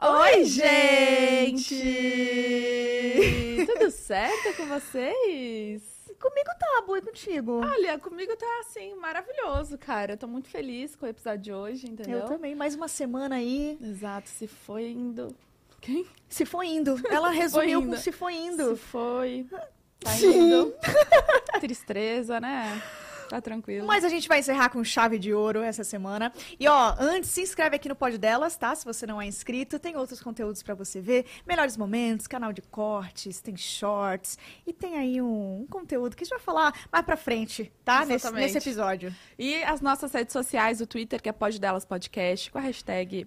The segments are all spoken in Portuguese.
Oi, gente! Tudo certo com vocês? Comigo tá, boa, e contigo? Olha, comigo tá assim, maravilhoso, cara. Eu tô muito feliz com o episódio de hoje, entendeu? Eu também, mais uma semana aí. Exato, se foi indo. Quem? Se foi indo. Ela Se resumiu foi com indo. se foi indo. Se foi. Tá Sim. indo. Tristeza, né? Tá tranquilo. Mas a gente vai encerrar com chave de ouro essa semana. E ó, antes se inscreve aqui no Pod Delas, tá? Se você não é inscrito, tem outros conteúdos pra você ver, melhores momentos, canal de cortes, tem shorts e tem aí um, um conteúdo que a gente vai falar mais pra frente, tá? Nesse, Exatamente. nesse episódio. E as nossas redes sociais, o Twitter, que é Pod Delas Podcast, com a hashtag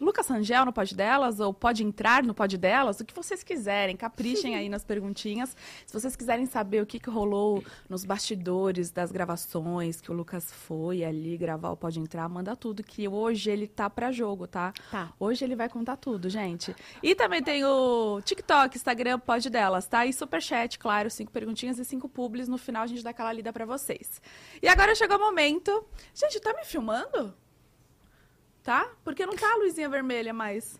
Lucas Rangel no Pod Delas, ou pode entrar no Pod Delas, o que vocês quiserem. Caprichem aí nas perguntinhas. Se vocês quiserem saber o que, que rolou nos bastidores das gravações, que o Lucas foi ali gravar o Pode Entrar, manda tudo, que hoje ele tá pra jogo, tá? Tá. Hoje ele vai contar tudo, gente. E também tem o TikTok, Instagram, Pod Delas, tá? E Superchat, claro, cinco perguntinhas e cinco publis. No final a gente dá aquela lida pra vocês. E agora chegou o momento. Gente, tá me filmando? Tá? Porque não tá a luzinha vermelha mais.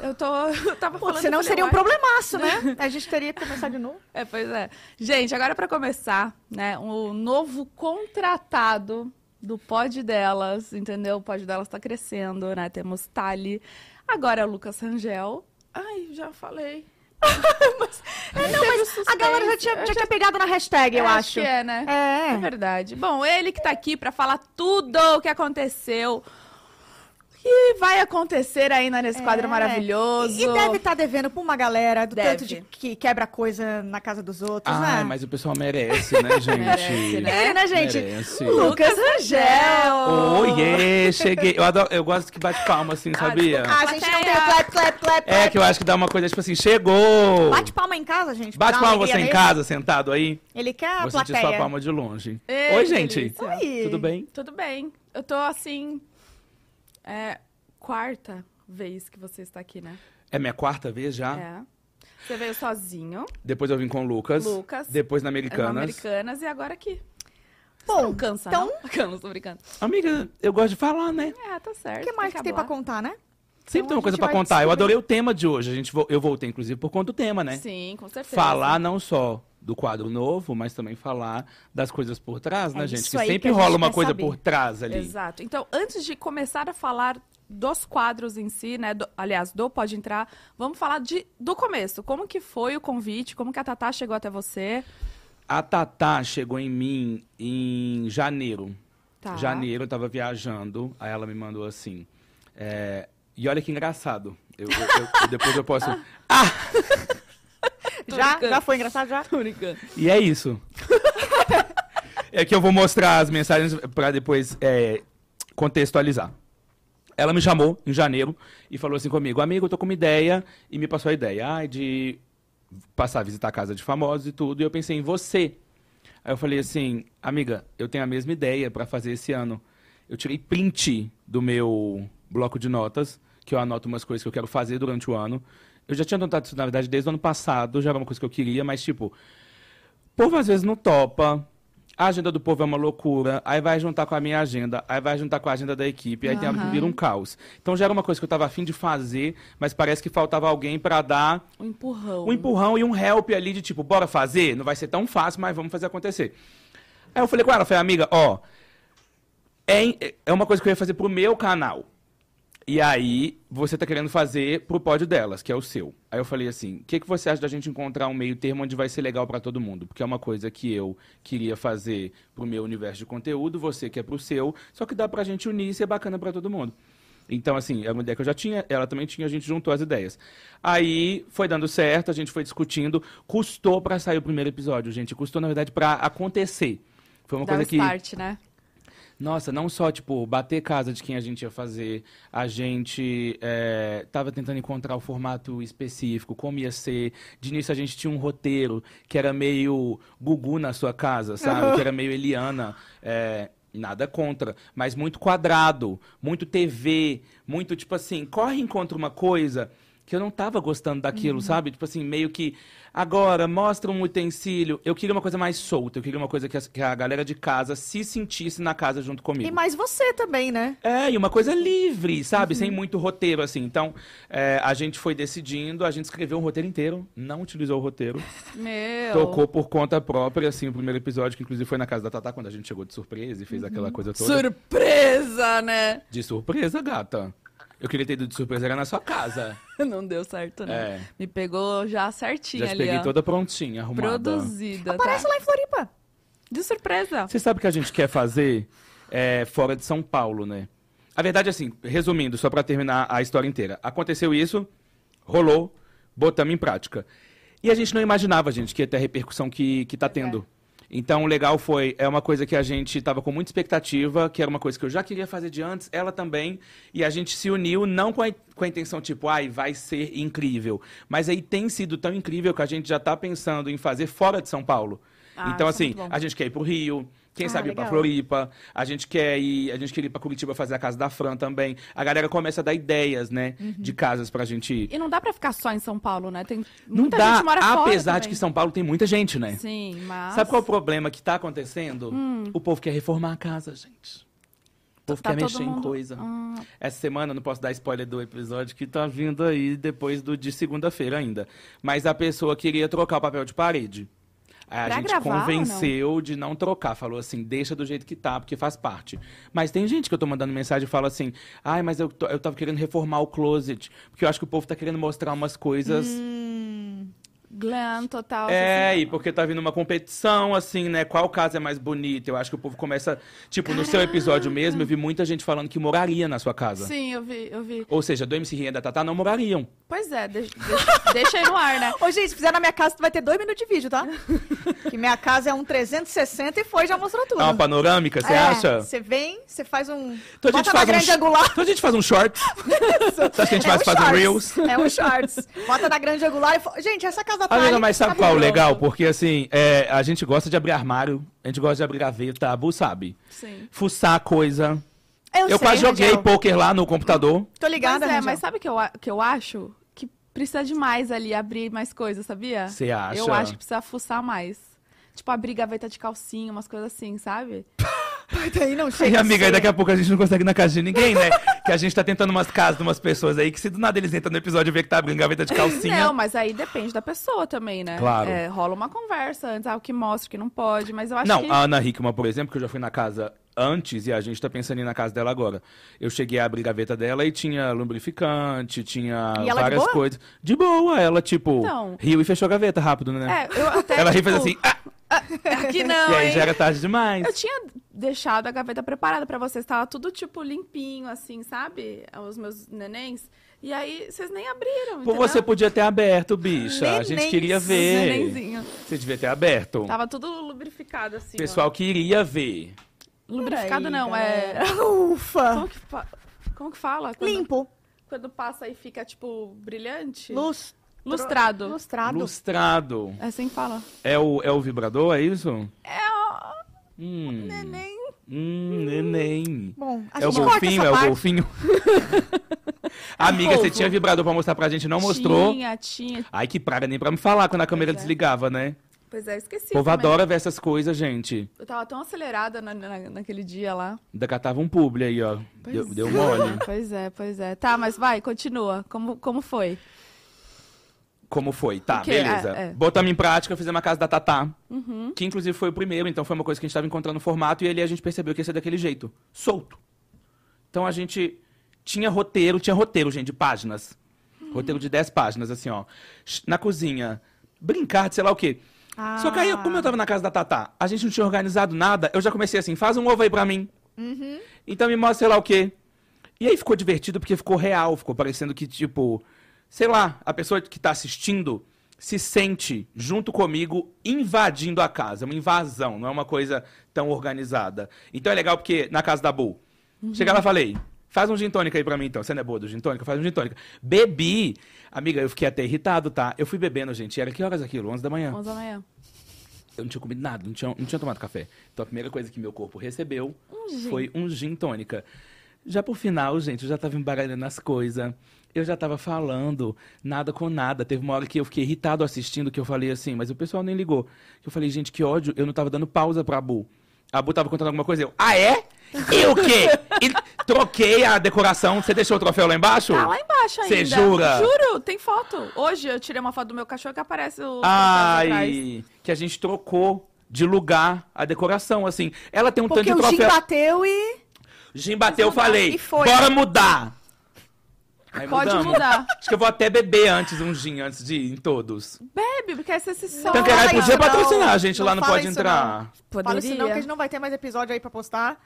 Eu tô. Eu tava Pô, falando. senão eu falei, seria um "Ué?" problemaço, né? A gente teria que começar de novo. É, pois é. Gente, agora pra começar, né, o novo contratado do Pod Delas, entendeu? O Pod Delas tá crescendo, né? Temos Tali, agora é o Lucas Rangel. Ai, já falei. mas, é, não, mas A galera já tinha, já tinha pegado na hashtag, eu acho. que é, né? É. É verdade. Bom, ele que tá aqui pra falar tudo o que aconteceu. E vai acontecer ainda nesse quadro maravilhoso. E deve estar devendo pra uma galera do Deve. tanto de que quebra coisa na casa dos outros, Ah, né? mas o pessoal merece, né, gente? Merece, né? É, né, gente? Merece. Lucas Rangel! Oh, yeah, cheguei. Eu, adoro- eu gosto que bate palma, assim, sabia? Ah, a gente não tem o Plateia. clap, clap, clap, É clap. que eu acho que dá uma coisa, tipo assim, chegou! Bate palma em casa, gente. pra Bate dar uma palma você alegria em nele. casa, sentado aí. Ele quer a Vou sentir plateia. sua palma de longe. Ei, é. Oi, que gente. delícia. Oi. Tudo bem? Tudo bem. Eu tô assim. É. Quarta vez que você está aqui, né? É minha quarta vez já. É. Você veio sozinho, Depois eu vim com o Lucas. Lucas. Depois na é no Americanas. Americanas e agora aqui. Bom, não cansa, então- não? Não, tô brincando. Amiga, eu gosto de falar, né? É, tá certo. O que mais que tem pra hablar. contar, né? Sempre Então tem a uma coisa gente pra vai contar. Eu descobrir. adorei o tema de hoje. A gente vo- Eu voltei, inclusive, por conta do tema, né? Sim, com certeza. falar não só do quadro novo, mas também falar das coisas por trás, né, É gente? isso Que aí sempre que a gente rola uma quer coisa saber. por trás ali. Exato. Então, antes de começar a falar dos quadros em si, né? do- aliás, do Pode Entrar, vamos falar de, do começo. Como que foi o convite? Como que a Tatá chegou até você? A Tatá chegou em mim em janeiro. Tá. Janeiro, eu tava viajando, aí ela me mandou assim. é, E olha que engraçado. Eu- eu- eu- depois eu posso. Ah. Tô Já? brincando. Já foi engraçado, já? Tô brincando. E é isso. é que eu vou mostrar as mensagens pra depois é, contextualizar. Ela me chamou em janeiro e falou assim comigo: Amigo, eu tô com uma ideia. E me passou a ideia ai, de passar a visitar a casa de famosos e tudo. E eu pensei em você. Aí eu falei assim: Amiga, eu tenho a mesma ideia pra fazer esse ano. Eu tirei print do meu bloco de notas, que eu anoto umas coisas que eu quero fazer durante o ano. Eu já tinha anotado isso, na verdade, desde o ano passado, já era uma coisa que eu queria, mas tipo, o povo às vezes não topa. A agenda do povo é uma loucura. Aí vai juntar com a minha agenda. Aí vai juntar com a agenda da equipe. Aí tem hora que vira um caos. Então já era uma coisa que eu tava afim de fazer, mas parece que faltava alguém pra dar Um empurrão. um empurrão e um help ali de tipo, bora fazer? Não vai ser tão fácil, mas vamos fazer acontecer. Aí eu falei com ela, falei, amiga, ó, é, em- é uma coisa que eu ia fazer pro meu canal. E aí, você tá querendo fazer pro pódio delas, que é o seu. Aí eu falei assim, o que, que você acha da gente encontrar um meio termo onde vai ser legal pra todo mundo? Porque é uma coisa que eu queria fazer pro meu universo de conteúdo, você quer pro seu, só que dá pra gente unir e ser bacana pra todo mundo. Então, assim, era uma ideia que eu já tinha, ela também tinha, a gente juntou as ideias. Aí foi dando certo, a gente foi discutindo, custou pra sair o primeiro episódio, gente, custou na verdade pra acontecer. Foi é uma Dar um coisa que start, né? nossa, não só, tipo, bater casa de quem a gente ia fazer, a gente é, tava tentando encontrar o formato específico, como ia ser. De início a gente tinha um roteiro que era meio Gugu na sua casa, sabe? Que era meio Eliana. é, nada contra, mas muito quadrado, muito TV, muito tipo assim, corre e encontra uma coisa que eu não tava gostando Uhum. daquilo, sabe? Tipo assim, meio que agora mostra um utensílio. Eu queria uma coisa mais solta, eu queria uma coisa que a, que a galera de casa se sentisse na casa junto comigo. E mais você também, né? É, e uma coisa livre, sabe? Sem Uhum. muito roteiro, assim. Então, é, a gente foi decidindo, a gente escreveu um roteiro inteiro, não utilizou o roteiro, Meu. tocou por conta própria, assim, o primeiro episódio, que inclusive foi na casa da Tatá, quando a gente chegou de surpresa e fez Uhum. aquela coisa toda. Surpresa, né? De surpresa, gata. Eu queria ter ido de surpresa, era na sua casa. Não deu certo, né? É. Me pegou já certinho Já te ali, peguei ó. toda prontinha, arrumada. Produzida, tá? Aparece lá em Floripa. De surpresa. Você sabe o que a gente quer fazer é, fora de São Paulo, né? A verdade é assim, resumindo, só pra terminar a história inteira. Aconteceu isso, rolou, botamos em prática. E a gente não imaginava, gente, que ia ter a repercussão que, que tá tendo. É. Então, o legal foi, é uma coisa que a gente tava com muita expectativa, que era uma coisa que eu já queria fazer de antes, ela também, e a gente se uniu, não com a, com a intenção tipo, ai, vai ser incrível. Mas aí tem sido tão incrível que a gente já tá pensando em fazer fora de São Paulo. Ah, isso então, é assim, muito bom. a gente quer ir pro Rio, quem Ah, sabe ir pra legal. Floripa, a gente quer ir, a gente quer ir pra Curitiba fazer a casa da Fran também. A galera começa a dar ideias, né, Uhum. de casas pra gente ir. E não dá pra ficar só em São Paulo, né? Tem Não muita dá, gente mora fora apesar de também. que São Paulo tem muita gente, né? Sim, mas... Sabe qual é o problema que tá acontecendo? O povo quer reformar a casa, gente. O povo Tá quer todo mexer em mundo- coisa. Ah. Essa semana, não posso dar spoiler do episódio que tá vindo aí depois do de segunda-feira ainda. Mas a pessoa queria trocar o papel de parede. Aí a Pra gente gravar ou convenceu de não trocar. Falou assim, deixa do jeito que tá, porque faz parte. Mas tem gente que eu tô mandando mensagem e fala assim, ai, mas eu, tô- eu tava querendo reformar o closet. Porque eu acho que o povo tá querendo mostrar umas coisas Hum, Glam, total. é, assim. e porque tá vindo uma competição, assim, né? Qual casa é mais bonita? Eu acho que o povo começa. Tipo, no seu episódio mesmo, eu vi muita gente falando que moraria na sua casa. Sim, eu vi, eu vi. Ou seja, do MC Rinha e da Tatá não morariam. Pois é, de- de- deixa aí no ar, né? Ô, gente, se fizer na minha casa, tu vai ter dois minutos de vídeo, tá? que minha casa é um 360 e foi, já mostrou tudo. É uma panorâmica, você É, acha? Você vem, você faz um. Então bota na grande angular. Então a gente faz um short. Então a gente É faz, um faz um shorts. reels. É um shorts. Bota na grande angular e fala. Gente, essa casa tá. Amiga, aí, mas sabe tá qual é o bom." legal? Porque assim, é, a gente gosta de abrir armário, a gente gosta de abrir gaveta, Abu sabe? Sim. Fuçar coisa. Eu, Eu, sei, quase joguei Rangel. poker lá no computador. Tô ligada, Mas é, Rangel. mas sabe o que eu, a- que eu acho? Que precisa de mais ali, abrir mais coisas, Ah, sabia? Você acha? Eu acho que precisa fuçar mais. Tipo, abrir gaveta de calcinha, umas coisas assim, sabe? Mas aí não E chega. amiga, a aí daqui ser. a pouco a gente não consegue ir na casa de ninguém, né? que a gente tá tentando umas casas de umas pessoas aí que se do nada eles entram no episódio e vê que tá abrindo gaveta de calcinha. Não, mas aí depende da pessoa também, né? Claro. É, rola uma conversa antes, ah, o que mostra, o que não pode, mas eu acho Não, que... a Ana Hickman, por exemplo, que eu já fui na casa antes e a gente tá pensando em ir na casa dela agora. Eu cheguei a abrir a gaveta dela e tinha lubrificante, tinha E ela de várias boa? coisas. De boa, ela tipo, Então. riu e fechou a gaveta rápido, É, né? eu até, ela riu e tipo, fez assim, ah! Aqui não, e aí hein? já era tarde demais. Eu tinha deixado a gaveta preparada pra vocês, tava tudo tipo limpinho, assim, sabe? Os meus nenéns. E aí vocês nem abriram. Pô, entendeu? você podia ter aberto, bicha. A gente Nenenzinho, queria ver. nenenzinho. Tá Você devia ter aberto. Tava tudo lubrificado, assim. O pessoal queria ver. ó. Lubrificado Peraí, não, é. peraí. Ufa! Como que, fa- Como que fala? Quando... Limpo. Quando passa e fica, tipo, brilhante? Lus... Lustrado. Lustrado. Lustrado. É assim que fala. É o, é o vibrador, é isso? É, ó, Hum, neném. hum, neném. Bom, a É o gente corta golfinho, essa é o parte. golfinho. Amiga, você polvo. tinha vibrador pra mostrar pra gente, não mostrou. É Tinha, tinha. Ai, que praga, nem pra me falar quando a câmera Pois é. desligava, né? Pois é, esqueci. O povo também. adora ver essas coisas, gente. Eu tava tão acelerada na- na- naquele dia lá. Ainda catava um publi aí, ó. Deu, Pois deu é. mole. Pois é, pois é. Tá, mas vai, continua. Como, como foi? Como foi? Tá, O quê? beleza. É, é. Botamos em prática, fizemos a casa da Tatá. Uhum, Que inclusive foi o primeiro, então foi uma coisa que a gente tava encontrando o formato e ali a gente percebeu que ia ser daquele jeito. Solto. Então a gente tinha roteiro, tinha roteiro, gente, de páginas. Roteiro de 10 páginas, assim, ó. Sh- Na cozinha. Brincar de sei lá o quê. Só que aí, Ah. como eu tava na casa da Tatá, a gente não tinha organizado nada, eu já comecei assim, faz um ovo aí pra mim. Então me mostra sei lá o quê. E aí ficou divertido porque ficou real, ficou parecendo que, tipo, sei lá, a pessoa que tá assistindo se sente junto comigo invadindo a casa. É uma invasão, não é uma coisa tão organizada. Então é legal porque na casa da Bu, cheguei lá e falei. Faz um gin tônica aí pra mim, então. Você não é boa do gin tônica? Faz um gin tônica. Bebi. Amiga, eu fiquei até irritado, tá? Eu fui bebendo, gente. Era que horas aquilo? 11 da manhã. 11 da manhã. Eu não tinha comido nada, não tinha, não tinha tomado café. Então a primeira coisa que meu corpo recebeu Um gin. foi um gin tônica. Já pro final, gente, eu já tava embaralhando as coisas. eu já tava falando nada com nada. Teve uma hora que eu fiquei irritado assistindo, que eu falei assim, mas o pessoal nem ligou. Eu falei, gente, que ódio, eu não tava dando pausa pra Bu. A Bu tava contando alguma coisa, eu, ah é? E o quê? E troquei a decoração, você deixou o troféu lá embaixo? Tá lá embaixo ainda. Cê jura? Juro, tem foto. Hoje eu tirei uma foto do meu cachorro que aparece o... atrás. Ai, que a gente trocou de lugar a decoração, assim. Ela tem um Porque tanto o de Jim troféu. bateu e. Jim bateu, eu Mas não dá, falei, e foi. bora mudar. Aí Pode mudamos. mudar. Acho que eu vou até beber antes um gin, antes de ir em todos. Bebe, É, porque aí você se solta. Tanqueray fala podia isso, não. patrocinar a gente Não lá no fala Pode isso, Entrar. Fala isso não, que a gente não vai ter mais episódio aí pra postar.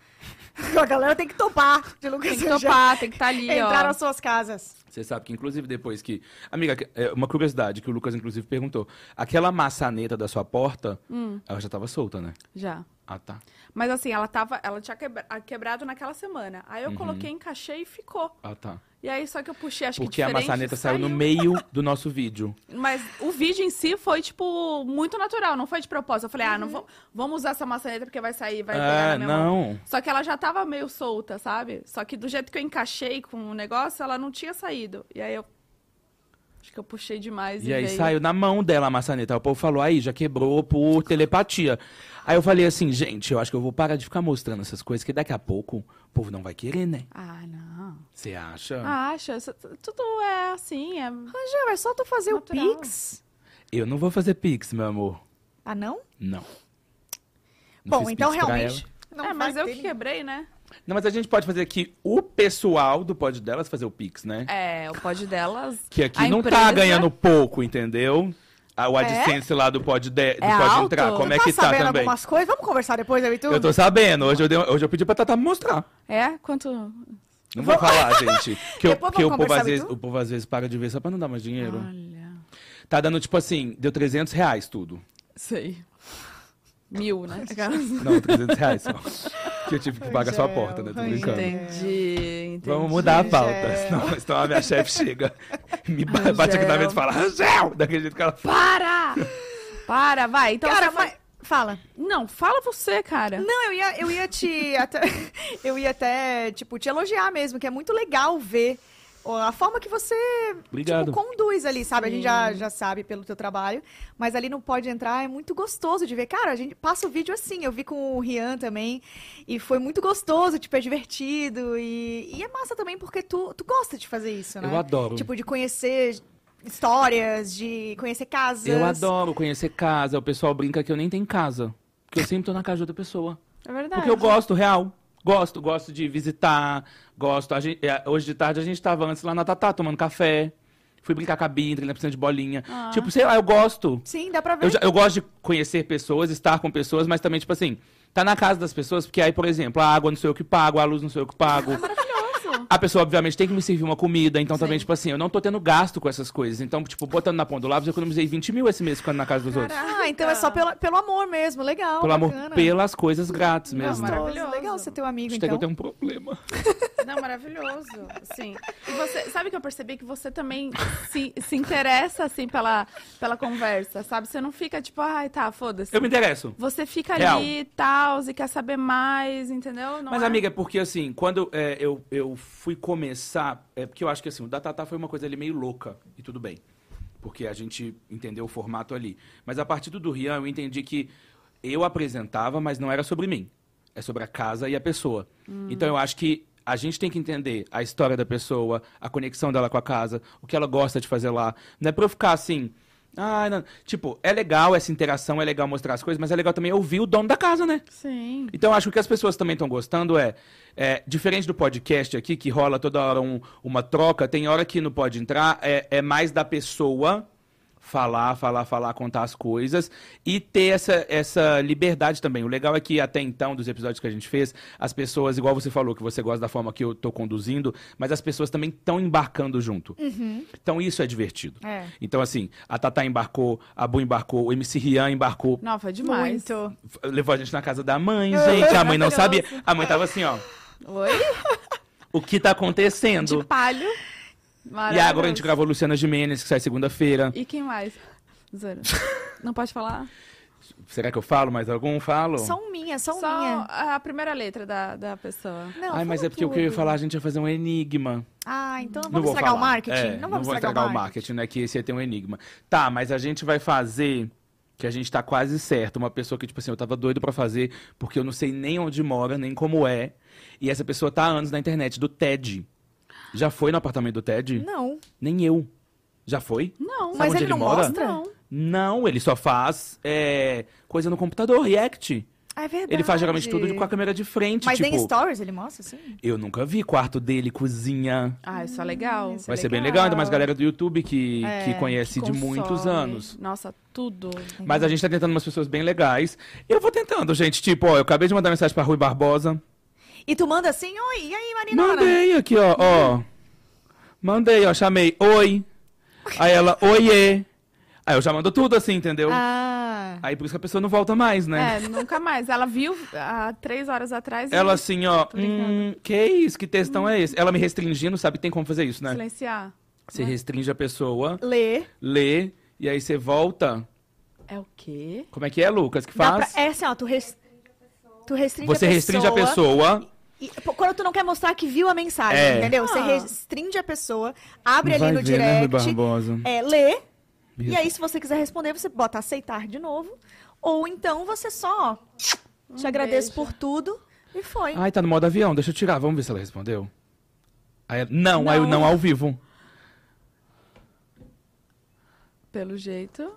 A galera tem que topar de Lucas Tem que Angel. topar, tem que estar ali, Entrar ó. nas suas casas. Você sabe que, inclusive, depois que... Amiga, que- é, uma curiosidade que o Lucas, inclusive, perguntou. Aquela maçaneta da sua porta, ela já tava solta, né? Já. Ah, tá. Mas assim, ela tava. Ela tinha quebra- a- quebrado naquela semana. Aí Uhum. eu coloquei, encaixei e ficou. Ah, tá. E aí, só que eu puxei, acho Porque que a diferente, maçaneta saiu no meio do nosso vídeo. Mas o vídeo em si foi, tipo, muito natural, não foi de propósito. Eu falei, ah, não Uhum. vou, vamos usar essa maçaneta porque vai sair, vai pegar ah, na minha mão. não. Só que ela já tava meio solta, sabe? Só que do jeito que eu encaixei com o negócio, ela não tinha saído. E aí eu. Acho que eu puxei demais. E, E aí veio. saiu na mão dela a maçaneta. O povo falou, aí já quebrou por telepatia. Aí eu falei assim, gente, eu acho que eu vou parar de ficar mostrando essas coisas, que daqui a pouco o povo não vai querer, né? Ah, não. Você acha? Ah, acha? isso- Tudo é assim. É... Angel, é só tu fazer o Natural. Pix. Eu não vou fazer pix, meu amor. Ah, não? Não. Não Bom, fiz então pix pra realmente. ela. Não é, vai mas eu ter que ninguém. quebrei, né? Não, mas a gente pode fazer aqui o pessoal do pod delas fazer o pix, né? É, o pod delas. Que aqui a não tá empresa- ganhando pouco, entendeu? A- O AdSense lá do pod, de, do É Pode alto? entrar, como Tu é tá que tá sabendo também? algumas coisas? Vamos conversar depois, eu e tu? Eu tô sabendo. Hoje eu, dei- um, hoje eu pedi pra Tatá me mostrar. É? Quanto. Não vou falar, gente. Que, eu- Depois que vamos o, povo conversar, Ah. às vezes, Vitor? o povo às vezes para de ver só pra não dar mais dinheiro. Olha. Tá dando, tipo assim, deu 300 reais tudo. Sei. Mil, né? Não, 300 reais só. que eu tive que pagar só a Angel, porta, né? Tô Angel. brincando. Entendi, entendi. Vamos mudar a pauta. Angel. Senão, senão a minha chefe chega, me ba- bate aqui na mesa e fala, Angel! Daquele jeito que ela fala. Para! Para, vai. Então Cara, você fa- mas. Fala. Não, fala você, cara. Não, eu ia, eu ia te. até- eu ia até, tipo, te elogiar mesmo, que é muito legal ver ó, a forma que você tipo, Obrigado. conduz ali, sabe? A gente já, já sabe pelo teu trabalho, mas ali não pode entrar, é muito gostoso de ver. Cara, a gente passa o vídeo assim, eu vi com o Rian também, e foi muito gostoso, tipo, é divertido, e, e é massa também porque tu, tu gosta de fazer isso, né? Eu adoro. Tipo, de conhecer histórias, de conhecer casas. Eu adoro conhecer casa. O pessoal brinca que eu nem tenho casa. Porque eu sempre tô na casa de outra pessoa. É verdade. Porque eu gosto, real. Gosto, gosto de visitar, gosto. A gen- é, hoje de tarde a gente tava antes lá na Tatá tomando café. Fui brincar com a Bindra, na piscina de bolinha. Ah. Tipo, sei lá, eu gosto. Sim, dá pra ver. Eu, já- eu gosto de conhecer pessoas, estar com pessoas, mas também, tipo assim, tá na casa das pessoas, porque aí, por exemplo, a água não sou eu que pago, a luz não sou eu que pago. Maravilhoso. A pessoa, obviamente, tem que me servir uma comida, então também, Sim. tipo assim, eu não tô tendo gasto com essas coisas. Então, tipo, botando na ponta do lápis, eu economizei 20 mil esse mês ficando na casa dos outros. Ah, então é só pela- pelo amor mesmo, legal. Pelo amor, bacana. pelas coisas grátis mesmo. Gostoso, Né? Maravilhoso. Legal ser teu amigo, Hashtag então. eu tenho um problema. Não, maravilhoso. Sim. E você, sabe que eu percebi que você também se, se interessa, assim, pela, pela conversa, sabe? Você não fica tipo, ai, tá, foda-se. Eu me interesso. Você fica Real. ali e tal, e quer saber mais, entendeu? Não Mas, é? amiga, é porque assim, quando é, eu, eu fui começar, é porque eu acho que assim, o da Tatá foi uma coisa ali meio louca, e tudo bem. Porque a gente entendeu o formato ali. Mas a partir do do Rian, eu entendi que eu apresentava, mas não era sobre mim. É sobre a casa e a pessoa. Hum. Então eu acho que a gente tem que entender a história da pessoa, a conexão dela com a casa, o que ela gosta de fazer lá. Não é pra eu ficar assim. Ah, não. Tipo, é legal essa interação, é legal mostrar as coisas, mas é legal também ouvir o dono da casa, né? Sim. Então, eu acho que o que as pessoas também estão gostando é, é, diferente do podcast aqui, que rola toda hora um- uma troca, tem hora que não pode entrar, é, é mais da pessoa falar, falar, falar, contar as coisas e ter essa, essa liberdade também. O legal é que até então, dos episódios que a gente fez, as pessoas, igual você falou, que você gosta da forma que eu tô conduzindo, mas as pessoas também estão embarcando junto. Uhum. Então, isso é divertido. É. Então, assim, a Tatá embarcou, a Bu embarcou, o MC Rian embarcou, Não, foi demais. Muito. Levou a gente na casa da mãe, gente. A mãe não sabia. A mãe tava assim, ó. Oi? O que tá De acontecendo? palho. E Maravilhoso. agora a gente gravou Luciana Gimenez, que sai segunda-feira. E quem mais? Zero. Não pode falar? Será que eu falo mais algum? Falo? São minhas, são Só um minha. a primeira letra da, da pessoa. Não, Ai, mas fala é porque o que eu ia tudo. falar, a gente ia fazer um enigma. Ah, então não Não vamos vou estragar falar. o marketing? É, não vamos vou estragar, o marketing. né? Que esse aí tem um enigma. Tá, mas a gente vai fazer que a gente tá quase certo. Uma pessoa que, tipo assim, eu tava doido pra fazer, porque eu não sei nem onde mora, nem como é. E essa pessoa tá há anos na internet, do TED. Já foi no apartamento do TED? Não. Nem eu. Já foi? Não. Sabe Mas onde ele ele não mora? mostra? Não. Não, ele só faz é, coisa no computador, React. É verdade. Ele faz geralmente tudo de- com a câmera de frente. Mas tipo, nem stories ele mostra, assim? eu nunca vi quarto dele, cozinha. Ah, isso é legal. isso é Vai ser bem legal, ainda mais galera do YouTube que, que conhece Que de muitos consome. anos. Nossa, tudo. Mas a gente tá tentando umas pessoas bem legais. Eu vou tentando, gente. Tipo, ó, eu acabei de mandar mensagem pra Rui Barbosa. E tu manda assim, oi, e aí, Marina? Mandei aqui, ó, ó. Mandei, ó, chamei. Oi. Aí ela, oiê. Aí eu já mando tudo assim, entendeu? Ah, Aí por isso que a pessoa não volta mais, né? É, nunca mais. Ela viu há três horas atrás e Ela assim, ó, Tô brincando. hum, que isso? Que textão é esse? Ela me restringindo, sabe? Tem como fazer isso, né? silenciar. Você restringe a pessoa, lê. lê, e aí você volta. É o quê? Como é que é, Lucas? Que Dá faz? pra- É assim, ó, tu, res- tu restringe Você a pessoa. restringe a pessoa. E, pô, quando tu não quer mostrar que viu a mensagem, É. entendeu? Você Ah. restringe a pessoa, abre Vai ali no ver, né, Rui direct, Barbosa? é, lê. Isso. E aí, se você quiser responder, você bota aceitar de novo. Ou então você só, ó, te agradeço beijo. por tudo e foi. Ai, tá no modo avião, deixa eu tirar, vamos ver se ela respondeu. Aí ela, não, aí eu Não. não ao vivo. Pelo jeito.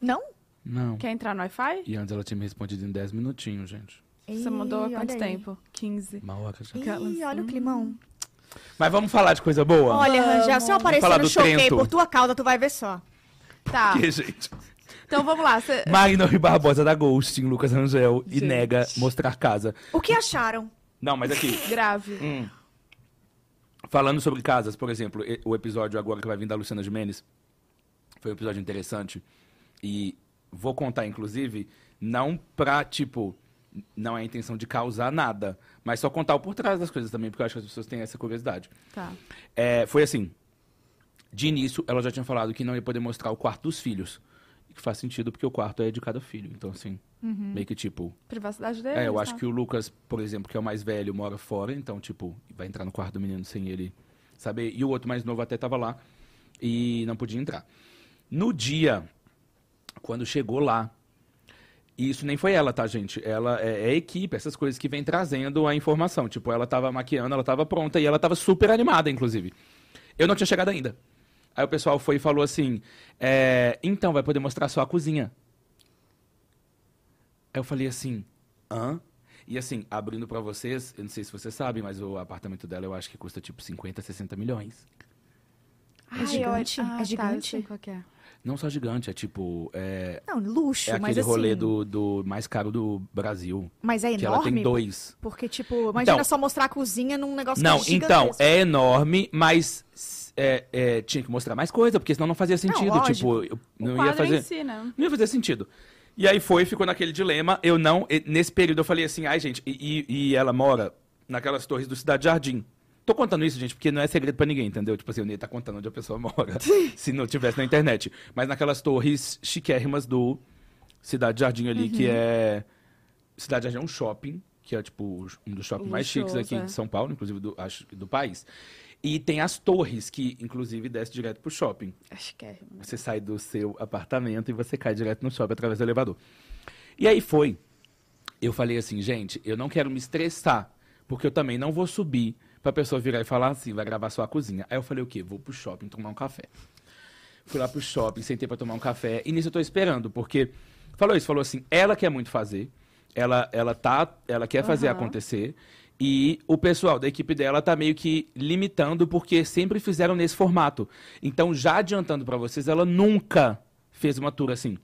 Não? Não. Quer entrar no Wi-Fi? E antes ela tinha me respondido em 10 minutinhos, gente. Você mandou há Ih, quanto olha aí. tempo? 15. Uma hora já. Ih, olha o climão. Mas vamos falar de coisa boa? Olha, Rangel, se eu falar aparecer do no choquei Trento. por tua causa, tu vai ver só. Tá. Que, gente. Então vamos lá. Cê... Magno e Barbosa da Ghosting, Lucas Rangel, e Gente. nega mostrar casa. O que acharam? Não, mas aqui, Grave. falando sobre casas, por exemplo, e- o episódio agora que vai vir da Luciana Gimenez foi um episódio interessante. E vou contar, inclusive, não pra, tipo, não é a intenção de causar nada, mas só contar o por trás das coisas também, porque eu acho que as pessoas têm essa curiosidade. Tá. É, foi assim. De início, ela já tinha falado que não ia poder mostrar o quarto dos filhos. E que faz sentido, porque o quarto é de cada filho. Então, assim, meio que tipo. Privacidade dele. tá. É, eu acho que o Lucas, por exemplo, que é o mais velho, mora fora. Então, tipo, vai entrar no quarto do menino sem ele saber. E o outro mais novo até tava lá e não podia entrar. No dia, quando chegou lá. E isso nem foi ela, tá, gente? Ela é, é a equipe, essas coisas que vem trazendo a informação. Tipo, ela tava maquiando, ela tava pronta e ela tava super animada, inclusive. Eu não tinha chegado ainda. Aí o pessoal foi e falou assim: é, então vai poder mostrar só a cozinha. Aí eu falei assim: hã? E assim, abrindo pra vocês, eu não sei se vocês sabem, mas o apartamento dela eu acho que custa tipo 50, 60 milhões. É gigante? É Tá, eu gigante? sei qual que é. Não só gigante, é tipo. É, Não, luxo, é mas aquele assim... rolê do, do mais caro do Brasil. Mas é que ela tem enorme? dois. Porque, tipo, imagina Então- só mostrar a cozinha num negócio Não, gigantesco. então, é enorme, mas é, é, tinha que mostrar mais coisa, porque senão não fazia sentido. tipo, lógico. eu O não ia quadro fazer. em si, né? Não ia fazer sentido. E aí foi, ficou naquele dilema. Eu não. e- Nesse período eu falei assim, ai, gente, e, e- e ela mora naquelas torres do Cidade Jardim. Tô contando isso, gente, porque não é segredo pra ninguém, entendeu? Tipo assim, eu nem ia tá contando onde a pessoa mora, se não tivesse na internet. Mas naquelas torres chiquérrimas do Cidade Jardim ali, que Uhum. é. Cidade Jardim é um shopping, que é tipo um dos shoppings mais chiques Luxuoso, aqui é. de São Paulo, inclusive do, acho, do país. E tem as torres, que inclusive desce direto pro shopping. Acho que é. Você sai do seu apartamento e você cai direto no shopping através do elevador. E aí foi. Eu falei assim, gente, eu não quero me estressar, porque eu também não vou subir pra pessoa virar e falar assim, vai gravar só a cozinha. Aí eu falei o quê? Vou pro shopping tomar um café. Fui lá pro shopping, sentei pra tomar um café. E nisso eu tô esperando, porque falou isso, falou assim, ela quer muito fazer, ela ela tá, ela quer fazer Aham. acontecer. E o pessoal da equipe dela tá meio que limitando porque sempre fizeram nesse formato. Então, já adiantando pra vocês, ela nunca fez uma tour assim.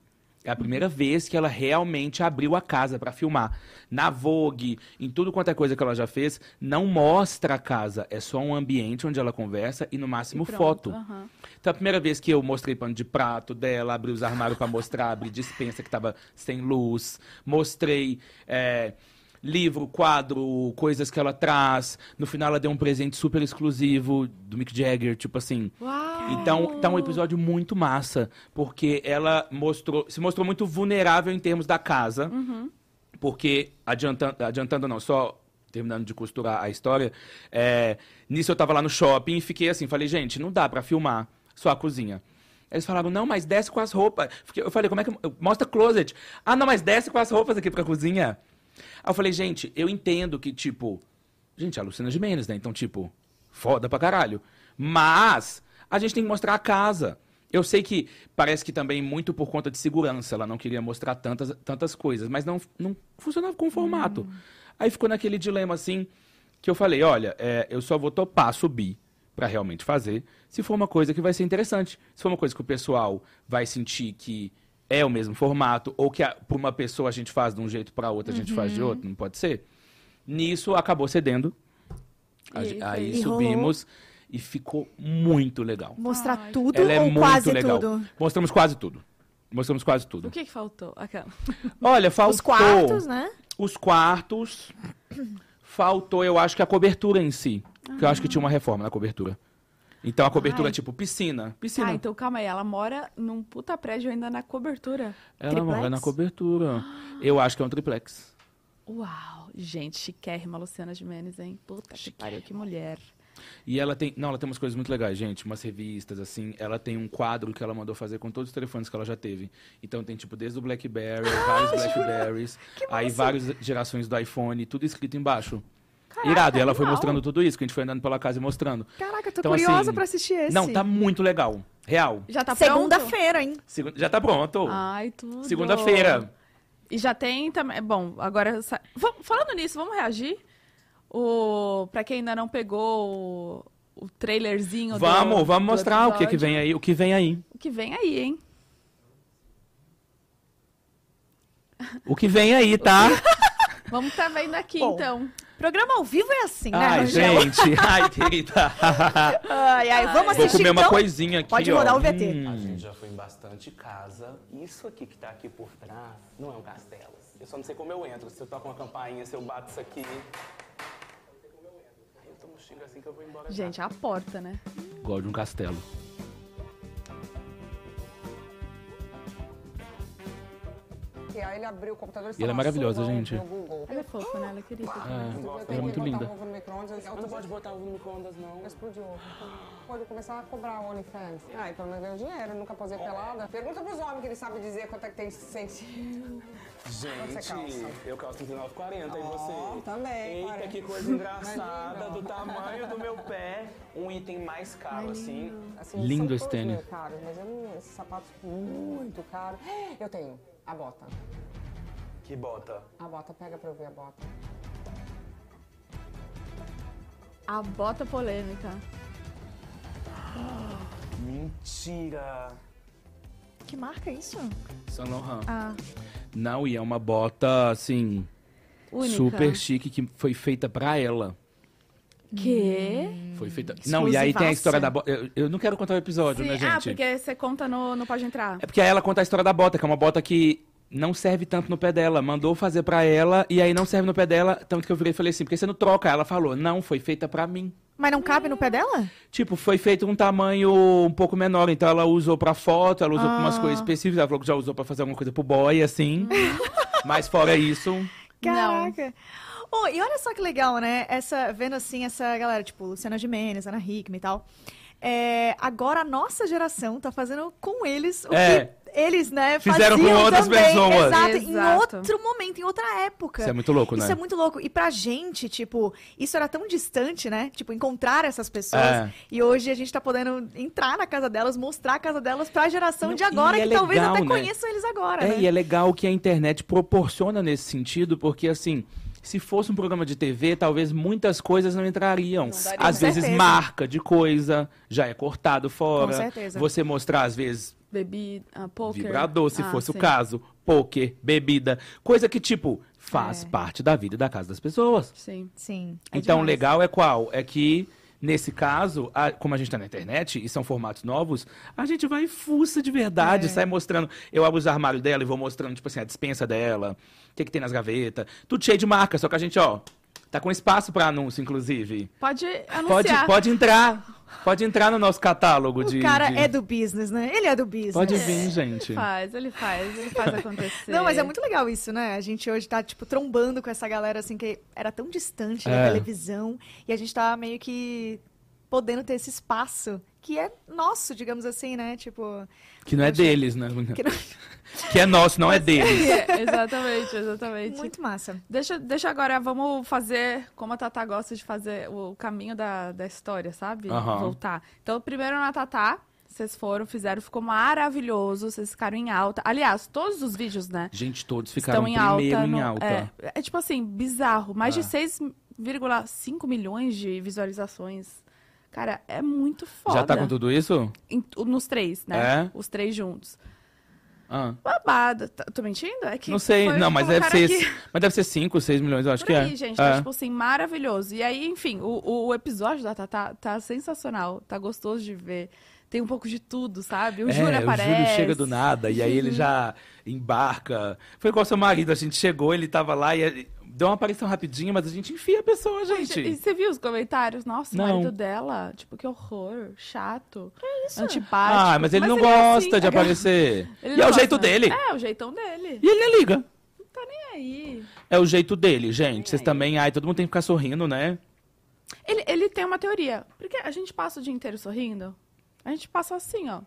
É a primeira vez que ela realmente abriu a casa pra filmar. Na Vogue, em tudo quanto é coisa que ela já fez, não mostra a casa, é só um ambiente onde ela conversa e no máximo Pronto, foto. aham. Então, a primeira vez que eu mostrei pano de prato dela, abri os armários pra mostrar, abri dispensa que tava sem luz, mostrei é, livro, quadro, coisas que ela traz. No final, ela deu um presente super exclusivo do Mick Jagger, tipo assim. Uau! Então, tá um episódio muito massa, porque ela mostrou, se mostrou muito vulnerável em termos da casa. Porque, adiantando, adiantando não, só terminando de costurar a história, é, nisso eu tava lá no shopping e fiquei assim, falei, gente, não dá pra filmar só a cozinha. Eles falaram, não, mas desce com as roupas. Fiquei- Eu falei, como é que. eu- Mostra closet. Ah, não, mas desce com as roupas aqui pra cozinha. Aí eu falei, gente, eu entendo que, tipo. Gente, é a Lucina Gimenez, né? Então, tipo, foda pra caralho. Mas a gente tem que mostrar a casa. Eu sei que parece que também muito por conta de segurança, ela não queria mostrar tantas, tantas coisas, mas não, não funcionava com o formato. Aí ficou naquele dilema assim, que eu falei, olha, é, eu só vou topar subir pra realmente fazer, se for uma coisa que vai ser interessante, se for uma coisa que o pessoal vai sentir que é o mesmo formato, ou que a- pra uma pessoa a gente faz de um jeito, pra outra a gente faz de outro, não pode ser? Nisso acabou cedendo, a- E aí aí foi. E rolou. subimos e ficou muito legal. Mostrar Ai, tudo Ela é ou muito quase legal. tudo? Mostramos quase tudo. Mostramos quase tudo. O que, que faltou? Aquela. Olha, faltou Os quartos, né? os quartos. Faltou, eu acho que a cobertura em si. Que eu acho que tinha uma reforma na cobertura. Então a cobertura Ai. é tipo piscina. Piscina. Ah, então calma aí. Ela mora num puta prédio ainda na cobertura. Ela triplex? mora na cobertura. Eu acho que é um triplex. Uau, gente, chiquérrima Luciana Gimenez, hein? Puta que pariu, que mulher. E ela tem. Não, ela tem umas coisas muito legais, gente. Umas revistas, assim. Ela tem um quadro que ela mandou fazer com todos os telefones que ela já teve. Então tem, tipo, desde o Blackberry, vários Blackberries, aí várias gerações do iPhone, tudo escrito embaixo. Irado. E ela foi animal. mostrando tudo isso, que a gente foi andando pela casa e mostrando. Caraca, eu tô Então, curiosa assim, pra assistir esse. Não, tá muito legal. Real. Já tá pronto? Segunda-feira, hein? Segu- Já tá pronto. Ai, tudo. Segunda-feira. E já tem também. é Bom, agora. sa- Vam- Falando nisso, vamos reagir? O... Pra quem ainda não pegou o, o trailerzinho do- Vamos, do vamos mostrar o que, que episódio. vem aí, o que vem aí. O que vem aí, hein? O que vem aí, tá? Vamos tá vendo aqui Bom. então. Programa ao vivo é assim, né, Ai, Rangel? gente. Ai, querida. Ai, ai, vamos Vou assistir comer uma então? coisinha hum. aqui, Pode ó. rodar o VT. A gente já foi em bastante casa. Isso aqui que tá aqui por trás não é um castelo. Eu só não sei como eu entro. Se eu toco uma campainha, se eu bato isso aqui. Aí eu tomo xinga assim que eu vou embora. já. Gente, a porta, né? Gosto de um castelo. Aqui, ó, ele abriu o computador E ela é maravilhosa, gente. Ela é fofa, né? Ela é querida. Ah, É, ela é muito um linda. Não, não pode botar ovo no micro-ondas, não. Explodiu. Então, Pode começar a cobrar o OnlyFans. Ah, e pelo menos ganhou dinheiro, nunca posei pelada. Pergunta pros homens que ele sabe dizer quanto é que tem sentido. você calça? Gente, eu calço 19,40 e você? também, Eita, 40. que coisa engraçada do tamanho do meu pé. Um item mais caro, assim. Assim, Lindo são esse todos tênis. meio caros, mas eu não, esses sapatos muito caros. Eu tenho a bota. Que bota. A bota, pega pra eu ver a bota. A bota polêmica. Mentira. Que marca é isso? um Saint Laurent. Ah. Não, e é uma bota, assim, Única. super chique, que foi feita pra ela. Que? Foi feita... Não, e aí tem a história da bota... Eu, eu não quero contar o episódio, né, Sim, gente? ah, porque você conta no, no Pode Entrar. É porque aí ela conta a história da bota, que é uma bota que não serve tanto no pé dela. Mandou fazer pra ela e aí não serve no pé dela, tanto que eu virei e falei assim, porque você não troca? Ela falou, não, foi feita pra mim. Mas não cabe no pé dela? Tipo, foi feito um tamanho um pouco menor, então ela usou pra foto, ela usou pra umas coisas específicas, ela falou que já usou pra fazer alguma coisa pro boy, assim. Mas fora isso, Não. Caraca. Oh, e olha só que legal, né? Essa, vendo assim, essa galera, tipo, Luciana Gimenez, Ana Hickman e tal. É, agora a nossa geração tá fazendo com eles o É. que eles, né, Fizeram com faziam outras também. pessoas. Exato, em Exato. outro momento, em outra época. isso é muito louco, né? Isso é muito louco. E pra gente, tipo, isso era tão distante, né? Tipo, encontrar essas pessoas. É. E hoje a gente tá podendo entrar na casa delas, mostrar a casa delas pra geração Não, de agora, e é que talvez legal, até né? conheçam eles agora, É, né? e é legal que a internet proporciona nesse sentido, porque assim, se fosse um programa de TV, talvez muitas coisas não entrariam. daria. às Com vezes certeza. marca de coisa já é cortado fora. Com certeza. Você mostrar às vezes Bebi, ah, poker. vibrador, se Ah, fosse sim. o caso, poker, bebida, coisa que tipo faz É. parte da vida e da casa das pessoas. Sim. Sim. É então, o demais. legal é qual? É que, nesse caso, a- como a gente tá na internet e são formatos novos, a gente vai e fuça de verdade, É. sai mostrando. Eu abro os armários dela e vou mostrando, tipo assim, a dispensa dela, o que, que tem nas gavetas. Tudo cheio de marca, só que a gente, ó, tá com espaço pra anúncio, inclusive. Pode Pode, anunciar. pode entrar. Pode entrar no nosso catálogo de. O cara de- é do business, né? Ele é do business. Pode vir, gente. Ele faz, ele faz, ele faz acontecer. Não, mas é muito legal isso, né? A gente hoje tá, tipo, trombando com essa galera, assim, que era tão distante da É. televisão. E a gente tá meio que podendo ter esse espaço que é nosso, digamos assim, né? Tipo, Que não é Poxa. deles, né? que não- Que é nosso, não é deles. É, exatamente, exatamente. muito massa. Deixa, deixa agora, vamos fazer como a Tatá gosta de fazer o caminho da, da história, sabe? Aham. Voltar. Então, primeiro na Tatá, vocês foram, fizeram, ficou maravilhoso, vocês ficaram em alta. Aliás, todos os vídeos, né? Gente, todos estão ficaram em alta. primeiro em no- alta. É, é tipo assim, bizarro. Mais É. de 6,5 milhões de visualizações. Cara, é muito foda. Já tá com tudo isso? Em- nos três, né? É? Os três juntos. Ah, Babado. Tá- Tô mentindo? É que não sei, foi- não, mas deve colocaram ser, aqui. mas deve ser 5, 6 milhões, eu acho Por que aí, é. gente. é. Tá, tipo assim, maravilhoso. E aí, enfim, o, o- o episódio da Tatá tá sensacional. Tá gostoso de ver. Tem um pouco de tudo, sabe? O É, Júlio aparece. Uhum. O Júlio chega do nada e aí ele já embarca. Foi igual seu marido, a gente chegou, ele tava lá e ele- deu uma aparição rapidinha, mas a gente enfia a pessoa, gente. E você viu os comentários? Nossa, o Não. marido dela. Tipo, que horror. Chato. Antipático. Ah, mas ele não é gosta assim, de aparecer. Ele e não é o gosta. jeito dele. É, o jeitão dele. E ele nem liga. E aí? É o jeito dele, gente. Vocês também, ai, todo mundo tem que ficar sorrindo, né? Ele, ele tem uma teoria. Porque a gente passa o dia inteiro sorrindo. A gente passa assim, ó.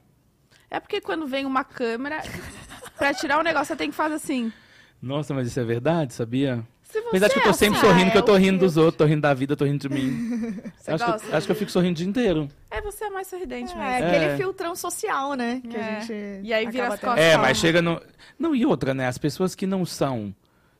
É porque quando vem uma câmera, pra tirar um negócio, você tem que fazer assim. Nossa, mas isso é verdade, sabia? Se você Apesar de que é tipo, eu tô sempre achar, sorrindo, que eu tô é o rindo dos outros, tô rindo da vida, tô rindo de mim. Você acho, que gosta eu, acho que eu fico sorrindo o dia inteiro. É, você é mais sorridente É, mesmo. aquele É. filtrão social, né? Que É. a gente. E aí vira acaba as tendo. costas. É, Calma. mas chega no. Não, e outra, né? As pessoas que não são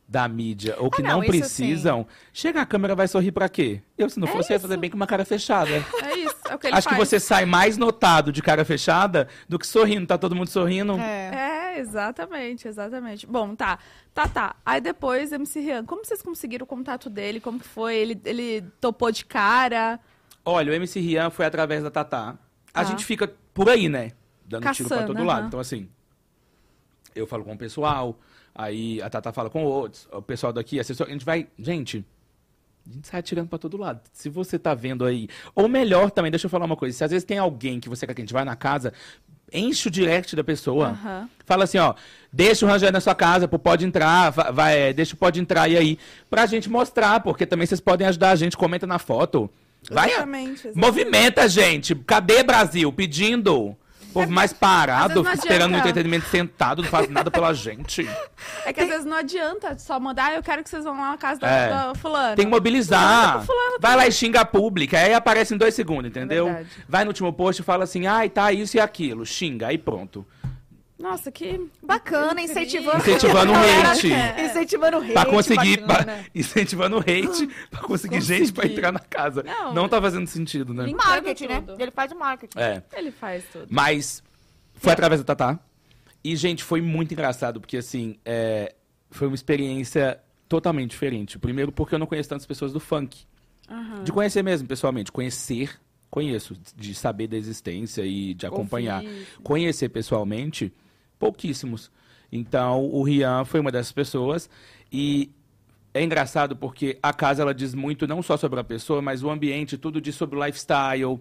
da mídia ou que Ah, não, não, isso É precisam, chega a câmera vai sorrir pra quê? Eu, se não fosse, eu ia fazer bem com uma cara fechada. É isso, é o que ele Acho que faz. você sai mais notado de cara fechada do que sorrindo. Tá todo mundo sorrindo. É. É, exatamente, exatamente. Bom, tá. Tá, tá. Aí depois, MC Rian, como vocês conseguiram o contato dele? Como que foi? Ele, ele topou de cara? Olha, o MC Rian foi através da Tatá. Tá. A gente fica por aí, né? Dando tiro pra Caçando, todo aham. lado. Então, assim, eu falo com o pessoal, aí a Tatá fala com outros, o pessoal daqui, assessor, a gente vai. Gente, a gente sai atirando pra todo lado. Se você tá vendo aí. Ou melhor também, deixa eu falar uma coisa. Se às vezes tem alguém que você quer que a gente vai na casa, enche o direct da pessoa. Aham. Fala assim, ó, deixa o Rangel na sua casa, pô, pode entrar, va- vai, é, deixa o pode entrar e aí. Pra gente mostrar, porque também vocês podem ajudar a gente, comenta na foto. Vai, Exatamente, exatamente. movimenta, gente. Cadê Brasil? Pedindo. O povo mais às vezes parado, não fica esperando o adianta. entretenimento sentado, não faz nada pela gente. É que às vezes não adianta só mandar, "Ah, eu quero que vocês vão lá na casa da, É. da fulana. Tem que Fulana, mobilizar. tá fulana, Vai lá e xinga a pública, aí aparece em dois segundos, entendeu? É verdade. Vai no último post e fala assim, ai, tá isso e aquilo, xinga, aí pronto. Nossa, que... Bacana, incentivando. Incentivando o Galera, hate. Tá é. Incentivando o hate. Pra conseguir, né? pra- bacana. né? incentivando o hate, pra conseguir gente pra entrar na casa. Não. Não, tá fazendo sentido, né? Lim- Marketing, né? Tudo. Ele faz o marketing. É. Ele faz tudo. Mas foi através da Tatá. E, gente, foi muito engraçado, porque, assim, é, foi uma experiência totalmente diferente. Primeiro, porque eu não conheço tantas pessoas do funk. De conhecer mesmo, pessoalmente. Conhecer, conheço. De saber da existência e de acompanhar. Ouvir. Conhecer pessoalmente, pouquíssimos. Então, o Rian foi uma dessas pessoas. E é engraçado porque a casa ela diz muito não só sobre a pessoa, mas o ambiente, tudo diz sobre o lifestyle.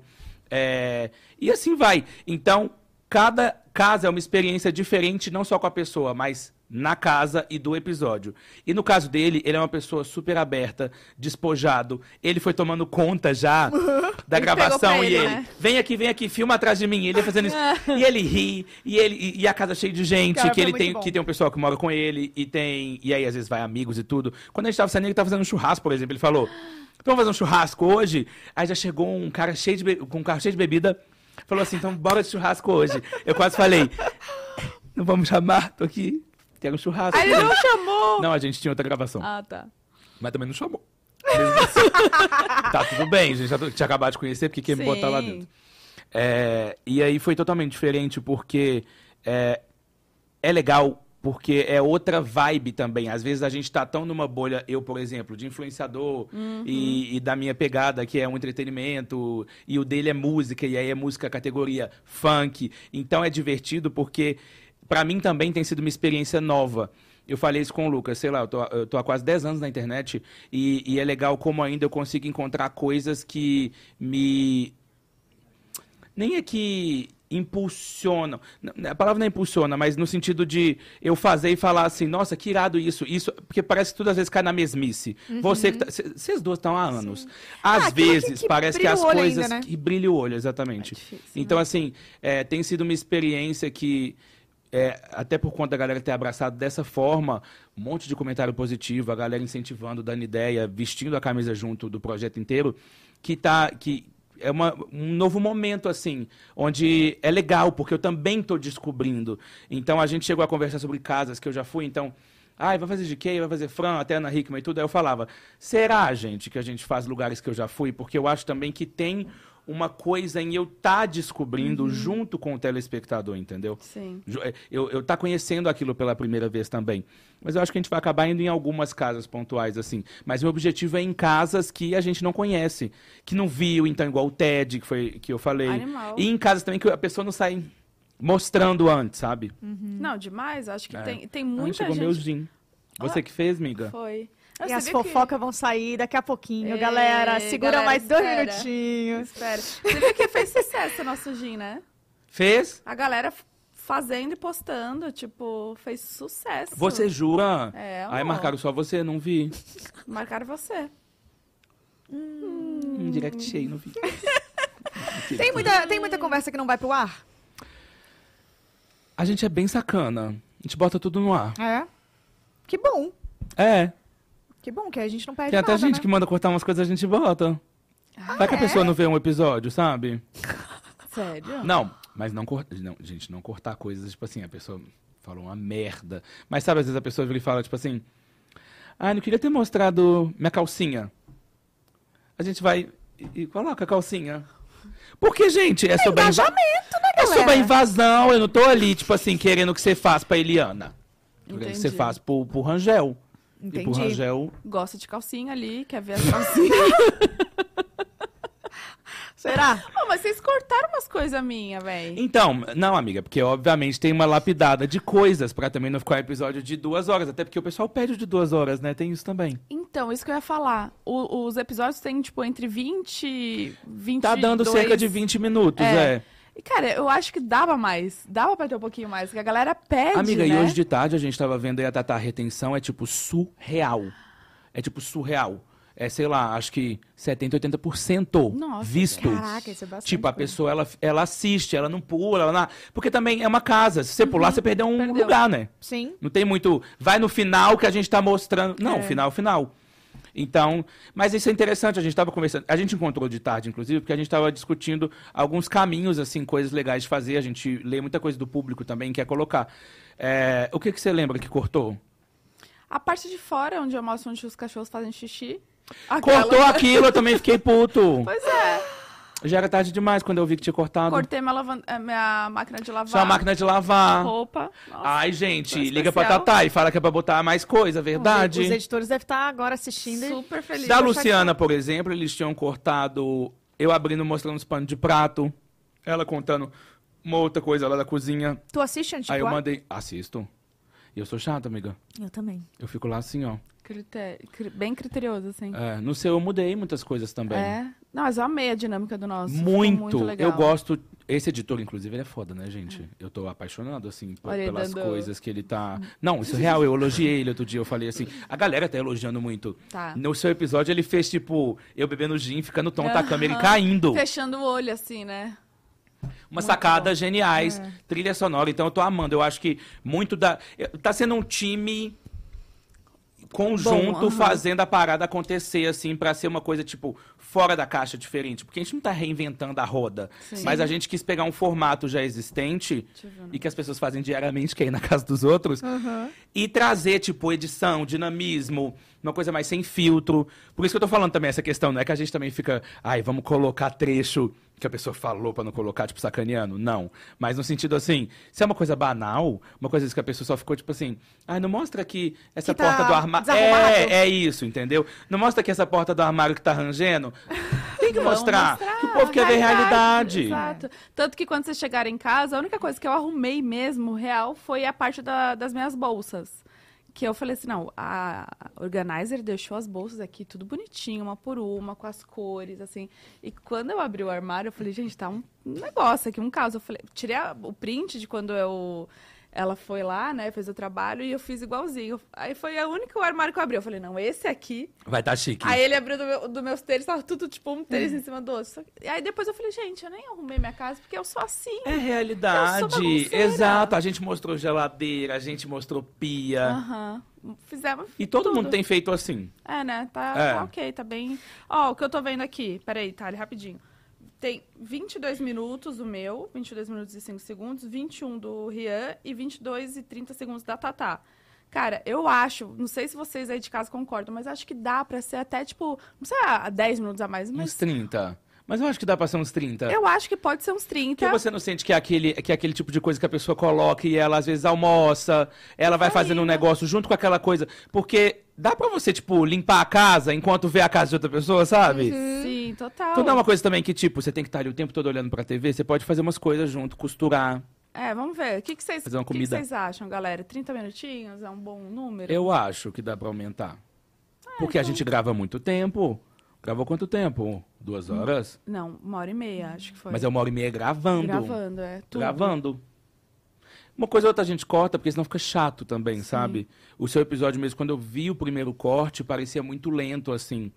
é, E assim vai. Então, cada casa é uma experiência diferente, não só com a pessoa, mas na casa e do episódio. E no caso dele, ele é uma pessoa super aberta, despojado. Ele foi tomando conta já da Ele pegou gravação pra e ele, ele. né? Vem aqui, vem aqui, filma atrás de mim. Ele ia fazendo isso. e ele ri, e, ele, e- e a casa é cheia de gente, Cara, que foi ele muito tem, bom. que tem um pessoal que mora com ele, e tem. E aí, às vezes, vai amigos e tudo. Quando a gente tava saindo, ele tava fazendo um churrasco, por exemplo. Ele falou: então vamos fazer um churrasco hoje? Aí já chegou um cara cheio de be- com um carro cheio de bebida. Falou assim, então bora de churrasco hoje. Eu quase falei, não vamos chamar, tô aqui. Tem um churrasco. Aí ele não chamou! Não, a gente tinha outra gravação. Ah, tá. Mas também não chamou. tá tudo bem, gente. Já tô- tinha acabado de conhecer, porque quer me botar lá Sim. dentro. É, e aí foi totalmente diferente, porque é, é legal, porque é outra vibe também. Às vezes a gente tá tão numa bolha, eu, por exemplo, de influenciador e, e da minha pegada, que é um entretenimento, e o dele é música, e aí é música categoria funk. Então é divertido porque, pra mim, também tem sido uma experiência nova. Eu falei isso com o Lucas, sei lá, eu tô, eu tô há quase 10 anos na internet e, e é legal como ainda eu consigo encontrar coisas que me nem é que impulsionam. N- A palavra não é impulsiona, mas no sentido de eu fazer e falar assim, nossa, que irado isso, isso. Porque parece que tudo às vezes cai na mesmice. Você que tá, cê- Vocês duas estão há anos. Às Uhum. Ah, aquilo que- vezes, que parece que brilha as o olho ainda, coisas. né? que brilha o olho, exatamente. É difícil, então, assim, é, tem sido uma experiência que. é, até por conta da galera ter abraçado dessa forma, um monte de comentário positivo, a galera incentivando, dando ideia, vestindo a camisa junto do projeto inteiro, que tá, que, é uma- um novo momento, assim, onde é legal, porque eu também estou descobrindo. Então, a gente chegou a conversar sobre casas que eu já fui, então... Ai, vai fazer GK, vai fazer Fran, até Ana Hickman e tudo. Aí eu falava, será, gente, que a gente faz lugares que eu já fui? Porque eu acho também que tem uma coisa em eu estar descobrindo Uhum. junto com o telespectador, entendeu? Sim. Ju- é, Eu, eu tá conhecendo aquilo pela primeira vez também. Mas eu acho que a gente vai acabar indo em algumas casas pontuais, assim. Mas meu objetivo é em casas que a gente não conhece. Que não viu, então, igual o TED, que, foi, que eu falei. Animal. E em casas também que a pessoa não sai mostrando antes, sabe? Hum. Não, demais. Acho que É. tem, tem Ah, muita chegou gente. meu gin. Você que fez, miga? Foi. Ah, E você as viu que- fofocas vão sair daqui a pouquinho, Ei, galera. Segura galera, mais dois espera. minutinhos. Espera. Você viu que fez sucesso o nosso gin, né? Fez? A galera f- fazendo e postando, tipo, fez sucesso. Você jura? É, Aí amor. marcaram só você, não vi. Marcaram você. Hum, direct cheio, não vi. Tem muita, tem muita conversa que não vai pro ar? A gente é bem sacana. A gente bota tudo no ar. É. Que bom. É. Que bom, que a gente não perde Tem até nada, gente né? que manda cortar umas coisas, a gente bota. Vai que a pessoa não vê um episódio, sabe? Sério? Não, mas não cortar. Não, gente, não cortar coisas, tipo assim, a pessoa falou uma merda. Mas sabe, às vezes a pessoa vira e fala, tipo assim. Ah, não queria ter mostrado minha calcinha. A gente vai e, e coloca a calcinha. Porque, gente, é sobre. a inva- É sobre a invasão, eu não tô ali, tipo assim, querendo que você faça pra Eliana. Eu Querendo que você Entendi. faça pro, pro Rangel. E pro Entendi. Rangel. Gosta de calcinha ali, quer ver as calcinhas. Será? Ô, mas vocês cortaram umas coisas minhas, véi. Então, não, amiga, porque obviamente tem uma lapidada de coisas pra também não ficar um episódio de duas horas. Até porque o pessoal pede o de duas horas, né? Tem isso também. Então, isso que eu ia falar. O- os episódios têm, tipo, entre 20 e 22. Tá dando cerca de 20 minutos, é. E, cara, eu acho que dava mais. Dava pra ter um pouquinho mais, porque a galera pede, Amiga, né? e hoje de tarde a gente tava vendo aí a Tatá a retenção, é tipo surreal. É tipo surreal. É, sei lá, acho que 70, 80% Nossa, visto. Caraca, isso é bastante Tipo, a coisa. pessoa, ela, ela assiste, ela não pula, ela não... Porque também é uma casa. Se você pular, você perdeu um Perdeu. lugar, né? Sim. Não tem muito. Vai no final que a gente tá mostrando. Não, É. final, final. Então, mas isso é interessante, a gente tava conversando, a gente encontrou de tarde, inclusive, porque a gente tava discutindo alguns caminhos, assim, coisas legais de fazer, a gente lê muita coisa do público também, quer colocar. É, o que que você lembra que cortou? A parte de fora, onde eu mostro onde os cachorros fazem xixi. Cortou aquilo, eu também fiquei puto. Pois é. Já era tarde demais quando eu vi que tinha cortado. Cortei minha, lavan- eh, minha máquina de lavar. Sua máquina de lavar. Roupa. Nossa. Ai, gente, Nossa, liga pra especial. Tatá e fala que é pra botar mais coisa, verdade? Os editores devem estar agora assistindo. e- Super feliz. Da Achar Luciana, por exemplo, eles tinham cortado eu abrindo mostrando os panos de prato, ela contando uma outra coisa lá da cozinha. Tu assiste Antiquário? Aí eu mandei, assisto. E eu sou chato, amiga. Eu também. Eu fico lá assim, ó. que- Critério... cri- Bem criterioso, assim. É, no seu eu mudei muitas coisas também. É. Não, mas eu amei a dinâmica do nosso. Ficou Muito. legal. eu gosto. Esse editor, inclusive, ele é foda, né, gente? Eu tô apaixonado, assim, p- Olha ele pelas dando- coisas que ele tá. Não, isso é real. Eu elogiei ele outro dia. Eu falei assim. A galera tá elogiando muito. Tá. No seu episódio, ele fez, tipo, eu bebendo gin, ficando tonto, a câmera e caindo. Fechando o olho, assim, né? Umas sacadas geniais, É. trilha sonora. Então eu tô amando. Eu acho que muito da. eh, Tá sendo um time conjunto Bom, aham. fazendo a parada acontecer, assim, pra ser uma coisa, tipo, fora da caixa diferente. Porque a gente não tá reinventando a roda. Sim. Mas a gente quis pegar um formato já existente e que as pessoas fazem diariamente, que é ir na casa dos outros, e trazer, tipo, edição, dinamismo, uma coisa mais sem filtro. Por isso que eu tô falando também essa questão, não é que a gente também fica, ai, vamos colocar trecho que a pessoa falou pra não colocar, tipo, sacaneando. Não. Mas no sentido assim, se é uma coisa banal, uma coisa que a pessoa só ficou, tipo assim, ai, não mostra que essa Que tá porta do armário. desarrumado. É, é isso, entendeu? Não mostra que essa porta do armário que tá rangendo. Tem que Vamos mostrar, que o povo quer ver realidade. tá Exato. Tanto que quando vocês chegaram em casa, a única coisa que eu arrumei mesmo, real, foi a parte da- das minhas bolsas. que eu falei assim, não, a organizer deixou as bolsas aqui tudo bonitinho, uma por uma, com as cores, assim. E quando eu abri o armário, eu falei, gente, tá um negócio aqui, um caos. Eu falei, tirei a- o print de quando eu ela foi lá, né, fez o trabalho e eu fiz igualzinho. Aí foi a única o armário que eu abri. Eu falei, não, esse aqui. Vai tá chique. Aí ele abriu do meu, do meus tênis, tava tudo tipo um tênis em cima do outro. Só que- Aí depois eu falei, gente, eu nem arrumei minha casa porque eu sou assim. É Eu sou realidade. bagunceira. Exato. A gente mostrou geladeira, a gente mostrou pia. Aham. Fizemos. É. E todo Ah, tudo. mundo tem feito assim. É, né? Tá, É. tá ok, tá bem. Ó, o que eu tô vendo aqui, peraí, Thali, rapidinho. Tem 22 minutos o meu, 22 minutos e 5 segundos, 21 do Rian e 22 e 30 segundos da Tatá. Cara, eu acho, não sei se vocês aí de casa concordam, mas acho que dá pra ser até, tipo, não sei, ah, 10 minutos a mais, Uns mas 30. Mas eu acho que dá pra ser uns 30. eu acho que pode ser uns 30. Porque você não sente que é, aquele, que é aquele tipo de coisa que a pessoa coloca e ela às vezes almoça, ela É vai fazendo um negócio junto com aquela coisa. Porque dá pra você, tipo, limpar a casa enquanto vê a casa de outra pessoa, sabe? Sim, total. Então dá uma coisa também que, tipo, você tem que estar ali o tempo todo olhando pra TV, você pode fazer umas coisas junto, costurar. É, vamos ver. O que que vocês Fazer uma o que que comida. vocês acham, galera? 30 minutinhos é um bom número? Eu acho que dá pra aumentar. Porque a gente grava muito tempo. Gravou quanto tempo? Duas horas? Não, uma hora e meia, acho que foi. Mas é uma hora e meia gravando. Gravando, é. Tudo. Gravando. Uma coisa ou outra a gente corta, porque senão fica chato também, sabe? O seu episódio mesmo, quando eu vi o primeiro corte, parecia muito lento, assim.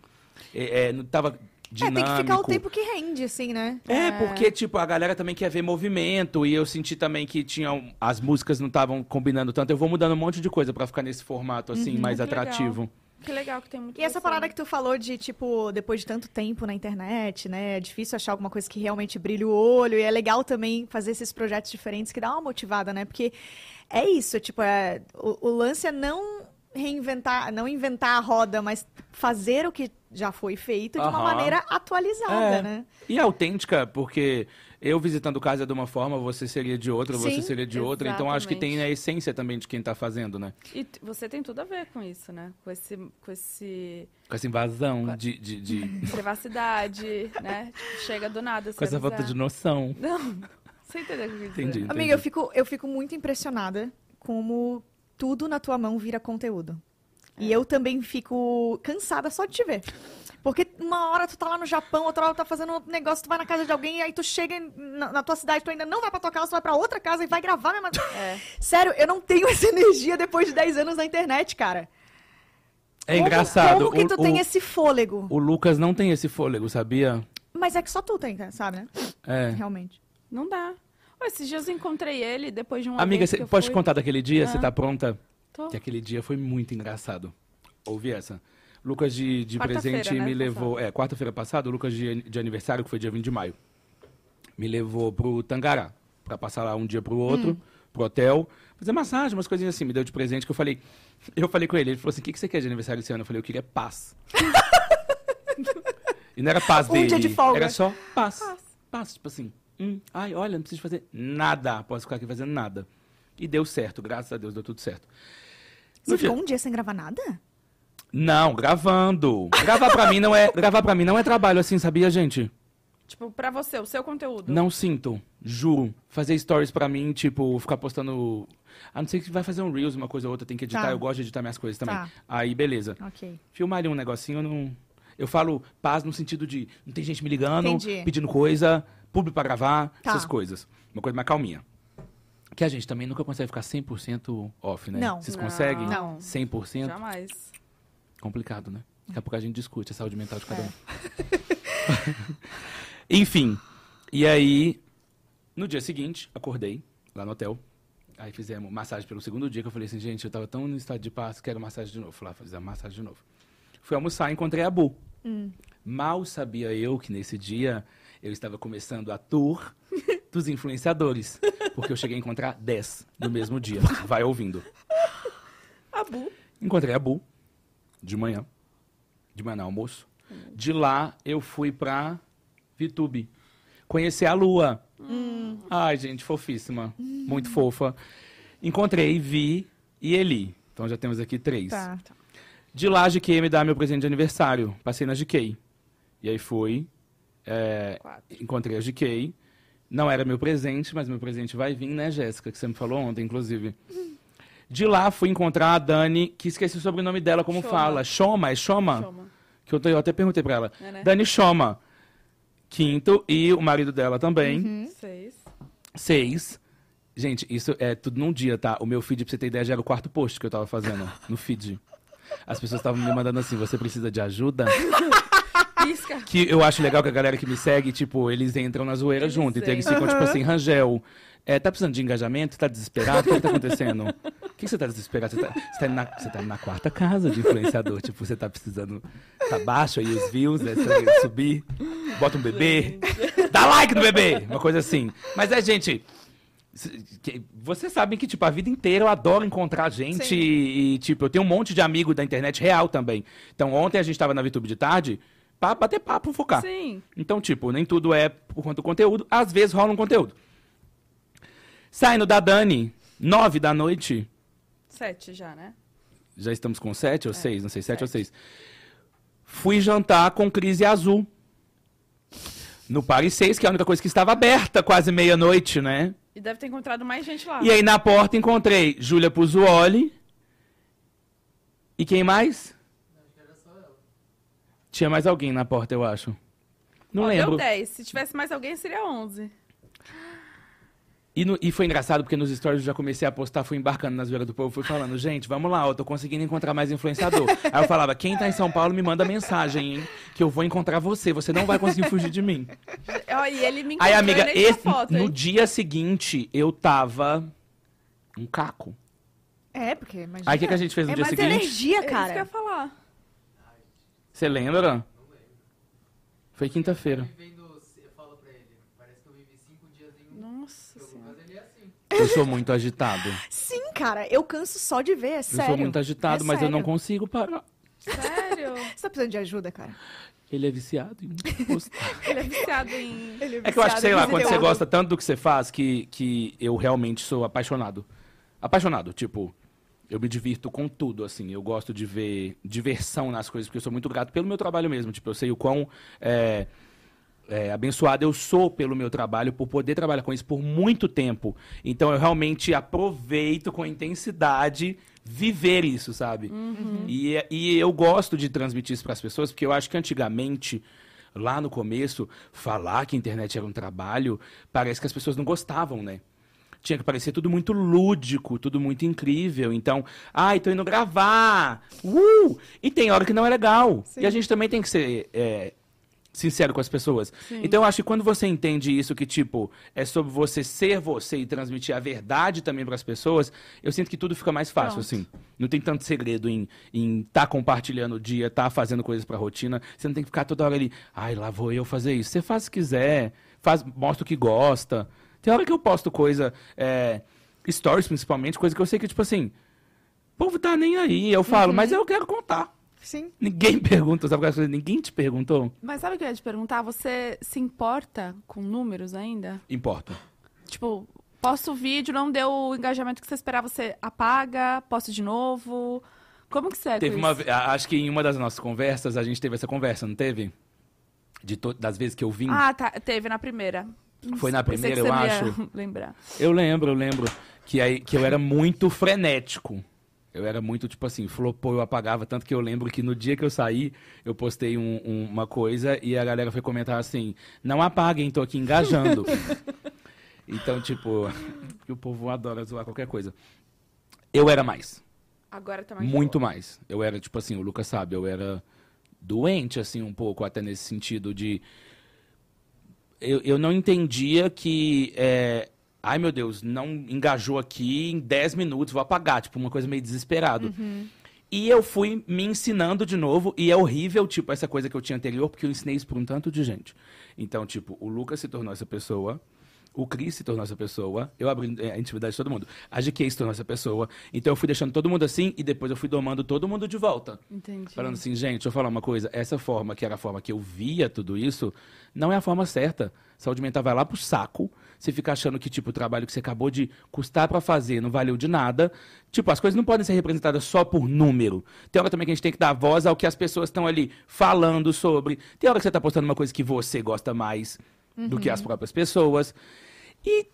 É, é, não tava dinâmico. É, tem que ficar o tempo que rende, assim, né? É, porque, tipo, a galera também quer ver movimento. E eu senti também que tinham. As músicas não estavam combinando tanto. Eu vou mudando um monte de coisa pra ficar nesse formato, assim, mais que legal. atrativo. Que legal que tem muito. E essa dessa, parada né? que tu falou de, tipo, depois de tanto tempo na internet, né? É difícil achar alguma coisa que realmente brilhe o olho. E é legal também fazer esses projetos diferentes que dá uma motivada, né? Porque é isso, tipo, é, o, o lance é não reinventar, não inventar a roda, mas fazer o que já foi feito de uma Aham. maneira atualizada, É. né? E autêntica, porque eu visitando casa de uma forma, você seria de outra, você Sim, seria de outra. Então acho que tem exatamente. a essência também de quem tá fazendo, né? E t- você tem tudo a ver com isso, né? Com esse. Com esse Com essa invasão de. de, de- privacidade, né? Tipo, chega do nada. com essa falta de noção. Não. Você entendeu o que eu quis dizer? Entendi. entendi. Amiga, eu fico, eu fico muito impressionada como tudo na tua mão vira conteúdo. E eu também fico cansada só de te ver. Porque uma hora tu tá lá no Japão, outra hora tu tá fazendo um negócio, tu vai na casa de alguém, aí tu chega em- na, na tua cidade, tu ainda não vai pra tua casa, tu vai pra outra casa e vai gravar mesmo. É. Sério, eu não tenho essa energia depois de 10 anos na internet, cara. É Como- engraçado. Como que o- tu o, tem esse fôlego? o Lucas não tem esse fôlego, sabia? Mas é que só tu tem, tá? sabe, né? É. Realmente. Não dá. Ô, esses dias eu encontrei ele depois de um Amiga, você você pode contar daquele dia? Ah. Você tá pronta? Tô. Que aquele dia foi muito engraçado. Ouvi essa. Lucas de, de Quarta-feira, presente né? me levou. É, quarta-feira passada, o Lucas de, de aniversário, que foi dia 20 de maio. Me levou pro Tangará, pra passar lá um dia pro outro, Hum. pro hotel, fazer massagem, umas coisinhas assim. Me deu de presente que eu falei. Eu falei com ele, ele falou assim: o que, que você quer de aniversário esse ano? Eu falei: eu queria paz. e não era paz Um dele. dia de folga. Era só paz. Paz. tipo assim. hum, ai, olha, não preciso fazer nada. Posso ficar aqui fazendo nada. E deu certo, graças a Deus, deu tudo certo. Você No dia- ficou um dia sem gravar nada? não, gravando. Gravar pra mim não é, gravar para mim não é trabalho assim, sabia, gente? Tipo, pra você, o seu conteúdo. Não sinto, juro. Fazer stories pra mim, tipo, ficar postando, a não ser que vai fazer um reels, uma coisa ou outra, tem que editar, Tá. eu gosto de editar minhas coisas também. Tá. Aí beleza. Ok. Filmar ali um negocinho, eu não eu falo paz no sentido de não tem gente me ligando, Entendi. pedindo coisa, público pra gravar, Tá. essas coisas. Uma coisa mais calminha. Que a gente também nunca consegue ficar 100% off, né? Não. Vocês Não. conseguem? Não. 100%? Jamais. Complicado, né? Daqui a pouco a gente discute a saúde mental de É. cada um. Enfim. E aí, no dia seguinte, acordei lá no hotel. Aí fizemos massagem pelo segundo dia, que eu falei assim, gente, eu tava tão no estado de paz, quero massagem de novo. Fui lá fazer a massagem de novo. Fui almoçar e encontrei a Bu. Mal sabia eu que nesse dia eu estava começando a tour dos influenciadores. Porque eu cheguei a encontrar 10 no mesmo dia. Vai ouvindo. Abu. Encontrei a Bu de manhã, de manhã no almoço. De lá eu fui pra Vitube conhecer a Lua. Ai, gente, fofíssima, muito fofa. Encontrei Vi e Eli. Então já temos aqui três. Tá. De lá a GK me dá meu presente de aniversário. Passei na GK. E aí fui, é, Quatro. encontrei a GK. Não era meu presente, mas meu presente vai vir, né, Jéssica? Que você me falou ontem, inclusive. De lá fui encontrar a Dani, que esqueci o sobrenome dela, como Choma. fala. Choma, é Choma? Choma. Que eu, tô- eu até perguntei pra ela. É, né? Dani Choma. Quinto, e o marido dela também. Uhum. Seis. Seis. Gente, isso é tudo num dia, tá? O meu feed, pra você ter ideia, já era o quarto post que eu tava fazendo no feed. As pessoas estavam me mandando assim, você precisa de ajuda? Pisca. Que eu acho legal que a galera que me segue, tipo, eles entram na zoeira Eles junto. Então eles entram. ficam, tipo assim, Rangel, é, tá precisando de engajamento? Tá desesperado? O que tá acontecendo? O que que você tá desesperado? Você tá, você tá indo na, você tá indo na quarta casa de influenciador. tipo, você tá precisando... Tá baixo aí os views, né? Você tem que subir. Bota um bebê. Dá like no bebê! Uma coisa assim. Mas é, gente... c- que- Vocês sabem que, tipo, a vida inteira eu adoro encontrar gente Sim. e, e, tipo, eu tenho um monte de amigo da internet real também. Então, ontem a gente tava na VTube de tarde pra bater papo, focar. Sim. Então, tipo, nem tudo é por conta do conteúdo. Às vezes rola um conteúdo. Saindo da Dani, nove da noite. Sete já, né? Já estamos com sete ou seis, não sei, sete ou seis. Fui jantar com Crise Azul. No Paris 6, que é a única coisa que estava aberta quase meia-noite, né? E deve ter encontrado mais gente lá. E aí na porta encontrei Júlia Puzuoli. E quem mais? Tinha mais alguém na porta, eu acho. Não Ó, lembro. Deu 10. Se tivesse mais alguém, seria 11. E, no- e foi engraçado, porque nos stories eu já comecei a postar, fui embarcando na zoeira do povo, fui falando, gente, vamos lá, eu tô conseguindo encontrar mais influenciador. Aí eu falava, quem tá em São Paulo me manda mensagem, hein? Que eu vou encontrar você, você não vai conseguir fugir de mim. É, Ó, e ele me encontrou Aí, amiga, e nem esse- tirou foto, É no hein? dia seguinte eu tava um caco. É, porque imagina. Aí o que, que a gente fez no é dia mais seguinte? É energia, isso que eu cara. ia falar. Você lembra? Foi quinta-feira. vivendo, eu falo pra ele, parece que eu vivi cinco dias em um, Nossa senhora. mas ele é assim. Eu sou muito agitado. Sim, cara, eu canso só de ver, é Eu sério. sou muito agitado, É mas eu não sério. consigo parar. Sério? Você tá precisando de ajuda, cara? Ele é viciado em postar. Ele é viciado em. É que eu acho que, sei lá, Viciado em quando você conteúdo. gosta tanto do que você faz, que, que eu realmente sou apaixonado. Apaixonado, tipo, eu me divirto com tudo, assim. Eu gosto de ver diversão nas coisas, porque eu sou muito grato pelo meu trabalho mesmo. Tipo, eu sei o quão é, é, abençoado eu sou pelo meu trabalho, por poder trabalhar com isso por muito tempo. Então, eu realmente aproveito com intensidade viver isso, sabe? E, é, e eu gosto de transmitir isso para as pessoas, porque eu acho que antigamente lá no começo, falar que a internet era um trabalho, parece que as pessoas não gostavam, né? Tinha que parecer tudo muito lúdico, tudo muito incrível. Então, ai, tô indo gravar! Uh! E tem hora que não é legal. E a gente também tem que ser é, sincero com as pessoas. Então, eu acho que quando você entende isso, que, tipo, é sobre você ser você e transmitir a verdade também para as pessoas, eu sinto que tudo fica mais fácil, Pronto. assim. Não tem tanto segredo em estar compartilhando o dia, estar fazendo coisas pra rotina. Você não tem que ficar toda hora ali, ai, lá vou eu fazer isso. Você faz o que quiser, faz, mostra o que gosta. Tem hora que eu posto coisa, é, stories principalmente, coisa que eu sei que, tipo assim, o povo tá nem aí. Eu falo, mas eu quero contar. Sim. Ninguém pergunta, sabe aquela coisa? Ninguém te perguntou. Mas sabe o que eu ia te perguntar? Você se importa com números ainda? Importa. Tipo, posto o vídeo, não deu o engajamento que você esperava, você apaga, posto de novo. Como que você é Teve com uma, isso? ve- a- acho que em uma das nossas conversas, a gente teve essa conversa, não teve? De to- das vezes que eu vim. Ah, tá. Teve na primeira. Foi na Pensei que primeira, eu você não ia Lembrar. Eu lembro, eu lembro. Que, aí, que eu era muito frenético. Eu era muito, tipo assim, flopou, eu apagava. Tanto que eu lembro que no dia que eu saí, eu postei um- um- uma coisa e a galera foi comentar assim: não apaguem, tô aqui engajando. então, tipo, o povo adora zoar qualquer coisa. Eu era mais. Agora tá mais. de Muito mais. Eu era, tipo assim, o Lucas sabe, eu era doente, assim, um pouco, até nesse sentido de. Eu, eu não entendia que. é, Ai, meu Deus, não engajou aqui em 10 minutos, vou apagar. Tipo, uma coisa meio desesperado. E eu fui me ensinando de novo, e é horrível, tipo, essa coisa que eu tinha anterior, porque eu ensinei isso pra um tanto de gente. Então, tipo, o Lucas se tornou essa pessoa, o Cris se tornou essa pessoa, eu abri é, a intimidade de todo mundo, a GK se tornou essa pessoa. Então, eu fui deixando todo mundo assim, e depois eu fui domando todo mundo de volta. boa. Entendi. Falando assim, gente, deixa eu falar uma coisa. Essa forma, que era a forma que eu via tudo isso, não é a forma certa. Saúde mental vai lá pro saco. Você fica achando que, tipo, o trabalho que você acabou de custar pra fazer não valeu de nada. Tipo, as coisas não podem ser representadas só por número. Tem hora também que a gente tem que dar voz ao que as pessoas estão ali falando sobre. Tem hora que você tá postando uma coisa que você gosta mais do que as próprias pessoas. E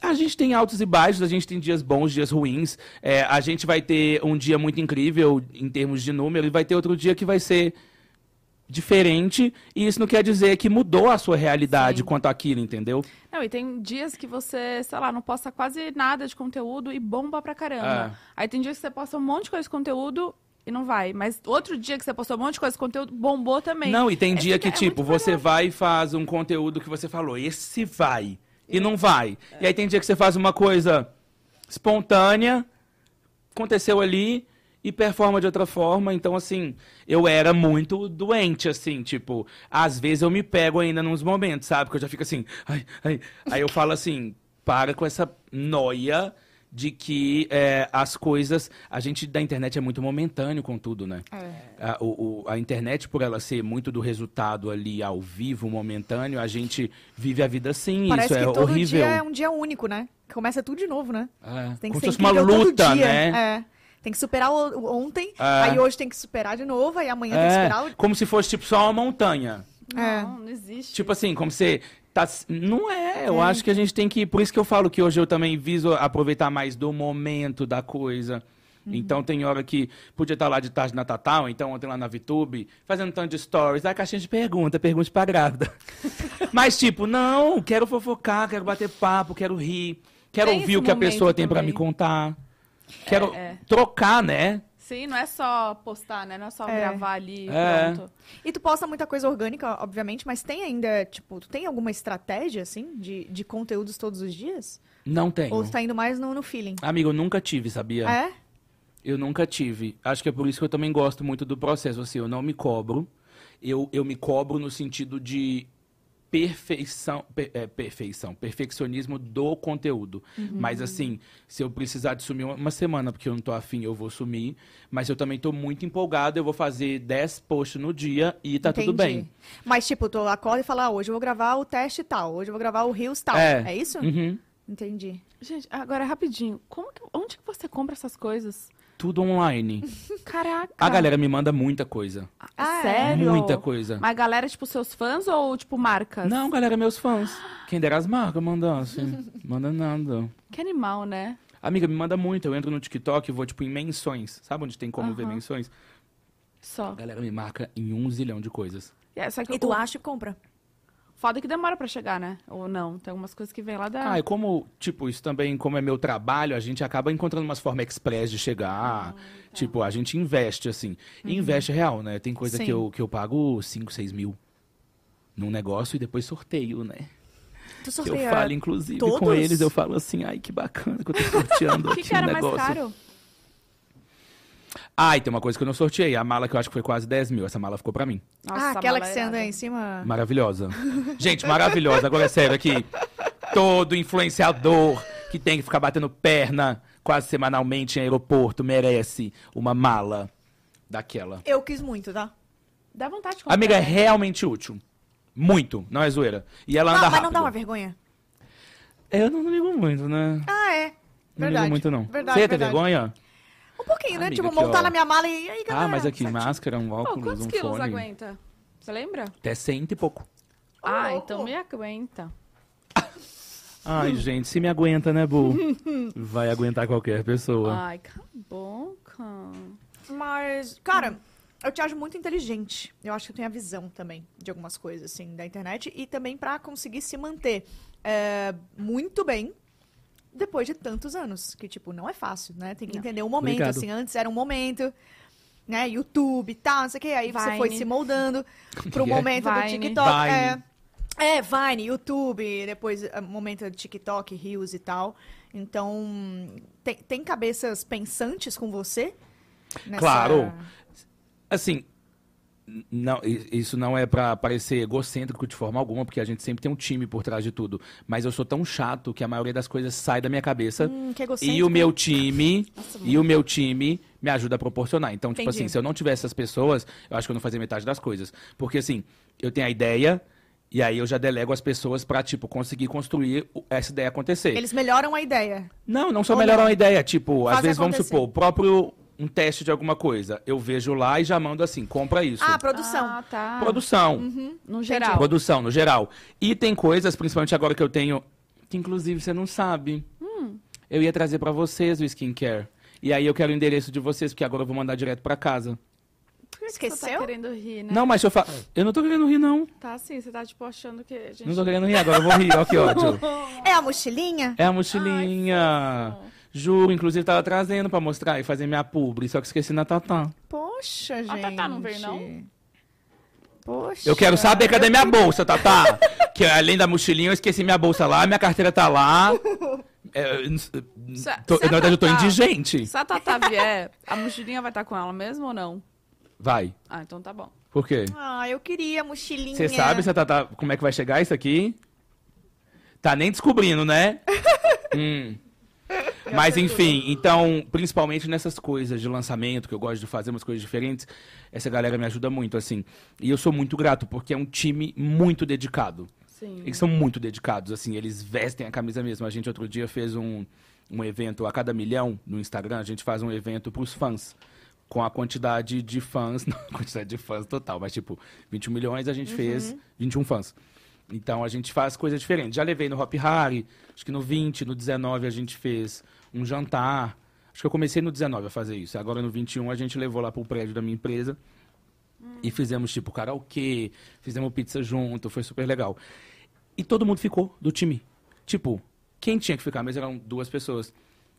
A gente tem altos e baixos, a gente tem dias bons, dias ruins. É, a gente vai ter um dia muito incrível em termos de número e vai ter outro dia que vai ser diferente. E isso não quer dizer que mudou a sua realidade Sim. quanto àquilo, entendeu? Não, e tem dias que você, sei lá, não posta quase nada de conteúdo e bomba pra É. caramba. Aí tem dias que você posta um monte de coisa de conteúdo e não vai. Mas outro dia que você postou um monte de coisa de conteúdo, bombou também. Não, e tem É, dia fica- que, é tipo, muito você variável. vai e faz um conteúdo que você falou, esse vai, e não vai. E aí tem dia que você faz uma coisa espontânea, aconteceu ali, e performa de outra forma. Então, assim, eu era muito doente, assim, tipo, às vezes eu me pego ainda nos momentos, sabe? Que eu já fico assim, ai, ai. Aí eu falo assim, para com essa noia de que é, as coisas. A gente da internet é muito momentâneo com tudo, né? É. A, o- o- a internet, por ela ser muito do resultado ali ao vivo, momentâneo, a gente vive a vida assim. Parece isso que é todo horrível. dia é um dia único, né? Começa tudo de novo, né? É, Tem que como se ser fosse uma incrível todo luta, dia. né? É. Tem que superar o- o ontem, É. aí hoje tem que superar de novo, aí amanhã tem que É, superar o... como se fosse tipo só uma montanha. É. Não, não existe. Tipo assim, como você tá não é, eu acho que a gente tem que, por isso que eu falo que hoje eu também viso aproveitar mais do momento da coisa. Uhum. Então tem hora que podia estar lá de tarde na Tatá, ou então ontem lá na VTube, fazendo um tanto de stories, a caixinha de pergunta, pergunte pra grávida. Mas tipo, não, quero fofocar, quero bater papo, quero rir, quero Tem ouvir esse o que a pessoa momento tem pra me também. contar. Quero é. trocar, né? Sim, não é só postar, né? Não é só É. gravar ali e É. pronto. E tu posta muita coisa orgânica, obviamente, mas tem ainda, tipo, tu tem alguma estratégia, assim, de, de conteúdos todos os dias? Não tenho. Ou tu tá indo mais no, no feeling? Amigo, eu nunca tive, sabia? Ah, É? Eu nunca tive. Acho que é por isso que eu também gosto muito do processo. Assim, eu não me cobro. Eu, eu me cobro no sentido de perfeição, per- é, perfeição, perfeccionismo do conteúdo. Mas assim, se eu precisar de sumir uma- uma semana, porque eu não tô afim, eu vou sumir. Mas eu também tô muito empolgado, eu vou fazer 10 posts no dia e tá tudo Entendi. bem. Mas, tipo, tu acorda e fala, ah, hoje eu vou gravar o teste tal, hoje eu vou gravar o Rios tal. É. É, isso? Uhum. Entendi. Gente, agora rapidinho. Como que- onde que você compra essas coisas? Tudo online. Caraca. A galera me manda muita coisa. Ah, Sério? Muita coisa. é? Mas a galera, tipo, seus fãs ou, tipo, marcas? Não, galera, meus fãs. Quem dera as marcas mandassem. Manda nada. Que animal, né? Amiga, me manda muito. Eu entro no TikTok e vou, tipo, em menções. Sabe onde tem como ver Aham. menções? Só. A galera me marca em um zilhão de coisas. É, só que E tu o acha e compra. foda é que demora pra chegar, né? Ou não. Tem algumas coisas que vem lá da... Ah, e como, tipo, isso também, como é meu trabalho, a gente acaba encontrando umas formas express de Ah, tá. chegar. Tipo, a gente investe, assim. Uhum. E investe real, né? Tem coisa Sim. que eu, que eu pago 5, 6 mil num negócio e depois sorteio, né? Tu Que eu é. sorteia... falo, inclusive, com todos? eles, eu falo assim, ai, que bacana que eu tô sorteando o aqui que, que era um mais negócio. caro? Ai, tem uma coisa que eu não sorteei. A mala que eu acho que foi quase 10 mil. Essa mala ficou pra mim. ah, Nossa, aquela que mala você anda irada. em cima... Maravilhosa. Gente, maravilhosa. Agora é sério aqui. Todo influenciador que tem que ficar batendo perna quase semanalmente em aeroporto merece uma mala daquela. Eu quis muito, tá? Dá vontade de comprar. Amiga, é né? realmente útil. Muito, não é zoeira. E ela Não, anda mas rápido. não dá uma vergonha. É, Eu não, não ligo muito, né? Ah, é. Não Verdade. ligo muito, não. Verdade, Você tem verdade. vergonha? Um pouquinho, né? Amiga, tipo, aqui, montar ó. na minha mala e aí, galera. Ah, mas aqui, sabe? máscara, um Pô, óculos, quantos um quilos fone. aguenta? Você lembra? Até cento e pouco. ah, louco. então me aguenta. Ai, gente, se me aguenta, né, Bu? Vai aguentar qualquer pessoa. Ai, cala a boca. Mas, cara, eu te acho muito inteligente. Eu acho que eu tenho a visão também de algumas coisas, assim, da internet. E também pra conseguir se manter é, muito bem depois de tantos anos. Que, tipo, não é fácil, né? Tem que Não. entender o momento, Obrigado. assim. Antes era um momento, né? YouTube e tal, não sei o quê. Aí você Vine. foi se moldando pro Yeah. momento do Vine. TikTok. Vine. É, é, Vine, YouTube, depois é, momento de TikTok, Reels e tal. Então, tem, tem cabeças pensantes com você? Nessa- Claro. Assim, n- não, i- isso não é pra parecer egocêntrico de forma alguma, porque a gente sempre tem um time por trás de tudo. Mas eu sou tão chato que a maioria das coisas sai da minha cabeça. Hum, que E egocêntrico. o meu time, Nossa, e o meu time me ajuda a proporcionar. Então, tipo Entendi. assim, se eu não tivesse essas pessoas, eu acho que eu não fazia metade das coisas. Porque assim, eu tenho a ideia e aí eu já delego as pessoas pra tipo conseguir construir o- essa ideia acontecer. Eles melhoram a ideia. Não, não só Ou melhorar não? uma ideia. Tipo, às Faz vezes, vamos acontecer. supor, o próprio um teste de alguma coisa. Eu vejo lá e já mando assim, compra isso. Ah, Uhum. produção. Ah, tá. Produção. No geral. Produção, no geral. E tem coisas, principalmente agora que eu tenho que inclusive você não sabe. Hum. Eu ia trazer pra vocês o skincare. E aí eu quero o endereço de vocês, porque agora eu vou mandar direto pra Né? casa. Por que Você tá Esqueceu? querendo rir, né? Não, mas se eu falo. Eu não tô querendo rir, não. Tá assim, você tá tipo achando que a gente... Não tô querendo rir, agora eu vou rir. Ó, que ódio. É a mochilinha? É a mochilinha. Juro, inclusive tava trazendo pra mostrar e fazer minha publi, só que esqueci na Tatá. Poxa, gente. A Tatá Ah, tá, não veio, não? Poxa. Eu quero saber cadê minha bolsa, Tatá. que além da mochilinha, eu esqueci minha bolsa lá, minha carteira tá lá. É, eu não- Se- tô- se a na verdade, eu tô é Tatá- indigente. Se a Tatá vier, a mochilinha vai estar com ela mesmo ou não? Vai. Ah, então tá bom. Por quê? Ah, eu queria a mochilinha. Você sabe se a Tatá, como é que vai chegar isso aqui? Tá nem descobrindo, né? Hum. Mas enfim, então, principalmente nessas coisas de lançamento, que eu gosto de fazer umas coisas diferentes, essa galera me ajuda muito, assim. E eu sou muito grato, porque é um time muito dedicado. Sim. Eles são muito dedicados, assim, eles vestem a camisa mesmo. A gente outro dia fez um, um evento a cada milhão no Instagram, a gente faz um evento pros fãs. Com a quantidade de fãs, não a quantidade de fãs total, mas tipo, 21 milhões a gente fez 21 fãs. Então a gente faz coisa diferente. Já levei no Hop Harry, acho que no 20, no 19 a gente fez um jantar. Acho que eu comecei no 19 a fazer isso. Agora no 21 a gente levou lá pro prédio da minha empresa. E fizemos, tipo, karaokê, fizemos pizza junto, foi super legal. E todo mundo ficou do time. Tipo, quem tinha que ficar, mas eram duas pessoas.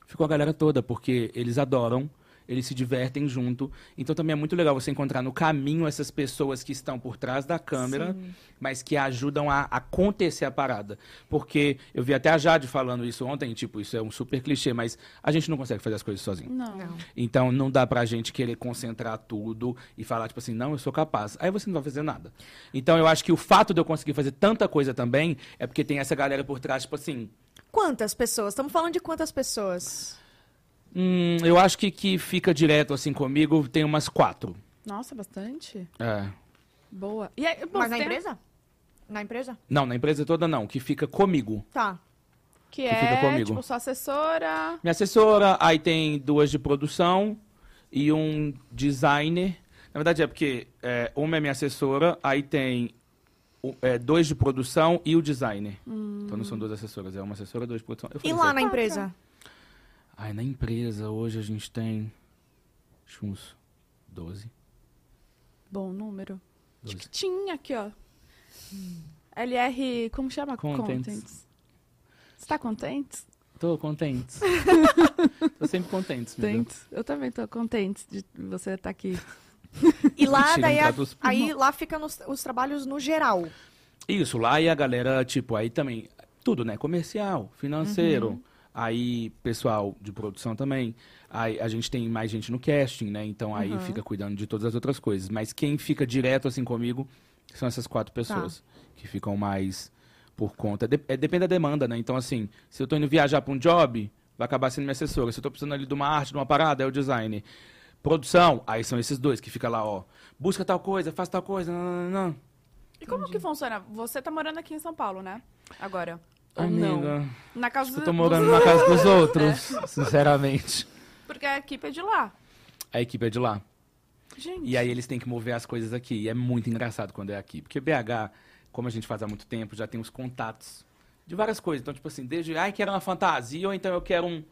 Ficou a galera toda, porque eles adoram, eles se divertem junto. Então também é muito legal você encontrar no caminho essas pessoas que estão por trás da câmera, mas que ajudam a acontecer a parada. Porque eu vi até a Jade falando isso ontem, tipo, isso é um super clichê, mas a gente não consegue fazer as coisas sozinho. Não. Então não dá pra gente querer concentrar tudo e falar, tipo assim, não, eu sou capaz. Aí você não vai fazer nada. Então eu acho que o fato de eu conseguir fazer tanta coisa também é porque tem essa galera por trás, tipo assim. Quantas pessoas? Estamos falando de quantas pessoas? Hum, eu acho que que fica direto assim comigo tem umas quatro. Nossa, bastante. É. Boa. E aí, bom, Mas na tem- empresa? Na empresa? Não, na empresa toda não, que fica comigo. Tá. Que, fica é, comigo. tipo, sua assessora... Minha assessora, aí tem duas de produção e um designer. Na verdade é porque é, uma é minha assessora, aí tem o- é, dois de produção e o designer. Então não são duas assessoras, é uma assessora, dois de produção. Eu Hum. E falei lá certo. na empresa? Ai, na empresa hoje a gente tem. acho que Uns 12. Bom número. Doze. Tinha aqui, ó. LR, como chama? Contents. Você tá contente? Tô contente. Tô sempre contente, meu Deus. Contente. Eu também tô contente de você estar aqui. E lá, Mentira, daí, não a- traduz. aí lá ficam os, os trabalhos no geral. Isso, lá e a galera, tipo, aí também, tudo, né? Comercial, financeiro, aí pessoal de produção também. Aí a gente tem mais gente no casting, né? Então aí fica cuidando de todas as outras coisas. Mas quem fica direto assim comigo são essas quatro pessoas que ficam mais por conta. De- é, depende da demanda, né? Então, assim, se eu tô indo viajar pra um job, vai acabar sendo minha assessora. Se eu tô precisando ali de uma arte, de uma parada, é o designer. Produção, aí são esses dois que fica lá, ó. Busca tal coisa, faz tal coisa, não, não, não, não. E como que funciona? Você tá morando aqui em São Paulo, né? Agora. Ou Amiga. não? Na casa Eu do- tô morando dos- na casa dos outros, sinceramente. Porque a equipe é de lá. A equipe é de lá. Gente. E aí eles têm que mover as coisas aqui. E é muito engraçado quando é aqui. Porque BH, como a gente faz há muito tempo, já tem os contatos de várias coisas. Então, tipo assim, desde, ai, quero uma fantasia, ou então eu quero um.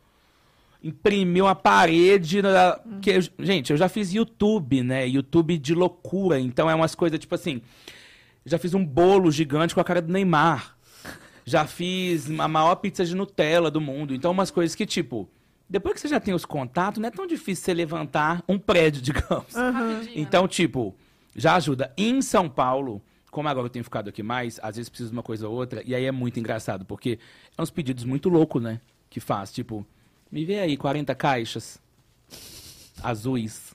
Imprimir uma parede. Na... que eu- gente, eu já fiz YouTube, né? YouTube de loucura. Então é umas coisas, tipo assim. Já fiz um bolo gigante com a cara do Neymar. Já fiz a maior pizza de Nutella do mundo. Então, umas coisas que, tipo, depois que você já tem os contatos, não é tão difícil você levantar um prédio, digamos. Rapidinho, né? Então, tipo, já ajuda. Em São Paulo, como agora eu tenho ficado aqui mais, às vezes precisa de uma coisa ou outra, e aí é muito engraçado, porque é uns pedidos muito loucos, né? Que faz, tipo, me vê aí 40 caixas azuis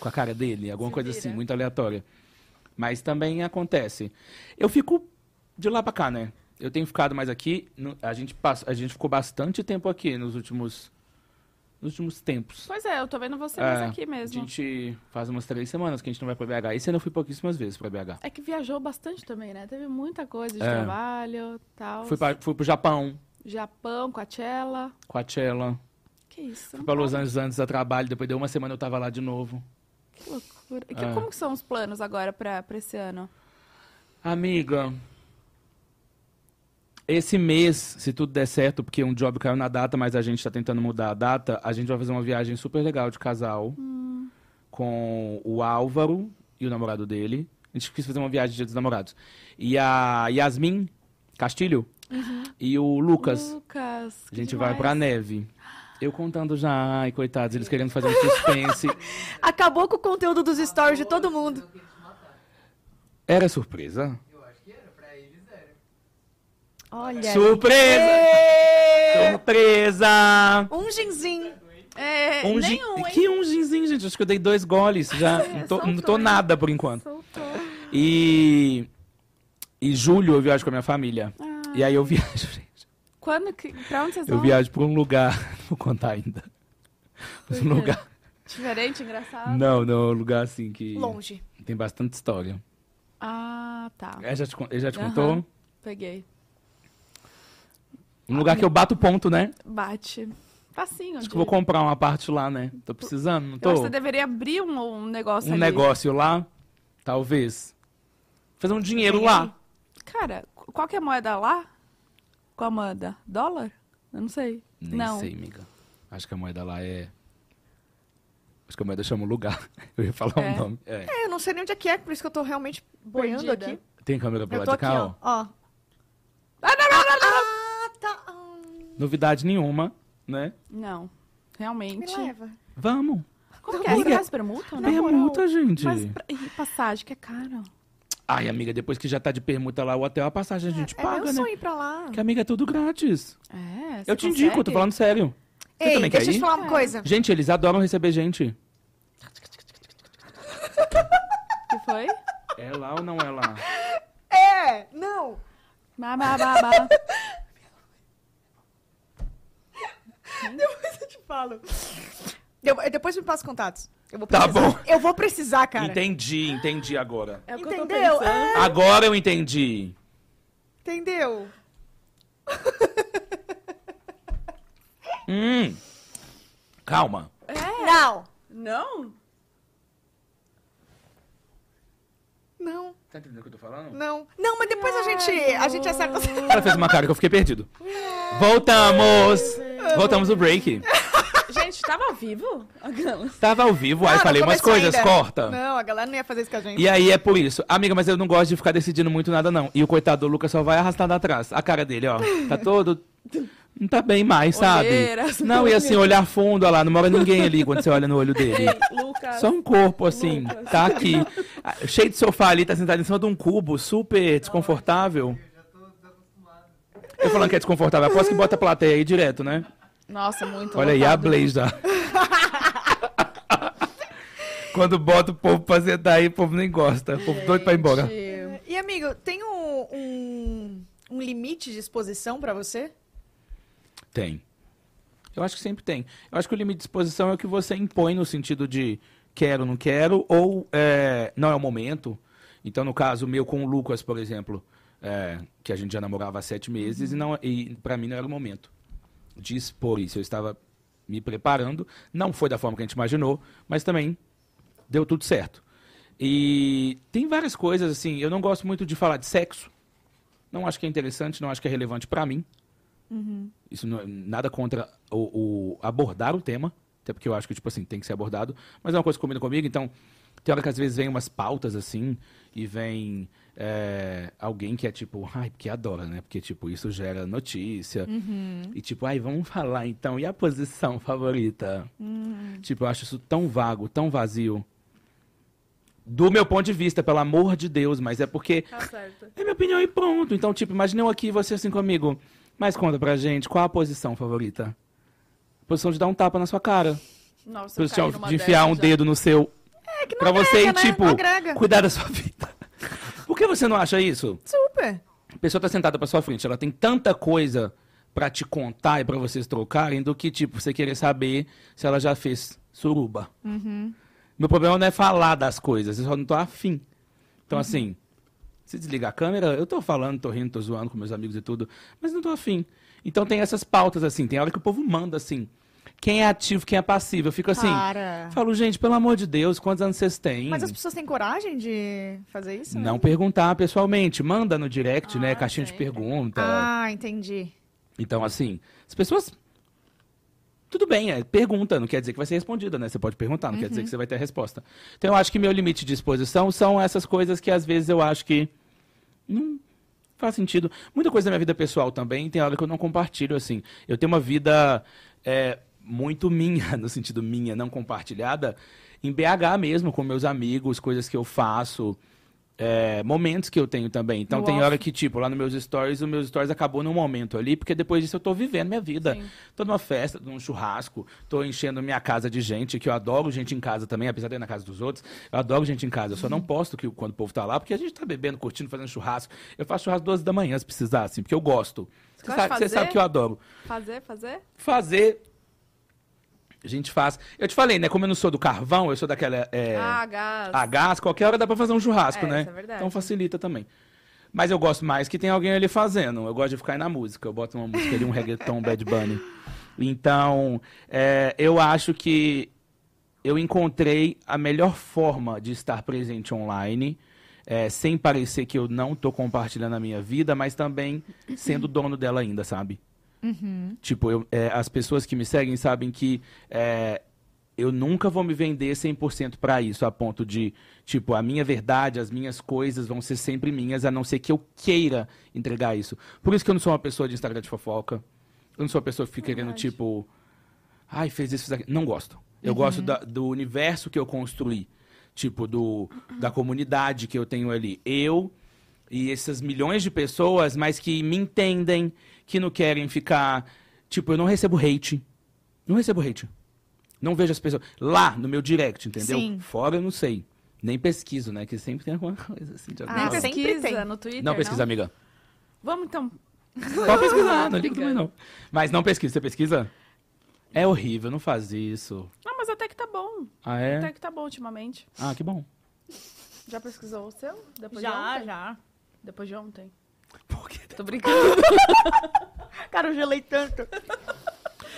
com a cara dele, alguma Se coisa vira. assim, muito aleatória. Mas também acontece. Eu fico de lá pra cá, né? Eu tenho ficado mais aqui, no- a gente, passa, a gente ficou bastante tempo aqui nos últimos, nos últimos tempos. Pois é, eu tô vendo você É, mais aqui mesmo. A gente faz umas três semanas que a gente não vai pra BH. Esse ano eu fui pouquíssimas vezes pra BH. É que viajou bastante também, né? Teve muita coisa de É. trabalho, tal. Fui, pra, fui pro Japão, Japão, Coachella. Coachella. Que isso? Fui pra Los Angeles antes a trabalho. Depois de uma semana eu tava lá de novo. Que loucura. E que- É. Como que são os planos agora pra, pra esse ano? Amiga, Esse mês, se tudo der certo, porque um job caiu na data, mas a gente tá tentando mudar a data, a gente vai fazer uma viagem super legal de casal Hum. com o Álvaro e o namorado dele. A gente quis fazer uma viagem de Dia dos namorados. E a Yasmin Castilho Uhum. e o Hum. Lucas. Lucas. A que gente vai demais. pra neve. Eu contando já, ai, coitados, eles querendo fazer um suspense. Acabou com o conteúdo dos stories de todo mundo. Era surpresa? Eu acho que era, pra eles era. Olha. Surpresa! Surpresa! Um ginzinho. É, Um gin- nenhum, hein? Que um ginzinho, gente? Acho que eu dei dois goles já. É, não, tô, não soltou, tô hein? nada por enquanto. Soltou. E. E julho eu viajo com a minha família. Ah. E aí eu viajo, gente. Quando que... Pra onde vocês Eu vão? viajo pra um lugar. Não vou contar ainda. Mas um quê? Ah. lugar. Diferente, engraçado? Não, não, um lugar assim que. Longe. Tem bastante história. Ah, tá. Ele já te, con- ele já te Aham. contou? Peguei. Um lugar que eu bato ponto, né? Bate. Facinho. Acho de- que eu vou comprar uma parte lá, né? Tô precisando, não Eu acho que tô? você deveria abrir um, um negócio Um ali. negócio lá. Talvez. Fazer um dinheiro Tem lá. Cara, qu- qual que é a moeda lá? Qual a moeda? Dólar? Eu não sei. Nem não. sei, amiga. Acho que a moeda lá é. Acho que a moeda chama o lugar. Eu ia falar É. um nome. É. É, eu não sei nem onde é que é, por isso que eu tô realmente boiando Perdida. aqui. Tem câmera pro Eu lado tô de aqui, cá, ó. ó. ó. Ah, não, não, não, não. Ah, tá. Ah, Novidade nenhuma, né? Não. me Realmente. leva. Vamos. Como que é? Você Amiga, faz permuta, né? Permuta, gente. Mas tá- pra... e passagem, que é caro. Ai, amiga, depois que já tá de permuta lá, o hotel, a passagem a gente É paga, meu né? sonho ir pra lá. Porque, amiga, é tudo grátis. É, eu te indico, eu tô falando sério. Você Ei, também quer deixa eu ir? te falar uma coisa. Gente, eles adoram receber gente. que foi? É lá ou não é lá? É, não. Ba, ba, ba, ba. Depois eu te falo. Eu- depois me passa os contatos. Eu vou Tá precisar. bom. Eu vou precisar, cara. Entendi, entendi agora. É o que eu tô Entendeu? pensando. É, Agora eu entendi. entendeu? Hum. Calma. É. Não. Não? Não, Tá entendendo o que eu tô falando? não. Não, mas depois a gente, a gente acerta. Ela fez uma cara que eu fiquei perdido. Voltamos! Voltamos o break. Gente, tava ao vivo? A Gala. Tava ao vivo, aí Ah, Não, falei não umas começou coisas, ainda. corta. Não, a galera não ia fazer isso com a gente. E aí é por isso. Amiga, mas eu não gosto de ficar decidindo muito nada, não. E o coitado do Lucas só vai arrastado atrás. A cara dele, ó. Tá todo. Não tá bem mais, sabe? Olheiras. Não, e assim, olhar fundo, ó lá, não mora ninguém ali quando você olha no olho dele. Lucas. Só um corpo, assim, Lucas. tá aqui. Ah, Cheio de sofá ali, tá sentado em cima de um cubo, super desconfortável. Eu falando que é desconfortável, aposto que bota a plateia aí direto, né? Nossa, muito Olha aí, a lotado. Blaze já. Quando bota o povo pra sentar aí, o povo nem gosta. O povo doido pra ir embora. Gente, E, amigo, tem um, um, um limite de exposição pra você? Tem. Eu acho que sempre tem. Eu acho que o limite de exposição é o que você impõe no sentido de quero, não quero, ou é, não é o momento. Então, no caso meu com o Lucas, por exemplo, é, que a gente já namorava há sete meses e, não, e para mim não era o momento de expor isso. Eu estava me preparando, não foi da forma que a gente imaginou, mas também deu tudo certo. E tem várias coisas, assim, eu não gosto muito de falar de sexo. Não acho que é interessante, não acho que é relevante para mim. Isso não é nada contra o, o abordar o tema, até porque eu acho que, tipo assim, tem que ser abordado, mas é uma coisa que combina comigo, então tem hora que às vezes vem umas pautas assim, e vem é, alguém que é tipo, ai, porque adora, né? Porque, tipo, isso gera notícia. E tipo, ai, vamos falar então, e a posição favorita? Tipo, eu acho isso tão vago, tão vazio. Do meu ponto de vista, pelo amor de Deus, mas é porque Tá certo. é minha opinião e pronto. Então, tipo, imagina eu aqui e você assim comigo. Mas conta pra gente, qual a posição favorita? Posição de dar um tapa na sua cara. Nossa, eu Posição caí numa de enfiar um dessa já. dedo no seu. É que não pra agrega, você né? e, tipo, Não agrega. cuidar da sua vida. Por que você não acha isso? Super. A pessoa tá sentada pra sua frente, ela tem tanta coisa pra te contar e pra vocês trocarem do que, tipo, você querer saber se ela já fez suruba. Uhum. Meu problema não é falar das coisas, eu só não tô afim. Então, Uhum. assim, se desligar a câmera, eu tô falando, tô rindo, tô zoando com meus amigos e tudo, mas não tô afim. Então tem essas pautas, assim, tem hora que o povo manda, assim, Quem é ativo, quem é passivo. Eu fico assim. Para. Falo, gente, pelo amor de Deus, quantos anos vocês têm? Mas as pessoas assim. têm coragem de fazer isso? Não perguntar pessoalmente. Manda no direct, né? Ah, Caixinha de sim. pergunta. Ah, entendi. Então, assim, as pessoas. Tudo bem, é, pergunta, não quer dizer que vai ser respondida, né? Você pode perguntar, não quer dizer que você vai ter a resposta. Então, eu acho que meu limite de exposição são essas coisas que às vezes eu acho que não faz sentido. Muita coisa da minha vida pessoal também tem hora que eu não compartilho, assim. Eu tenho uma vida é, muito minha, no sentido minha, não compartilhada, em BH mesmo, com meus amigos, coisas que eu faço, é, momentos que eu tenho também. Então No tem off. hora que, tipo, lá nos meus stories, os meus stories acabou num momento ali, porque depois disso eu tô vivendo minha vida. Sim. Tô numa festa, num churrasco, tô enchendo minha casa de gente, que eu adoro gente em casa também, apesar de ir na casa dos outros. Eu adoro gente em casa. Eu só não Uhum. posto que quando o povo tá lá, porque a gente tá bebendo, curtindo, fazendo churrasco. Eu faço churrasco duas da manhã, se precisar, assim, porque eu gosto. Você gosta de sabe, você fazer? sabe que eu adoro. Fazer, fazer? Fazer. A gente faz. Eu te falei, né? Como eu não sou do carvão, eu sou daquela. é, Ah, gás. a gás, qualquer hora dá pra fazer um churrasco, É, né? isso é verdade. Então facilita também. Mas eu gosto mais que tem alguém ali fazendo. Eu gosto de ficar aí na música. Eu boto uma música ali, um reggaeton, um Bad Bunny. Então, é, eu acho que eu encontrei a melhor forma de estar presente online, é, sem parecer que eu não tô compartilhando a minha vida, mas também sendo dono dela ainda, sabe? Tipo, eu- é, as pessoas que me seguem sabem que é, eu nunca vou me vender 100% pra isso, a ponto de, tipo, a minha verdade, as minhas coisas vão ser sempre minhas, a não ser que eu queira entregar isso. Por isso que eu não sou uma pessoa de Instagram de fofoca. Eu não sou uma pessoa que fica querendo, tipo, ai, fez isso, fez aquilo. Não gosto. Uhum. Eu gosto da- do universo que eu construí. Tipo, do, da comunidade que eu tenho ali. Eu e essas milhões de pessoas, mas que me entendem, que não querem ficar. Tipo, eu não recebo hate. Não recebo hate. Não vejo as pessoas. Lá no meu direct, entendeu? Sim. Fora eu não sei. Nem pesquiso, né? Que sempre tem alguma coisa assim. De Ah, alguma Nem sempre forma. pesquisa tem. no Twitter, não pesquisa, amiga. Vamos então. Pode pesquisar, não liga Obrigada. também não. Mas não pesquisa, você pesquisa? É horrível, não faz isso. Não, mas até que tá bom. Ah, é? Até que tá bom ultimamente. Ah, que bom. Já pesquisou o seu? Depois de já, ontem? já. Depois de ontem. Por quê? Tô brincando. Ah, Cara, eu gelei tanto.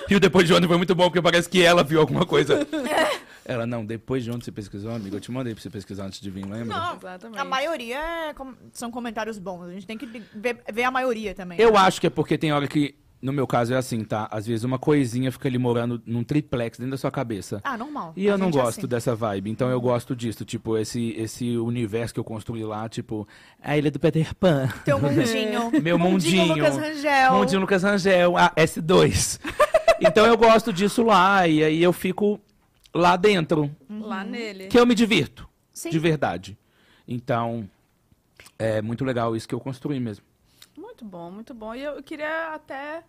E o depois de ontem foi muito bom, porque parece que ela viu alguma coisa. É. Ela, não, depois de ontem você pesquisou, amigo. Eu te mandei pra você pesquisar antes de vir, lembra? Exatamente. A maioria é com- são comentários bons. A gente tem que ver, ver a maioria também. Eu acho que é porque tem hora que, no meu caso, é assim, tá? Às vezes uma coisinha fica ali morando num triplex dentro da sua cabeça. Ah, normal. E A eu não gente é gosto assim. dessa vibe, então eu gosto disso, tipo, esse, esse universo que eu construí lá, tipo, a ilha do Peter Pan. Teu mundinho. Meu mundinho. Lucas Rangel. Mundinho Lucas Rangel, a S2. então eu gosto disso lá, e aí eu fico lá dentro, Lá nele. que eu me divirto, Sim. de verdade. Então, é muito legal isso que eu construí mesmo. Muito bom, muito bom. E eu queria até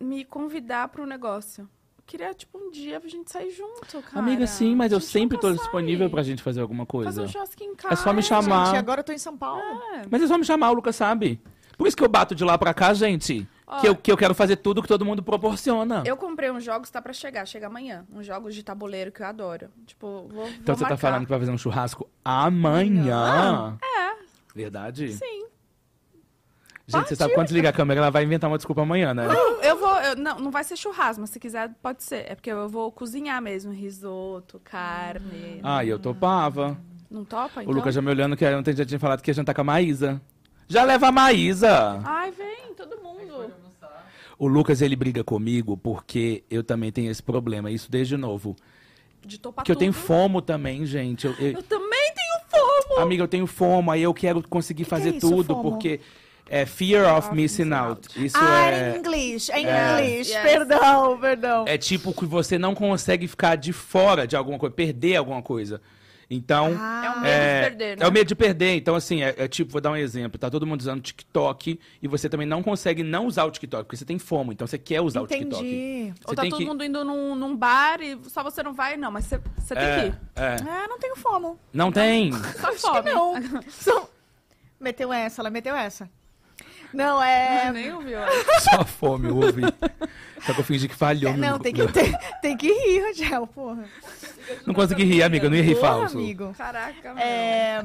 me convidar para um negócio. Eu queria, tipo, um dia pra gente sair junto, cara. Amiga, sim, mas A eu gente sempre nunca tô sai. disponível pra gente fazer alguma coisa. Fazer um churrasquinho em casa. É só me Gente, chamar. agora eu tô em São Paulo. Mas é só me chamar, o Lucas sabe. Por isso que eu bato de lá pra cá, gente. Ó. Que eu, que eu quero fazer tudo que todo mundo proporciona. Eu comprei uns jogos, tá pra chegar, chega amanhã. Uns jogos de tabuleiro que eu adoro. Tipo, vou. vou Então você marcar. tá falando que vai fazer um churrasco amanhã? É. Verdade? Sim. Gente, você sabe quando liga a câmera, ela vai inventar uma desculpa amanhã, né? Não, eu vou. eu- não, não vai ser churrasco, mas se quiser, pode ser. É porque eu vou cozinhar mesmo. Risoto, carne. Ah, eu topava. Não topa, O então? Lucas já me olhando que ontem já tinha falado que ia jantar com a Maísa. Já leva a Maísa! Ai, vem, todo mundo. O Lucas, ele briga comigo porque eu também tenho esse problema. Isso desde novo. De topar Que eu tenho tudo. né? fomo também, gente. Eu- eu- Eu também tenho fomo! Amiga, eu tenho fomo, aí eu quero conseguir fazer é isso, tudo, fomo? porque é fear Ah, of missing out. Isso ah, é... em é. inglês. É em É. inglês. Yes. Perdão, perdão. É tipo que você não consegue ficar de fora de alguma coisa, perder alguma coisa. Então. É um medo É, de perder, né? é o medo de perder. Então, assim, é, é tipo, vou dar um exemplo. Tá todo mundo usando TikTok e você também não consegue não usar o TikTok, porque você tem fomo, então você quer usar o TikTok. Entendi. Ou Você tá tem todo que- mundo indo num, num bar e só você não vai, não. Mas você você tem que ir. Tá É, é. Ah, não tenho fomo. Não tem. Só Acho fome. que não. São- Meteu essa, ela meteu essa. Não, é. Nem ouviu. Só fome, eu ouvi. Só que eu fingi que falhou. meu- Não, tem que, tem, tem que rir, Rangel, porra. Não consegui rir, amiga. Eu não ia rir Porra, falso. amigo. Caraca, meu. É,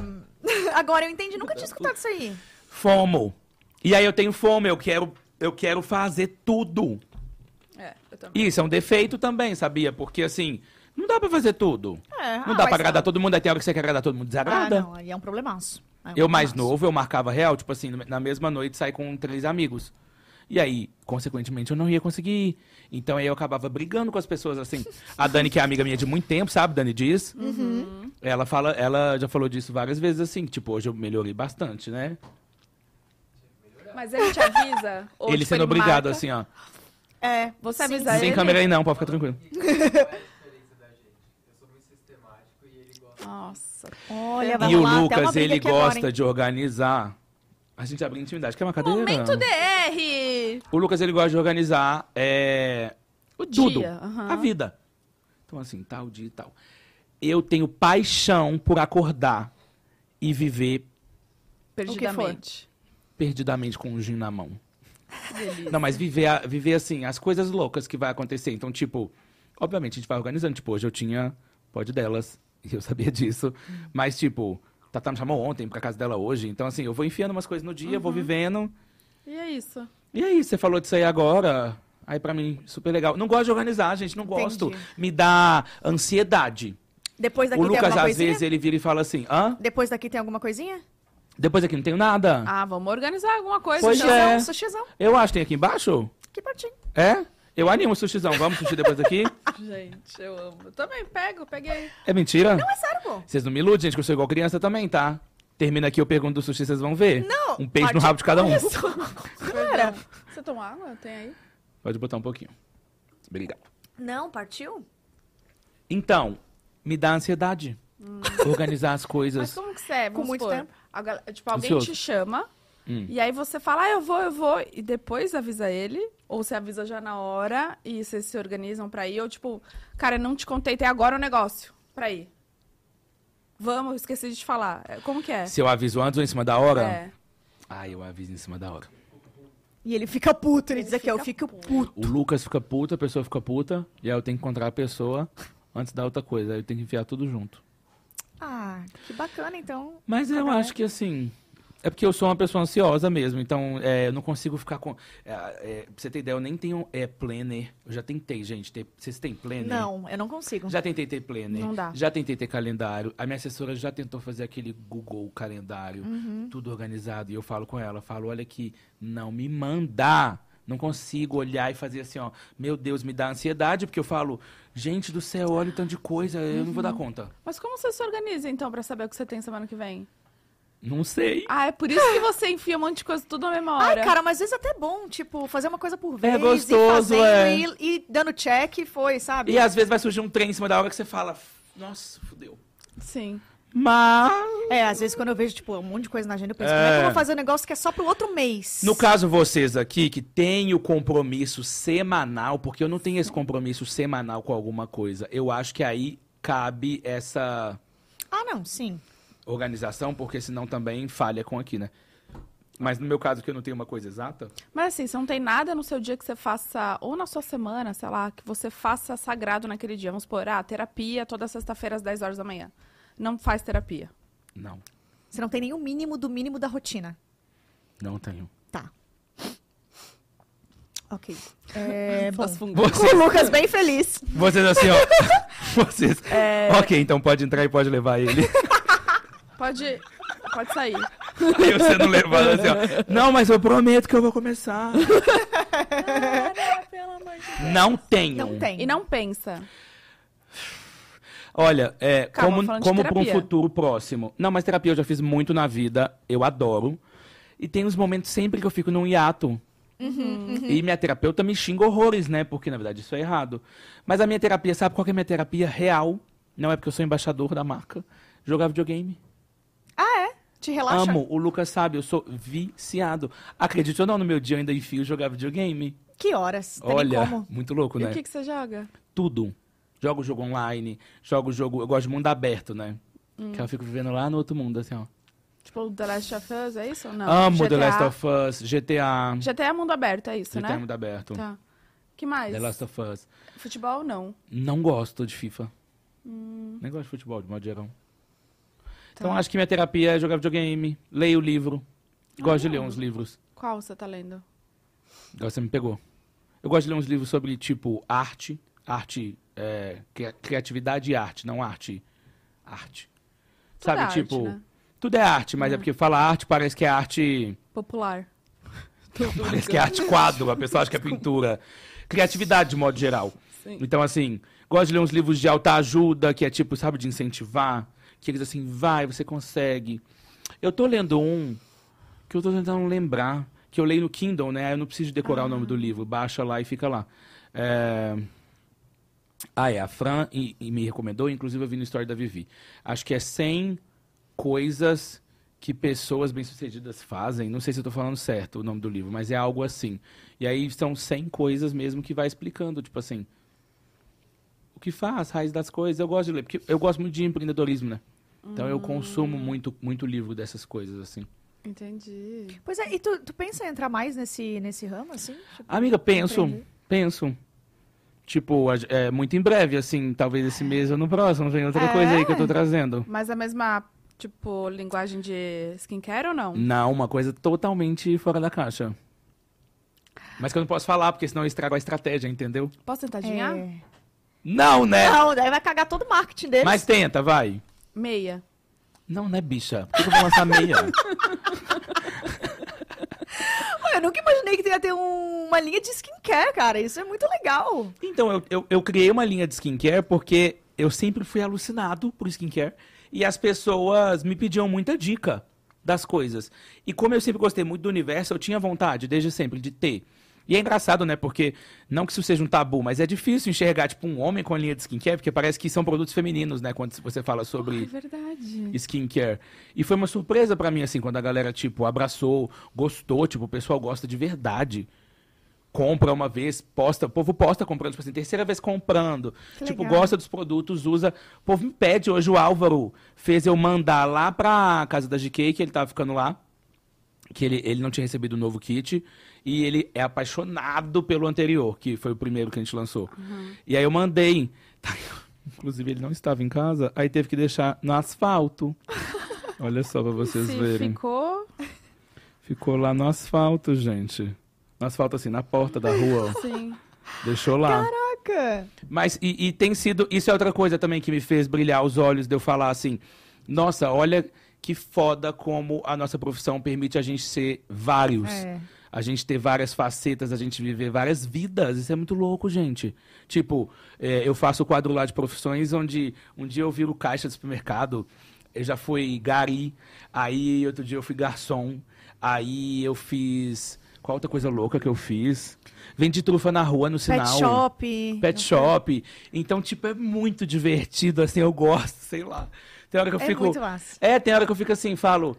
Agora eu entendi, nunca tinha escutado isso aí. Fomo. E aí eu tenho fome, eu quero, eu quero fazer tudo. É, eu também. Isso é um defeito também, sabia? Porque assim, não dá pra fazer tudo. É, não ah, dá mas pra não. agradar todo mundo, aí tem hora que você quer agradar todo mundo, Ah, desagrada. não, aí é um problemaço. É um Eu mais problemaço. novo, eu marcava real, tipo assim, na mesma noite saí com três amigos. E aí, consequentemente, eu não ia conseguir ir. Então aí eu acabava brigando com as pessoas, assim. A Dani, que é amiga minha de muito tempo, sabe, Dani diz. Uhum. Ela fala, ela já falou disso várias vezes, assim, que, tipo, hoje eu melhorei bastante, né? Mas ele te avisa. ou, ele tipo, sendo obrigado, marca. assim, ó. É, Você sim, avisa Não ele. tem câmera aí não, pode ficar tranquilo. Qual é a diferença da gente? Eu sou muito sistemático e ele gosta. Nossa. Olha, vai e o rolar até uma Lucas, briga ele aqui agora, gosta hein? de organizar. A gente abre intimidade. Quer uma cadeira? Momento DR! O Lucas, ele gosta de organizar é, O tudo. dia. aham. A vida. Então, assim, tal dia e tal. Eu tenho paixão por acordar e viver Perdidamente. perdidamente com um gin na mão. Não, mas viver, a- viver, assim, as coisas loucas que vai acontecer. Então, tipo, obviamente a gente vai organizando. Tipo, hoje eu tinha pode delas, e eu sabia disso. Hum. Mas, tipo, Tatá me chamou ontem pra casa dela hoje. Então, assim, eu vou enfiando umas coisas no dia, vou Uhum. vivendo. E é isso. E aí, você falou disso aí agora. Aí, pra mim, super legal. Não gosto de organizar, gente, não gosto. Entendi. Me dá ansiedade. Depois daqui O tem Lucas, alguma às coisinha? vezes, ele vira e fala assim: hã? Depois daqui tem alguma coisinha? Depois aqui não tenho nada. Ah, vamos organizar alguma coisa. Pois então. é. Um sushizão, Eu acho, tem aqui embaixo? que pertinho. É? Eu animo o sushizão. Vamos sushi depois aqui? Gente, eu amo. Eu também pego, peguei. É mentira? Não, é sério, pô. Vocês não me iludem, gente, que eu sou igual criança também, tá? Termina aqui, eu pergunto do sushi, vocês vão ver. Não, Um peixe no pode- rabo de cada um. Cara, Você toma água? Tem aí? Pode botar um pouquinho. Obrigado. não, partiu? Então, me dá ansiedade. Hum. Organizar as Mas coisas. como que você é? Vamos muito supor, tempo. a gal- tipo, alguém Ansioso. te chama e aí você fala, ah, eu vou, eu vou, e depois avisa ele, ou você avisa já na hora e vocês se organizam pra ir, ou tipo, cara, não te contei, tem agora o negócio pra ir. Vamos, esqueci de te falar. É, Como que é? Se eu aviso antes ou em cima da hora? É. Ah, eu aviso em cima da hora. E ele fica puto, ele, diz aqui, eu fico puto. O Lucas fica puta, a pessoa fica puta, e aí eu tenho que encontrar a pessoa antes da outra coisa. Aí eu tenho que enfiar tudo junto. Ah, que bacana, então. Mas eu acho que assim. É porque eu sou uma pessoa ansiosa mesmo, então é, eu não consigo ficar com. é, é, pra você ter ideia, eu nem tenho é, planner. Eu já tentei, gente. ter- vocês têm planner? Não, eu não consigo. Já tentei ter planner. Não dá. Já tentei ter calendário. A minha assessora já tentou fazer aquele Google calendário, Uhum. tudo organizado. E eu falo com ela, falo, olha aqui, não me manda. Não consigo olhar e fazer assim, ó. Meu Deus, me dá ansiedade, porque eu falo, gente do céu, olha o tanto de coisa, eu não vou Uhum. dar conta. Mas como você se organiza então pra saber o que você tem semana que vem? Não sei. Ah, é por isso que você enfia um monte de coisa tudo na mesma hora. Ai, cara, mas às vezes é até bom, tipo, fazer uma coisa por vez. gostoso, e é. fazendo, E, e dando check, e foi, sabe? E às vezes vai surgir um trem em cima da hora que você fala, nossa, fudeu. Sim. Mas. É, às vezes quando eu vejo, tipo, um monte de coisa na agenda, eu penso, É. como é que eu vou fazer um negócio que é só pro outro mês? No caso, vocês aqui que têm o compromisso semanal, porque eu não tenho esse compromisso semanal com alguma coisa, eu acho que aí cabe essa Ah, não, sim. organização, porque senão também falha com aqui, né? Mas no meu caso, que eu não tenho uma coisa exata, Mas assim, se não tem nada no seu dia que você faça, ou na sua semana, sei lá, que você faça sagrado naquele dia. Vamos supor, ah, terapia toda sexta-feira às 10 horas da manhã. Não faz terapia. não, Você não tem nenhum mínimo do mínimo da rotina. não tenho. Tá. Ok. É, bom. Faz fungo. Vocês, O Lucas bem feliz. vocês assim, ó. vocês. Ok, então pode entrar e pode levar ele. Pode, pode sair. Aí você não levanta assim, ó. Não, mas eu prometo que eu vou começar. Não tenho. Não tem. E não pensa. Olha, é, Calma, como, falando de como para um terapia. futuro próximo. Não, mas terapia eu já fiz muito na vida, eu adoro. E tem uns momentos sempre que eu fico num hiato. Uhum, Uhum. E minha terapeuta me xinga horrores, né? Porque na verdade isso é errado. Mas a minha terapia, sabe qual que é a minha terapia real? Não é porque eu sou embaixador da marca. Jogar videogame. Ah, é? Te relaxa. Amo. O Lucas sabe, eu sou viciado. Acredito ou não, no meu dia eu ainda enfio jogar videogame. Que horas? Não tem nem Olha, como. muito louco, E né? o que, que você joga? tudo. Jogo jogo online, jogo jogo. Eu gosto de mundo aberto, né? Hum. Que eu fico vivendo lá no outro mundo, assim, ó. Tipo, The Last of Us, é isso? ou Não. Amo GTA. The Last of Us, GTA. GTA é mundo aberto, é isso, GTA né? mundo aberto. Tá. Que mais? The Last of Us. Futebol, não. Não gosto de FIFA. Hum. Nem gosto de futebol, de modo geral. Tá. Então acho que minha terapia é jogar videogame, leio livro. Gosto de ler uns livros. Qual você tá lendo? Agora você me pegou. Eu gosto de ler uns livros sobre, tipo, arte, arte, é, cri- criatividade e arte, não arte, arte. Tudo Sabe, é arte, tipo, né? tudo é arte, mas é porque fala arte, parece que é arte... Popular. Parece que é arte quadro, a pessoa acha que é pintura. Criatividade, de modo geral. Sim. Então, assim, gosto de ler uns livros de alta ajuda, que é tipo, sabe, de incentivar. Que eles assim, vai, você consegue. Eu tô lendo um que eu tô tentando lembrar, que eu leio no Kindle, né? Eu não preciso decorar o nome do livro, baixa lá e fica lá. É... Ah, é, a Fran e, e me recomendou, inclusive eu vi no Story da Vivi. Acho que é 100 coisas que pessoas bem-sucedidas fazem. Não sei se eu tô falando certo o nome do livro, mas é algo assim. E aí são 100 coisas mesmo que vai explicando, tipo assim, o que faz, raiz das coisas. Eu gosto de ler, porque eu gosto muito de empreendedorismo, né? Então eu consumo muito, muito livro dessas coisas, assim. Entendi. Pois é, e tu, tu pensa em entrar mais nesse, nesse ramo, assim? Tipo, Amiga, penso, Entendi. penso. Tipo, a- é, muito em breve, assim, talvez esse mês ou no próximo, vem outra coisa aí que eu tô trazendo. Mas a mesma, tipo, linguagem de skincare ou não? Não, uma coisa totalmente fora da caixa. Mas que eu não posso falar, porque senão eu estrago a estratégia, entendeu? Posso tentar adivinhar? é... Não, né? Não, daí vai cagar todo o marketing deles. Mas tenta, vai. Meia. Não, né, bicha? Por que que eu vou lançar meia? Pô, eu nunca imaginei que ia ter um- uma linha de skincare, cara. Isso é muito legal. Então, eu, eu, eu criei uma linha de skincare porque eu sempre fui alucinado por skincare e as pessoas me pediam muita dica das coisas. E como eu sempre gostei muito do universo, eu tinha vontade, desde sempre, de ter. E é engraçado, né? Porque, não que isso seja um tabu, mas é difícil enxergar, tipo, um homem com a linha de skincare, porque parece que são produtos femininos, né? Quando você fala sobre É verdade. skincare. E foi uma surpresa pra mim, assim, quando a galera, tipo, abraçou, gostou, tipo, o pessoal gosta de verdade. Compra uma vez, posta, o povo posta comprando, tipo assim, terceira vez comprando. Que tipo, legal. gosta dos produtos, usa. O povo me pede hoje, o Álvaro fez eu mandar lá pra casa da GK, que ele tava ficando lá. Que ele, ele não tinha recebido o novo kit. E ele é apaixonado pelo anterior, que foi o primeiro que a gente lançou. E aí eu mandei. Tá, inclusive, ele não estava em casa, aí teve que deixar no asfalto. Olha só pra vocês Se verem. ficou, Ficou lá no asfalto, gente. No asfalto, assim, na porta da rua. ó. sim. Deixou lá. Caraca. Mas, e, e tem sido. Isso é outra coisa também que me fez brilhar os olhos de eu falar assim: nossa, olha que foda como a nossa profissão permite a gente ser vários. É. A gente ter várias facetas, a gente viver várias vidas. Isso é muito louco, gente. Tipo, é, eu faço o quadro lá de profissões onde um dia eu viro caixa de supermercado, eu já fui gari, aí outro dia eu fui garçom, aí eu fiz. Qual outra coisa louca que eu fiz? Vendi trufa na rua, no sinal. Pet shop. Pet shop. Então, tipo, é muito divertido, assim, eu gosto, sei lá. Tem hora que eu É fico. muito massa. É, tem hora que eu fico assim, falo,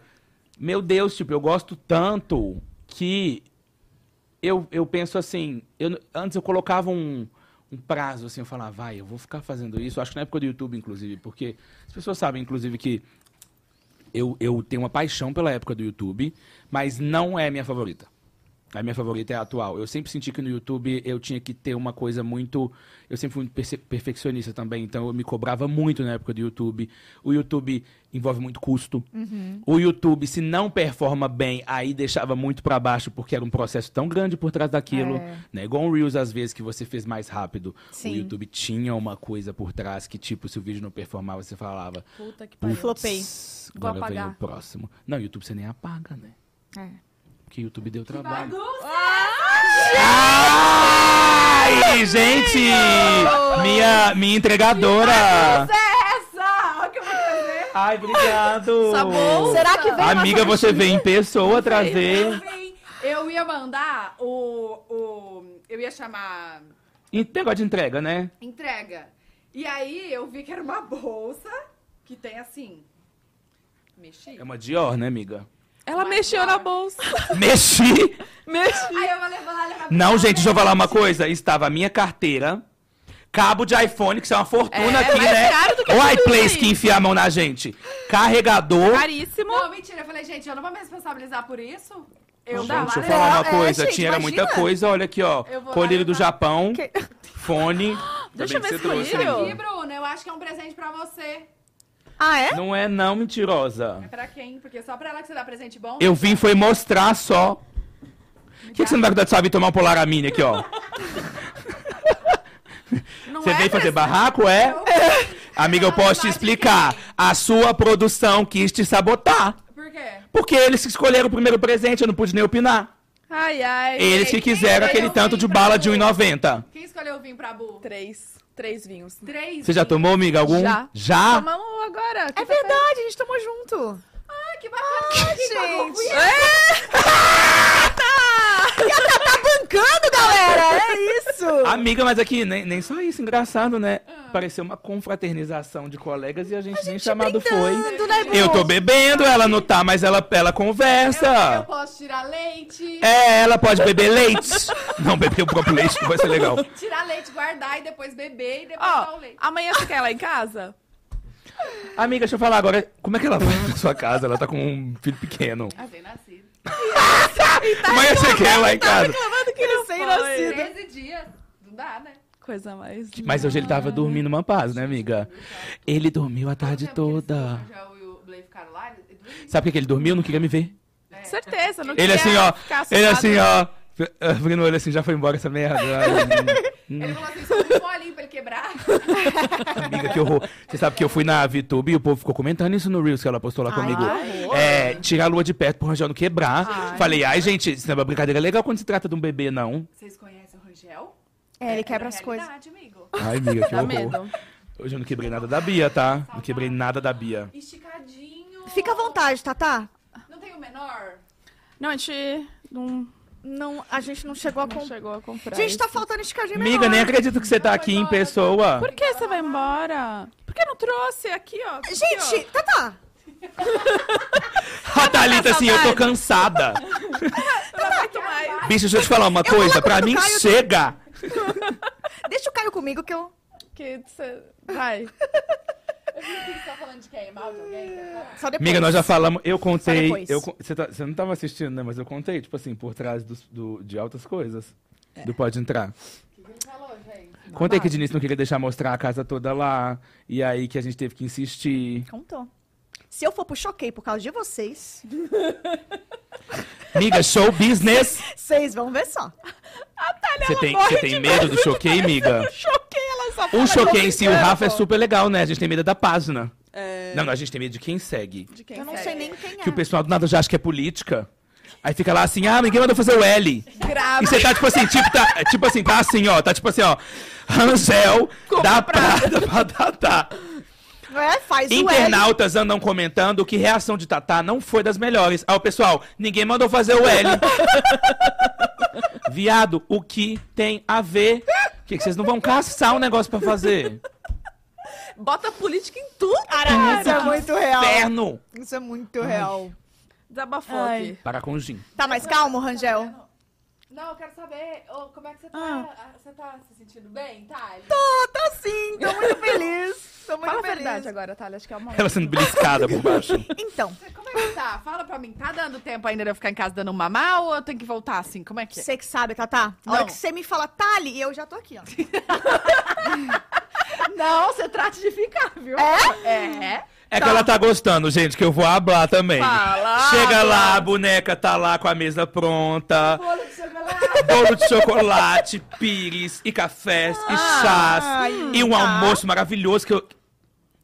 meu Deus, tipo, eu gosto tanto que eu, eu penso assim, eu, n- antes eu colocava um, um prazo, assim, eu falava, vai, eu vou ficar fazendo isso. Acho que na época do YouTube, inclusive, porque as pessoas sabem, inclusive, que eu, eu tenho uma paixão pela época do YouTube, mas não é a minha favorita. A minha favorita é a atual. Eu sempre senti que no YouTube eu tinha que ter uma coisa muito. Eu sempre fui muito perse- perfeccionista também, então eu me cobrava muito na época do YouTube. O YouTube envolve muito custo. Uhum. O YouTube, se não performa bem, aí deixava muito pra baixo, porque era um processo tão grande por trás daquilo. É. Né? Igual um Reels, às vezes, que você fez mais rápido. O Sim. YouTube tinha uma coisa por trás que, tipo, se o vídeo não performava, você falava. Puta que pariu. "Putz, Flopei. Vou Agora vem apagar." o próximo. Não, YouTube você nem apaga, né? É. Porque YouTube deu trabalho. Ai, gente! Minha, minha entregadora! é Essa! Olha o que eu vou fazer. Ai, obrigado! Sabor. Será que vem Amiga, você veio em pessoa trazer. Eu ia mandar o, o. Eu ia chamar E tem negócio de entrega, né? entrega. E aí eu vi que era uma bolsa que tem assim. Mexi. É uma Dior, né, amiga? Ela mexeu na bolsa. Mexi! Mexi. Aí eu vou levar lá levar Não, gente, deixa eu falar uma coisa. Estava a minha carteira, cabo de iPhone, que isso é uma fortuna É, aqui, mais né? caro do que o tudo iPlace isso que aí. enfia a mão na gente. Carregador. Caríssimo. Não, mentira. Eu falei, gente, eu não vou me responsabilizar por isso. Eu Gente, dava- deixa eu falar uma É, coisa. gente, Tinha era imagina. muita coisa. Olha aqui, ó. Eu vou lá Colírio do levar. Japão. Fone. Ainda Deixa eu ver bem que esse você trouxe, colírio. amiga. Aqui, Bruno, eu acho que é um presente pra você. Ah, é? Não é não, mentirosa. É pra quem? Porque só pra ela que você dá presente bom. Eu vim foi mostrar só. Por que, que você não vai cuidar de sua vida e tomar um Polaramine aqui, ó? Não Você é veio fazer pressão. barraco, é? Amiga, eu posso te explicar. A sua produção quis te sabotar. Por quê? Porque eles que escolheram o primeiro presente, eu não pude nem opinar. Ai, ai. Eles que quem quiseram aquele escolheu tanto de quem pra bala tu? de 1,90. Quem escolheu o vinho pra Bu? Três. Três vinhos. Três. Você já vinhos. tomou, amiga, algum? Já. Um? Já? Tomamos um agora. tá É verdade, a gente tomou junto. Ah, que bacana. Ah, quem pagou o gente. vinho? Tá bancando, galera! É isso! Amiga, mas aqui, nem, nem só isso, engraçado, né? Pareceu uma confraternização de colegas e a gente, nem chamado foi. Brincando, né, Bu? Eu tô bebendo, ela não tá, mas ela, ela Eu, um eu conversa. posso tirar leite. Ah. É, ela pode beber leite. Não, beber o próprio leite que vai ser legal. Tirar leite, guardar e depois beber e depois Ah. dar Ó, o leite. amanhã você quer ir lá em casa? Amiga, deixa eu falar agora. Como é que ela vai na sua casa? Ela tá com um filho pequeno. Ah, bem nascido. Amanhã você quer lá em casa. Reclamando que não foi. nascido. 13 dias. Não dá, né? Coisa mais. Mas hoje ele tava dormindo uma paz, né, amiga? Ele dormiu a tarde toda. assim, O Joel e o Blake ficaram lá. eles- eles- Sabe por que ele dormiu? Não queria me ver. Certeza, não Ele queria assim, ó. ficar Ele assustado. assim, ó. Abrindo o olho assim, já foi embora essa merda. Ai, Ele falou assim, só um bolinho pra ele quebrar. amiga, que horror. Você sabe que eu fui na VTube e o povo ficou comentando isso no Reels que ela postou lá comigo. É, tirar a lua de perto pro Rangel não quebrar. Falei, ai, gente, isso não é uma brincadeira legal quando se trata de um bebê, não. Vocês conhecem o Rangel? É, ele da quebra as coisas. realidade, amigo. Ai, amiga, que Dá horror. medo. Hoje eu não quebrei nada da Bia, tá? Não quebrei nada da Bia. Esticadinho. Fica à vontade, Tatá. Não tem o menor? Não, a gente não, Não, a gente não chegou a não comprar. chegou a comprar. Gente, tá isso. faltando esticadinho Amiga, nem acredito que você tá aqui em pessoa. Por que você vai embora? Por que não trouxe aqui, ó? né? Aqui, Gente, Tatá, A Thalita, assim, eu tô cansada. ó. não aguento mais. Bicho, deixa eu te falar uma vou lá coisa. É Pra cutucar, mim, eu tô- chega. deixa o Caio comigo que eu... Que você... Vai. Vocês estão falando de quem? Mal de alguém? Só depois. Amiga, nós já falamos. Eu contei. depois. eu con- Você tá- você não tava assistindo, né? Mas eu contei, tipo assim, por trás dos- do- de altas coisas. É. Do Pode Entrar. O que que ele falou, gente? Contei que o Diniz não queria deixar mostrar a casa toda lá. E aí que a gente teve que insistir. Contou. Se eu for pro Choquei por causa de vocês, Amiga, show business. vocês vão ver só. Você tem, você tem medo do choquei, amiga? Choquei ela só. O choquei em si, o Rafa é super legal, né? A gente tem medo da página. Não, não, a gente tem medo de quem segue. De quem Eu não segue? sei nem quem é. Que o pessoal do nada já acha que é política. Aí fica lá assim, ah, ninguém mandou fazer o L. E Grave. você tá tipo assim, tipo, tá, é, tipo assim, tá assim, ó, tá tipo assim, ó. Rangel da Prada pra Tatá. É, faz o L. Internautas andam comentando que reação de Tatá não foi das melhores. Ah, o pessoal, ninguém mandou fazer o L. Viado, o que tem a ver? O que, que vocês não vão caçar um negócio pra fazer? Bota política em tudo, Cara, isso é cara. muito real. Inferno! Isso é muito real. Desabafou Ai. aqui. Para com o Jim. Tá, mas calmo, Rangel. Não, eu quero saber ô, como é que você tá. Ah, Você tá se sentindo bem, tá? Tô, tô sim, tô muito feliz. Tô muito Fala a feliz. verdade agora, Thalia. Acho que é o momento. Ela sendo beliscada por baixo. Então, Como é que tá? Fala pra mim. Tá dando tempo ainda de eu ficar em casa dando mamar ou eu tenho que voltar assim? Como é que é? você que sabe, Tatá. A hora Não. que você me fala Tali, eu já tô aqui, ó. Não, você trate de ficar, viu? É? É. É que ela tá gostando, gente, que eu vou hablar também. Fala, Chega lá, habla. a boneca tá lá com a mesa pronta. Bolo de chocolate. Bolo de chocolate, pires e cafés e chás. tá. e um almoço maravilhoso que eu.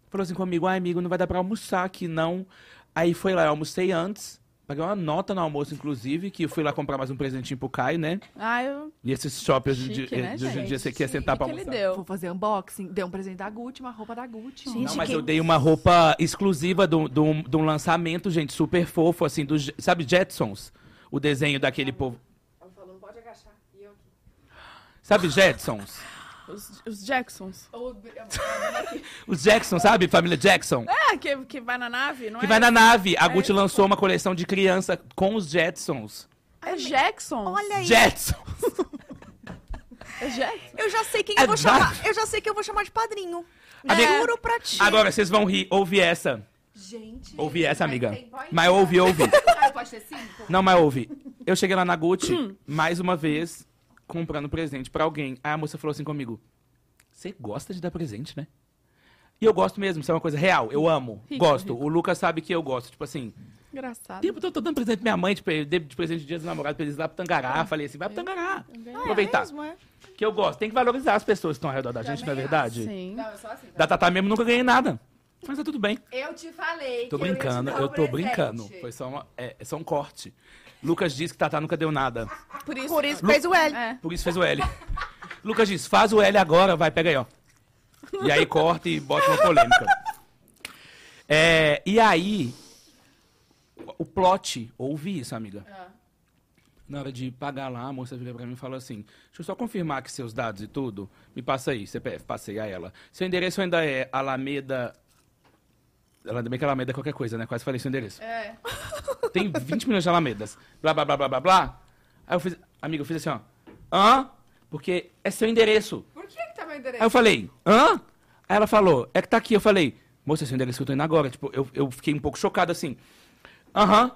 Falou assim comigo, ai amigo, não vai dar pra almoçar aqui não. Aí foi lá, eu almocei antes. Paguei uma nota no almoço, inclusive, que eu fui lá comprar mais um presentinho pro Caio, né? Ah, eu... E esses shopping hoje em Chique, dia, né, de hoje em gente? dia você quer Chique. sentar Tá pra que ele almoçar. deu? Vou fazer unboxing. Deu um presente da Gucci, uma roupa da Gucci. mano. Gente, Não, mas que- eu dei uma roupa exclusiva de um- de um de um lançamento, gente, super fofo, assim, do, Je- sabe, Jetsons? O desenho daquele povo. Ela falou, não pode agachar. E eu aqui. Sabe, Jetsons? Os, os Jacksons. Ou- eu- Os Jackson, sabe? Família Jackson. É, que, que vai na nave, não Que é? vai na nave. A Gucci lançou uma coleção de criança com os Jetsons. É Jackson. Olha aí. Jetson! É Jackson. Eu já sei quem eu vou É chamar. Eu já sei que eu vou chamar de padrinho. Amiga- Juro pra ti. Agora vocês vão rir. Ouve essa. Gente. Ouve essa, mas amiga. tem boy? Mas ouve, ouve. Ah, pode ter cinco? Não, mas ouve. Eu cheguei lá na Gucci, mais uma vez, comprando presente pra alguém. Aí a moça falou assim comigo: Você gosta de dar presente, né? E eu gosto mesmo, isso é uma coisa real. Eu amo. Rico, gosto. O Lucas sabe que eu gosto. Tipo assim, o Engraçado. tempo todo eu tô dando presente pra minha mãe, tipo, eu dei de presente de dia dos namorados pra eles lá pro Tangará. Falei assim, vai pro Tangará. Ah, é Aproveitar. mesmo, é? que eu gosto. Tem que valorizar as pessoas que estão ao redor da gente, não é Também verdade? Sim. Não, eu sou assim. Da Tatá mesmo nunca ganhei nada. Mas tá tudo bem. Eu te falei Tô É que eu ia te brincando, dar eu, um tô presente. brincando. Foi só, uma- é, é só um corte. Lucas diz que Tatá nunca deu nada. Por isso, Por isso que fez o L. É. Por isso fez o L. Lucas diz, faz o L agora, vai, pega aí, ó. E aí corta e bota uma polêmica. É, e aí, o plot, ouvi isso, amiga. Na hora de pagar lá, a moça vira pra mim e fala assim, deixa eu só confirmar que seus dados e tudo, me passa aí, CPF, passei a ela. Seu endereço ainda é Alameda... Ela bem que Alameda é qualquer coisa, né? Quase falei seu endereço. É. Tem 20 milhões de alamedas. Blá, blá, blá, blá, blá, blá. Aí eu fiz... Amiga, eu fiz assim, ó. Hã? Porque é seu endereço. Por que que tá meu endereço? Aí eu falei, hã? Aí ela falou, é que tá aqui. Eu falei, moça, esse é o endereço que eu tô indo agora. Tipo, eu, eu fiquei um pouco chocado assim. Aham.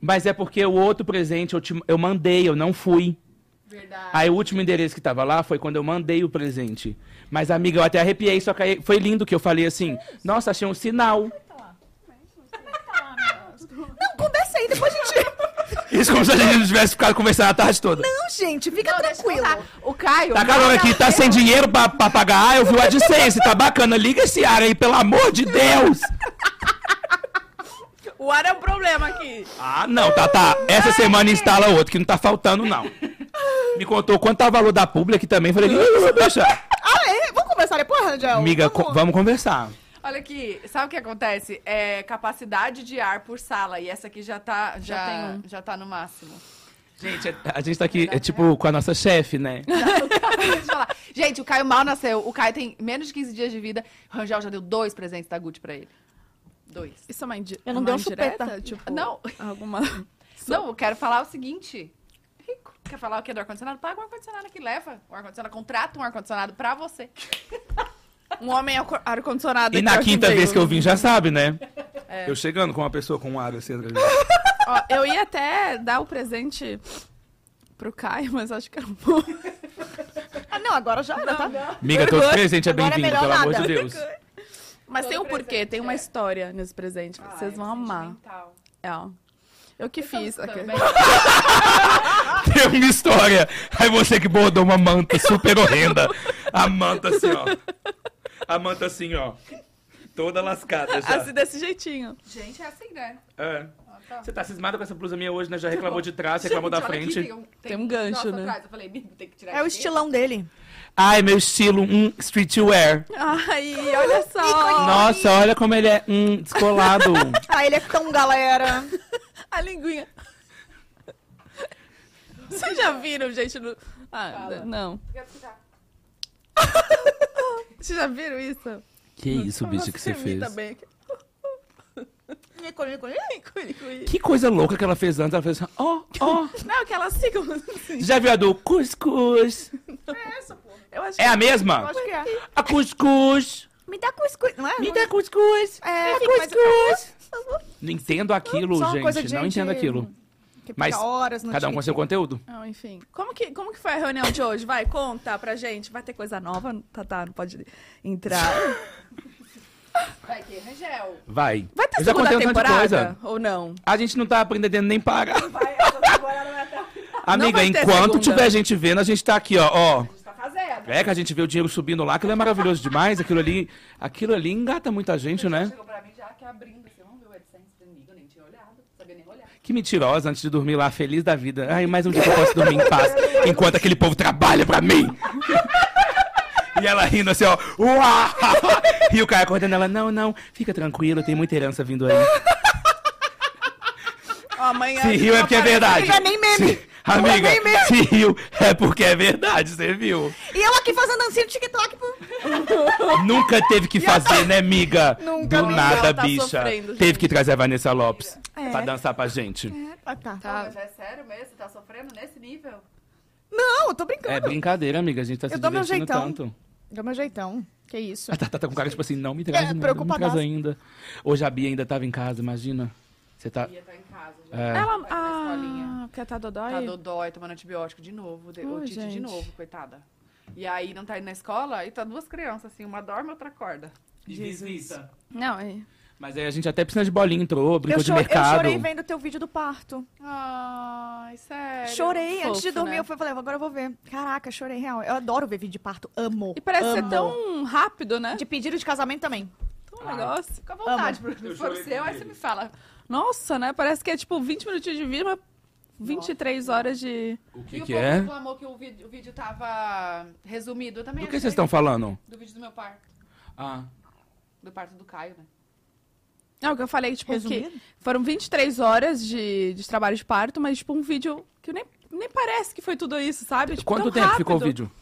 Mas é porque o outro presente eu, te- eu mandei, eu não fui. Verdade. Aí o último endereço que tava lá foi quando eu mandei o presente. Mas, amiga, eu até arrepiei, só que aí foi lindo que eu falei assim, nossa, achei um sinal. Não, conversa aí, depois a gente. Isso como se a gente não tivesse ficado conversando a tarde toda. Não, gente, fica Não, deixa eu tranquilo. contar. O Caio. Tá calor aqui, tá sem dinheiro pra, pra pagar. Ah, eu vi o AdSense, tá bacana. Liga esse ar aí, pelo amor de Deus! O ar é um problema aqui. Ah, não, tá, tá. Essa semana instala outro, que não tá faltando, não. Me contou quanto tá o valor da publi aqui também. Falei, "Ih, deixa. Ah, é? Vamos conversar depois, Rangel? Amiga, co- vamos. vamos conversar. Olha aqui, sabe o que acontece? É capacidade de ar por sala. E essa aqui já tá, já, Já tem já tá no máximo. Gente, a gente tá aqui, é tipo, com a nossa chefe, né? Deixa eu falar. Gente, o Caio mal nasceu. O Caio tem menos de 15 dias de vida. O Rangel já deu dois presentes da Gucci pra ele. Dois. Isso é uma, indi Eu não uma dei um indireta? chupeta. Tipo, Não. Alguma... Não, eu quero falar o seguinte. Rico. Quer falar o que do ar-condicionado? Paga o ar-condicionado aqui, leva. O ar-condicionado, contrata um ar-condicionado pra você. Um homem ao co- ar-condicionado. E aqui, na ó, quinta veio. vez que eu vim, já sabe, né? É. Eu chegando com uma pessoa com um ar assim. atrás de mim. Ó, eu ia até dar o presente pro Caio, mas acho que era um bom. Ah, não, agora já era, tá? Amiga, todo presente é Agora é bem-vindo, melhor pelo amor nada. de Deus. Mas Todo tem um presente, porquê, tem uma é. história nesse presente. Vocês vão amar. Sentimental. É, ó. é Eu que fiz. aqui. Também. Tem uma história. Aí você que bordou uma manta super horrenda. A manta assim, ó. A manta assim, ó. Toda lascada já. Assim, desse jeitinho. Gente, é assim, né? É. tá. Você tá cismada com essa blusa minha hoje, né? Já reclamou de trás, reclamou da Gente, olha aqui, frente. tem, um, tem, Tem um gancho, nossa, né? atrás. Eu falei, "Migo, tem que tirar É o isso aqui." estilão dele. Ai, meu estilo, um streetwear. Ai, olha só. Nossa, olha como ele é um descolado. Ah, ele é tão galera. A linguinha. Vocês já viram, gente? No... Ah, não. Vocês já viram isso? que isso, bicho, que você fez. Também. Que coisa louca que ela fez antes. Ela fez assim, ó, ó. Não, que elas ficam assim. Já viu a do cuscuz? Eu acho É a mesma? Acho que é. A cuscuz. Me dá cuscuz, não é? Me dá cuscuz. É, É fica mais- cuscuz. Não entendo aquilo, Só uma coisa gente. de Não gente- entendo aquilo. Que Mas fica horas no Cada um com seu TikTok. conteúdo. Não, enfim. Como que, como que foi a reunião de hoje? Vai, conta pra gente. Vai ter coisa nova? Tá, tá, não pode entrar. Vai aqui, Rangel. Vai. Vai ter Eu já segunda contei um tanto de coisa. temporada? Ou não? A gente não tá aprendendo nem parar. Vai, essa temporada vai até... Não Amiga, vai ter enquanto segunda. tiver gente vendo, a gente tá aqui, ó, ó. Tá fazendo. É que a gente vê o dinheiro subindo lá, aquilo é maravilhoso demais. Aquilo ali, aquilo ali engata muita gente, né? Chegou pra mim já que abrindo. Você não viu o AdSense do Migo, eu nem tinha olhado. Não sabia nem olhar. Que mentirosa, antes de dormir lá, feliz da vida. Ai, mais um dia que eu posso dormir em paz, enquanto aquele povo trabalha pra mim. E ela rindo assim, ó. Uau! E o cara acordando ela, não, não, fica tranquilo, tem muita herança vindo aí. Ó, amanhã. Se riu é porque é verdade. Não é nem meme. Se- Amiga, nem meme. se riu é porque é verdade, você viu? E eu aqui fazendo dancinha no TikTok. pô. Nunca teve que fazer, né, miga? Nunca, Do miga, nada, ela tá bicha. sofrendo, gente. teve que trazer a Vanessa Lopes É. pra dançar pra gente. Ah, tá. Tá. Mas é sério mesmo? Você tá sofrendo nesse nível? Não, eu tô brincando. É brincadeira, amiga. A gente tá se Eu dou meu divertindo jeitão. tanto. Dá meu jeitão. Que isso. A Tata tá com cara, tipo assim, não me traz, É, não, não me preocupadaça. traz ainda. Hoje a Bia ainda tava em casa, imagina. Você tá... Ia estar em casa já. É. Ela. Vai pra escolinha. Ah, porque tá Dodói? Tá dodói, tomando antibiótico de novo. De, Ui, otite de gente. novo, coitada. E aí não tá indo na escola e tá duas crianças, assim, uma dorme, outra acorda. Não, é. Mas aí a gente até precisa de bolinha, entrou, brincou eu, de cho- eu mercado. chorei vendo o teu vídeo do parto. Ai, sério. sério. Chorei antes de Fofo, dormir. né? Eu fui- falei, agora eu vou ver. Caraca, chorei real. Eu adoro ver vídeo de parto. Amo. E parece amo. ser tão rápido, né? De pedido de casamento também. Tão negócio. Fica à vontade, Bruno. Eu Se for chorei seu, com aí ele. você me fala. Nossa, né? Parece que é tipo 20 minutinhos de vídeo, mas 23 horas de. O e que, o que povo é? reclamou que o vídeo, o vídeo tava resumido. Eu também Do que achei. vocês estão falando? Do vídeo do meu parto. Ah, Do parto do Caio, né? É o que eu falei, tipo, Resumido? que foram 23 horas de, de trabalho de parto, mas tipo um vídeo que nem, nem parece que foi tudo isso, sabe? Tipo, quanto tão tempo ficou o rápido. vídeo?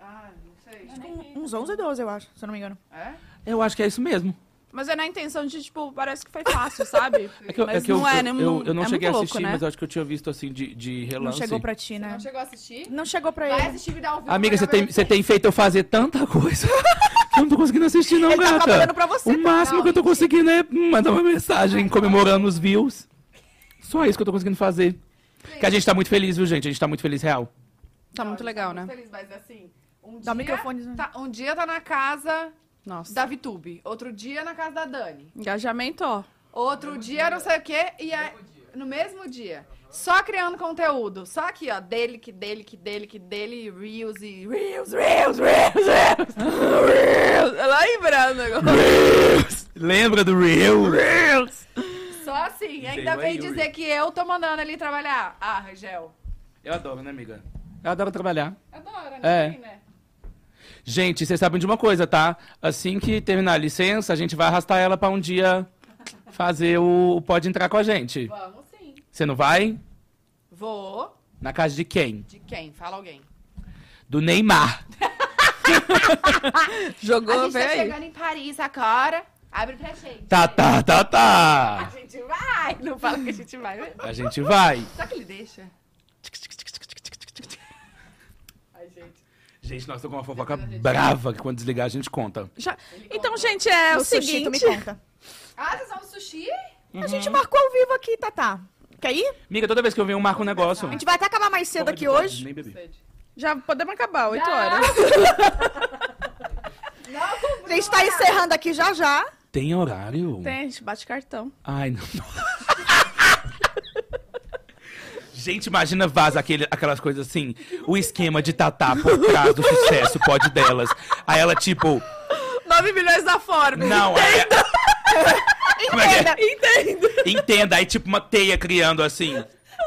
Ah, não sei. Uns 11 ou 12, eu acho, se eu não me engano. É? Eu acho que é isso mesmo. Mas é na intenção de, tipo, parece que foi fácil, sabe? É que eu, mas é que eu- não é, eu, né? eu, eu não é muito cheguei a louco, assistir, né? mas eu acho que eu tinha visto assim de, de Não relance. chegou pra ti, né? Não chegou a assistir? Não chegou pra Vai ele. assistir me dá ao vivo. Amiga, pra você tem, ver. você tem feito eu fazer tanta coisa que eu não tô conseguindo assistir, não, Ele tá gata. trabalhando pra você, o máximo não, que eu tô conseguindo é mandar uma mensagem comemorando os views. Só isso que eu tô conseguindo fazer. Que a gente tá muito feliz, viu, gente? A gente tá muito feliz, real. Tá muito Não, legal, eu tô né? muito Feliz, mas assim, um Dá o dia microfone. tá- um dia tá na casa Nossa. da Vitube, outro dia na casa da Dani, Engajamento, ó. outro dia não sei o quê e é no mesmo dia. Só criando conteúdo, só aqui, ó, dele que dele que dele que dele reels e reels, reels, reels, reels. Ela lembra o negócio. Lembra do Real? Só assim, ainda veio aí é vem o dizer que eu tô mandando ele trabalhar. Ah, Rangel. Eu adoro, né, amiga? Eu adoro trabalhar. Adora, É. né? Sim, né? Gente, vocês sabem de uma coisa, tá? Assim que terminar a licença, a gente vai arrastar ela pra um dia fazer o o Pode Entrar com a gente. Vamos sim. Você não vai? Vou. Na casa de quem? De quem? Fala alguém. Do Neymar. a Jogou, gente tá velho. chegando em Paris agora. Abre pra gente. Tá, tá, tá, A tá. gente vai! Não fala que a gente vai. né? A gente vai. Só que ele deixa. Ai, gente. Gente, nós estamos com uma fofoca brava que quando desligar a gente conta. Já... Então, gente, é o O sushi, tu me seguinte. Uhum. conta. Ah, vocês vão no sushi? A gente marcou ao vivo aqui, Tatá. Quer ir? Amiga, toda vez que eu venho, eu marco um negócio. A gente vai até acabar mais cedo aqui hoje. Nem bebi. Já podemos acabar, 8 Já. horas. A gente tá encerrando aqui já já. Tem horário? Tem, a gente bate cartão. Ai, não. Gente, imagina vaza aquele, aquelas coisas assim, o esquema de Tatá por trás do sucesso, pode delas. Aí ela, tipo, 9 milhões da forma. não, é, Como é que é? Entendo. entenda. Aí, tipo, uma teia criando assim,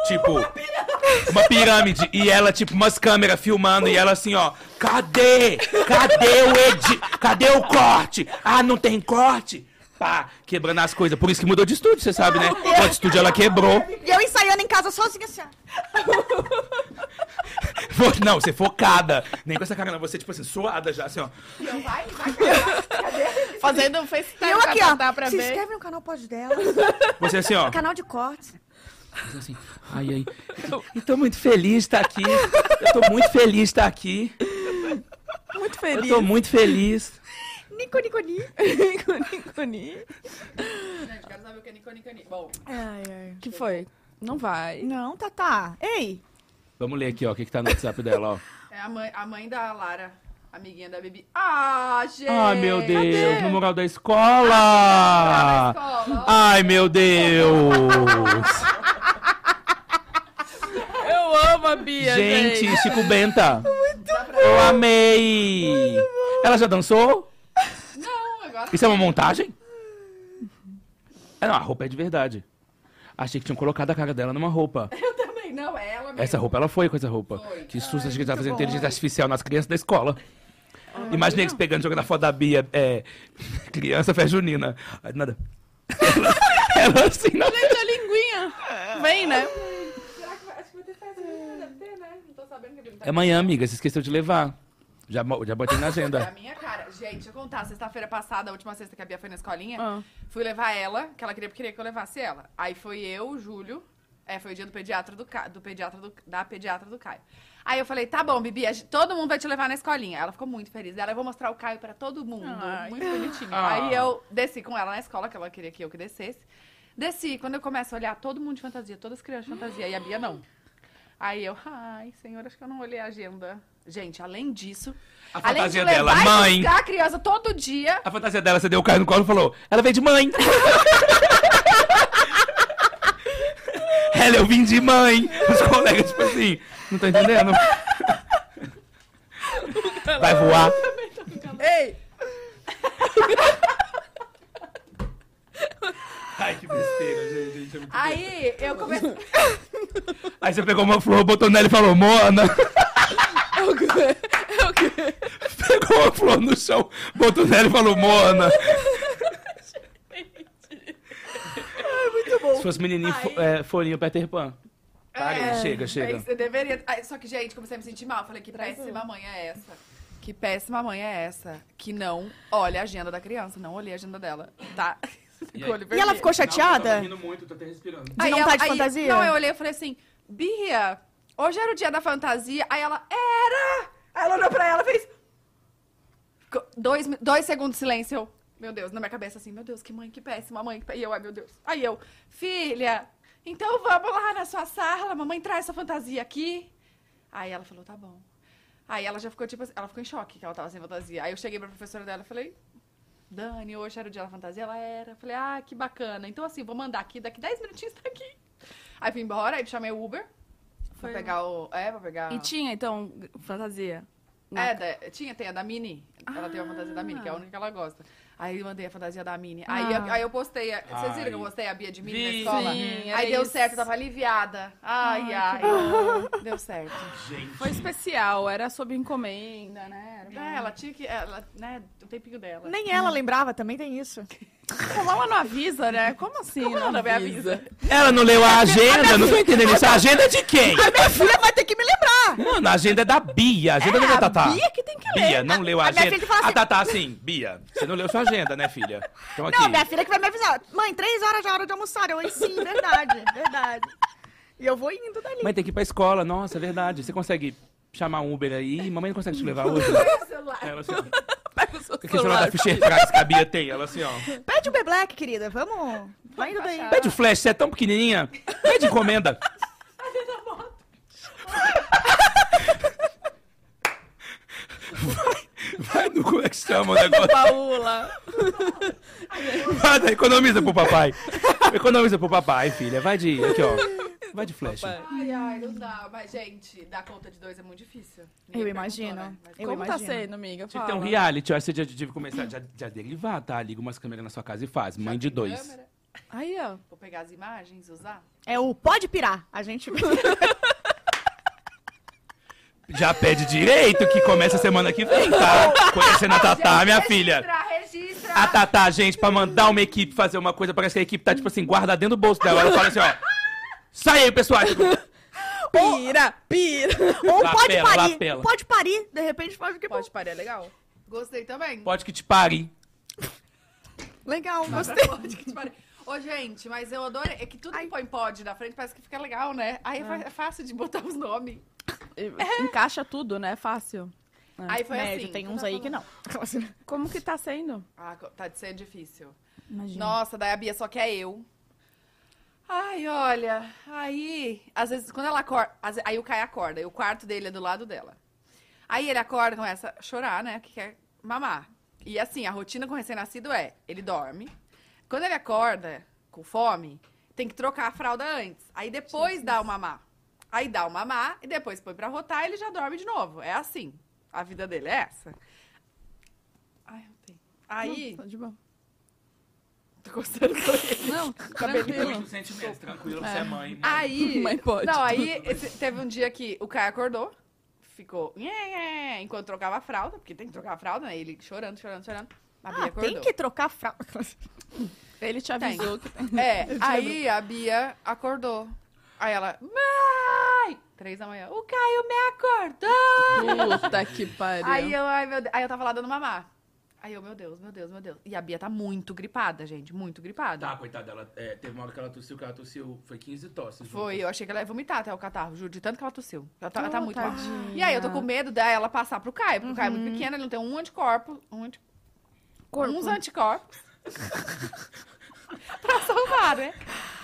tipo, uma pirâmide. E ela, tipo, umas câmeras filmando. E ela, assim, ó, cadê? Cadê o edi? Cadê o corte? Ah, não tem corte? Pá, quebrando as coisas. Por isso que mudou de estúdio, você sabe, né? O outro estúdio ela quebrou. E eu ensaiando em casa sozinha assim. ó. Fo- Não, você focada. Nem com essa cara, não. Você, tipo assim, suada já, assim, ó. Não vai? Vai acabar. Fazendo um E FaceTime eu aqui, pra, pra, ó. pra Se ver. inscreve no canal Pode Dela. Você, assim, ó. Canal de cortes. Assim, ai, ai. Eu tô muito feliz de estar aqui. Eu tô muito feliz de estar aqui. Muito Eu feliz. tô muito feliz. Nico, nico, nico. Gente, quero saber o que é Niconi Cani. Bom, Ai, ai. que foi? Não vai. Não, Tatá. Ei, Vamos ler aqui, ó, o que, que tá no WhatsApp dela, ó. é a mãe, a mãe da Lara, amiguinha da Bibi. Ah, gente! Ai, meu Deus, Cadê? no mural da escola! Ah, na escola. Ai, meu Deus! Eu amo a Bia, gente. Gente, Chico Benta! Eu amei! Ela já dançou? Não, agora. Isso é uma montagem? Ah, não, a roupa é de verdade. Achei que tinham colocado a cara dela numa roupa. Eu também. Não, é ela mesmo. Essa roupa, ela foi com essa roupa. Foi. Que susto, achei que tava fazendo inteligência artificial nas crianças da escola. Imagina eles pegando, jogando a foto da Bia, é, criança fé junina. Aí, Nada. Ela, ela assim, na Gente, a linguinha. Vem, né? Será que vai? Acho que vai ter festa. Deve ter, né? Não tô sabendo que ele tá É amanhã, amiga, você esqueceu de levar. Já, mo- já botei na É a agenda. minha cara. Gente, deixa eu contar. Sexta-feira passada, a última sexta que a Bia foi na escolinha, Ah. fui levar ela, que ela queria, queria que eu levasse ela. Aí foi eu, o Júlio. É, foi o dia do pediatra do, Ca... do pediatra do... da pediatra do Caio. Aí eu falei, tá bom, Bibi, a gente- todo mundo vai te levar na escolinha. Ela ficou muito feliz. Ela, eu vou mostrar o Caio pra todo mundo. Ai. Muito bonitinho. Ah. Aí eu desci com ela na escola, que ela queria que eu que descesse. Desci, quando eu começo a olhar, todo mundo de fantasia, todas as crianças de fantasia, e a Bia não. Aí eu, ai, senhor, acho que eu não olhei a agenda. Gente, além disso, A Além fantasia de levar dela, e mãe. buscar a criança todo dia. A fantasia dela, você deu o carro no colo e falou: ela veio de mãe. Ela, eu vim de mãe. Os colegas, tipo assim, não tô entendendo. Vai voar. Ei! Ai, que besteira, gente. gente é muito bom. Aí eu comecei. Aí você pegou uma flor, botou nela e falou, Mona. Eu, eu, Pegou uma flor no chão, botou nela e falou, Mona. Muito bom. Se fosse menininho, fo é, folhinho Peter Pan. Parei, chega, chega. Você deveria. Ai, Só É, que, gente, comecei a me sentir mal. Falei, que um." péssima mãe é essa? Que péssima mãe é essa? Que não olha a agenda da criança. Não olhei a agenda dela. Tá? Ficou olho E ela vermelho. ficou chateada? tá muito, tô até respirando. De não tá de fantasia? Não, eu olhei e falei assim, Bia, hoje era o dia da fantasia. Aí ela, era! Aí ela olhou pra ela e fez... Ficou Dois, mi- dois segundos de silêncio. eu, Meu Deus, na minha cabeça assim, meu Deus, que mãe, que péssima mãe. que pé-" E eu, ai meu Deus. Aí eu, filha, então vamos lá na sua sala, mamãe traz sua fantasia aqui. Aí ela falou, tá bom. Aí ela já ficou tipo assim, ela ficou em choque que ela tava sem fantasia. Aí eu cheguei pra professora dela e falei, Dani, hoje era o dia da fantasia, ela era. Falei, ah, que bacana. Então, assim, vou mandar aqui, daqui 10 minutinhos tá aqui. Aí fui embora, aí chamei o Uber. Pra Foi. pegar o. É, pra pegar. E tinha, então, fantasia. na É, da- tinha, tem a da Mini. Ela tem a fantasia da Mini, que é a única que ela gosta. Aí eu mandei a fantasia da Mini. Aí, eu- Ah. aí eu postei. a- Vocês viram que eu Ai. postei a Bia de Mini na Vi. escola? Sim, aí era deu isso. certo, eu tava aliviada. Ai, ai. deu certo. Foi especial, era sob encomenda, né? Era É, ela tinha que. Ela, né, o tempinho dela. Nem ela lembrava, também tem isso. Como ela não avisa, né? Como assim? Como ela não me avisa? Ela não leu a agenda, não tô entendendo isso. A agenda é de quem? Minha filha vai ter que me lembrar! Mano, a agenda é da Bia, a agenda não é da Tatá. Bia que tem que ler. Bia, não leu a, a minha agenda. filha fala assim- A Tatá, assim, Bia, você não leu sua agenda, né, filha? Então aqui. Não, minha filha que vai me avisar. Mãe, três horas já é hora de almoçar. Eu, sim, verdade, verdade. E eu vou indo dali. Mãe, tem que ir pra escola. Nossa, é verdade. Você consegue chamar um Uber aí? Mamãe não consegue te levar hoje? Pega o celular. Ela assim, ó. Pega o seu O que a senhora celular. da Fischer Price que a Bia tem? Ela assim, ó. Pede o B-Black, querida. Vamos. Vai indo daí. Pede o flash, você é tão pequenininha. Pede encomenda. Vai, vai no. Como é que chama o negócio? Paula. Vai, daí, economiza pro papai. Economiza pro papai, filha. Vai de. Aqui, ó. Vai de flash. Papai. Ai, ai, não dá. Mas, gente, dar conta de dois é muito difícil. Eu perguntou, imagino. né? Mas Eu Como tá imagino. sendo, amiga? Se tem um Fala. reality, eu acho que você já devia começar já, já derivar, tá? Liga umas câmeras na sua casa e faz. Mãe de tem dois. câmera? Aí, ó. Vou pegar as imagens e usar. É o pode pirar. A gente. Já pede direito que começa a semana que vem, tá? Conhecendo a Tatá, minha filha. Ah, tá. Registra, A Tatá, gente, pra mandar uma equipe fazer uma coisa, parece que a equipe tá, tipo assim, guardada dentro do bolso dela. Ela fala assim, ó. Sai aí, pessoal. Tipo, Pira, pira. Ou Lapela, pode parir. lapela. Pode parir. De repente faz o que Pode parar, é legal. Gostei também. pode que te pare. Legal, Pra gostei. pode que te pare. Ô, gente, mas eu adorei. É que tudo que põe pod na frente parece que fica legal, né? Aí é, Ah. fa- é fácil de botar os nomes. E- Encaixa tudo, né? Fácil. É. Aí foi Ah. Médio, assim. tem então tu uns tá aí que falando. não. Como que tá sendo? Ah, co- tá de ser difícil. Imagina. Nossa, daí a Bia só quer eu. Ai, olha, aí, às vezes, quando ela acorda, às ve- aí o Caio acorda, e o quarto dele é do lado dela. Aí ele acorda, começa a chorar, né, que quer mamar. E assim, a rotina com o recém-nascido é, ele dorme, quando ele acorda com fome, tem que trocar a fralda antes, aí depois dá o mamar. Aí dá o mamar, e depois põe pra rotar, e ele já dorme de novo. É assim, a vida dele é essa. Ai, eu tenho. Aí, Tá de bom. tô gostando da orelha. Não, tranquilo. sentimento, tranquilo, você é mãe. Aí. Mãe pode. Não, aí esse- teve um dia que o Caio acordou, ficou. "Nhê, nhê", enquanto trocava a fralda, porque tem que trocar a fralda, né? Ele chorando, chorando, chorando. A Bia Ah, acordou. tem que trocar a fralda. Ele te avisou que tem. É, aí a Bia acordou. Aí ela. Mãe! Três da manhã. O Caio me acordou! Puta que pariu. Aí eu, ai, meu Deus. Aí eu tava lá dando mamar. Aí eu, meu Deus, meu Deus, meu Deus. E a Bia tá muito gripada, gente. Muito gripada. Tá, coitada, ela, é, teve uma hora que ela tossiu, que ela tossiu, foi 15 tosses. Foi, eu achei que ela ia vomitar até o catarro, juro, de tanto que ela tossiu. Ela tá, ela tá Oh, muito mal. tadinha. Uhum. E aí eu tô com medo dela passar pro Caio, porque o Caio é muito pequeno, ele não tem um anticorpo, um anti- uns anticorpos. pra salvar, né?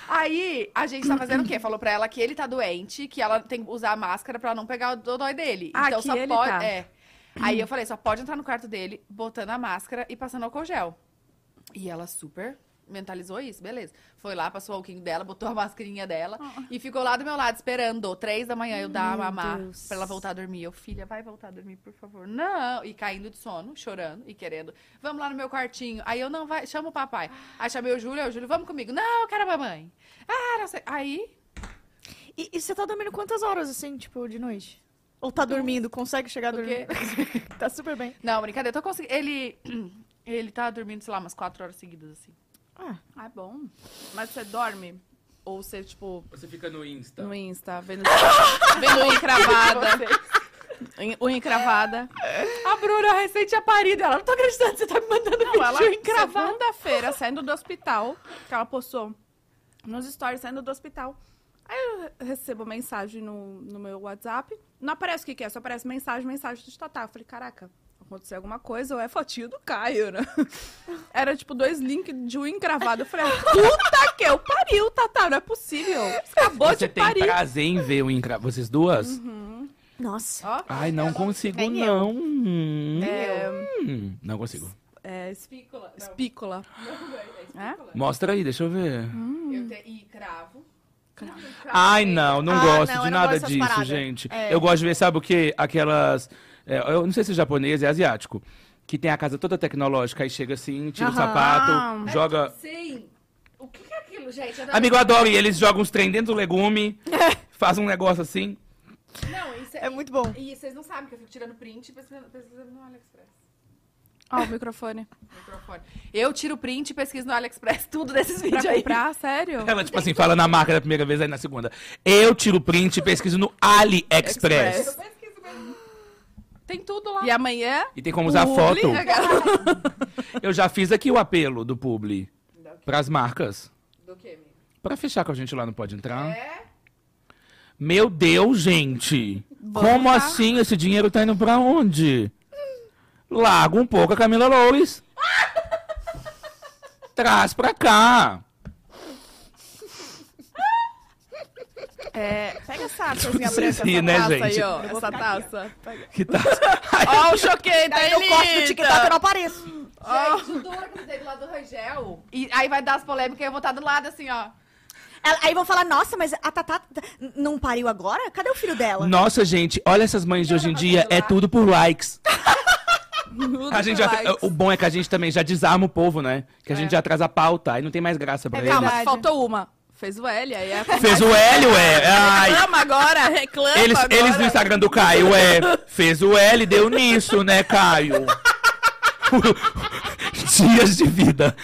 Aí a gente tá fazendo o quê? Falou pra ela que ele tá doente, que ela tem que usar a máscara pra não pegar o dodói dele. Ah, então que só ele pode. tá. É. Aí eu falei, só pode entrar no quarto dele botando a máscara e passando álcool gel. E ela super mentalizou isso, beleza. Foi lá, passou o walking dela, botou a mascarinha dela e ficou lá do meu lado esperando. Três da manhã eu dar a mamar Deus. pra ela voltar a dormir. Eu, filha, vai voltar a dormir, por favor. Não! E caindo de sono, chorando e querendo. Vamos lá no meu quartinho. Aí eu, não, vai, chama o papai. Aí chamei o Júlio, aí o Júlio, vamos comigo. Não, eu quero a mamãe. Ah, não sei. Aí, E, e você tá dormindo quantas horas, assim, tipo, de noite? Ou tá dormindo, consegue chegar a dormir? Porque- tá super bem. não, brincadeira, eu tô conseguindo. Ele, ele tá dormindo, sei lá, umas quatro horas seguidas, assim. Ah, Ah, é bom. Mas você dorme? Ou você, tipo, Você fica no Insta. no Insta, vendo, vendo unha cravada? Unha- Unha cravada. A Bruna recente tinha parido. Ela, não tô acreditando que você tá me mandando Não, vídeo ela, encravado. segunda-feira, saindo do hospital, que ela postou nos stories, saindo do hospital. Aí eu recebo mensagem no, no meu WhatsApp. Não aparece o que, que é, só aparece mensagem, mensagem do Tatá. Eu falei, caraca, aconteceu alguma coisa ou é fotinho do Caio, né? Era tipo dois links de um encravado. Eu falei, ah, puta que eu pariu, Tatá, não é possível. Acabou Você de tem parir. prazer em ver o Insta. Vocês duas? Uhum. nossa. Ó, Ai, não consigo, Nem eu. não. Hum, hum, Não consigo. é, Espícola. Não, espícola. é espícola. Mostra aí, deixa eu ver. Hum, Eu te... E cravo. Ai, não, não Ah, gosto não, de eu não nada gosto dessas disso, paradas. gente. É. Eu gosto de ver, sabe o quê? Aquelas. é, eu não sei se é japonês, é asiático. Que tem a casa toda tecnológica, aí chega assim, tira o Aham. É sapato, joga. Sim. O que que é aquilo, gente? Eu não- Amigo, eu adoro, e eles jogam uns trem dentro do legume, faz um negócio assim. Não, isso É muito bom. E vocês não sabem que eu fico tirando print e pesquisando, pesquisando no AliExpress. Ó, o microfone. Microfone. Eu tiro print e pesquiso no AliExpress tudo desses Pra vídeos aí. comprar, sério? Ela, tipo assim, fala na marca da primeira vez, aí na segunda. Eu tiro print e pesquiso no AliExpress. Express. Pesquiso mesmo. Tem tudo lá. E amanhã... E tem como usar publi, foto. né, cara? Eu já fiz aqui o apelo do publi pras marcas. Do que, amigo? Pra fechar com a gente lá no Pode Entrar. É? Meu Deus, gente! Como assim esse dinheiro tá indo pra onde? Larga um pouco a Camila Loures. Traz pra cá. É, pega essa Tudo coisinha branca, vocês essa riem, né, taça gente? aí, ó. Essa taça. Que tá... Ó o choquei, tá Aí eu corto do TikTok, eu não apareço. Gente, o duro que teve lá do Rangel. E aí vai dar as polêmicas e eu vou estar do lado assim, ó. Ela- Aí vão falar, nossa, mas a Tatá t- não pariu agora? Cadê o filho dela? Nossa, gente, olha essas mães de hoje em dia. É tudo por likes. A gente já- o bom é que a gente também já desarma o povo, né? Que a gente já traz a pauta. Aí não tem mais graça pra É, ele. calma, eles. faltou uma. Fez o L, aí é... Fez o L, ué. Ai. Reclama agora, reclama Eles, agora. eles no Instagram do Caio, é. Fez o L, deu nisso, né, Caio? Dias de vida.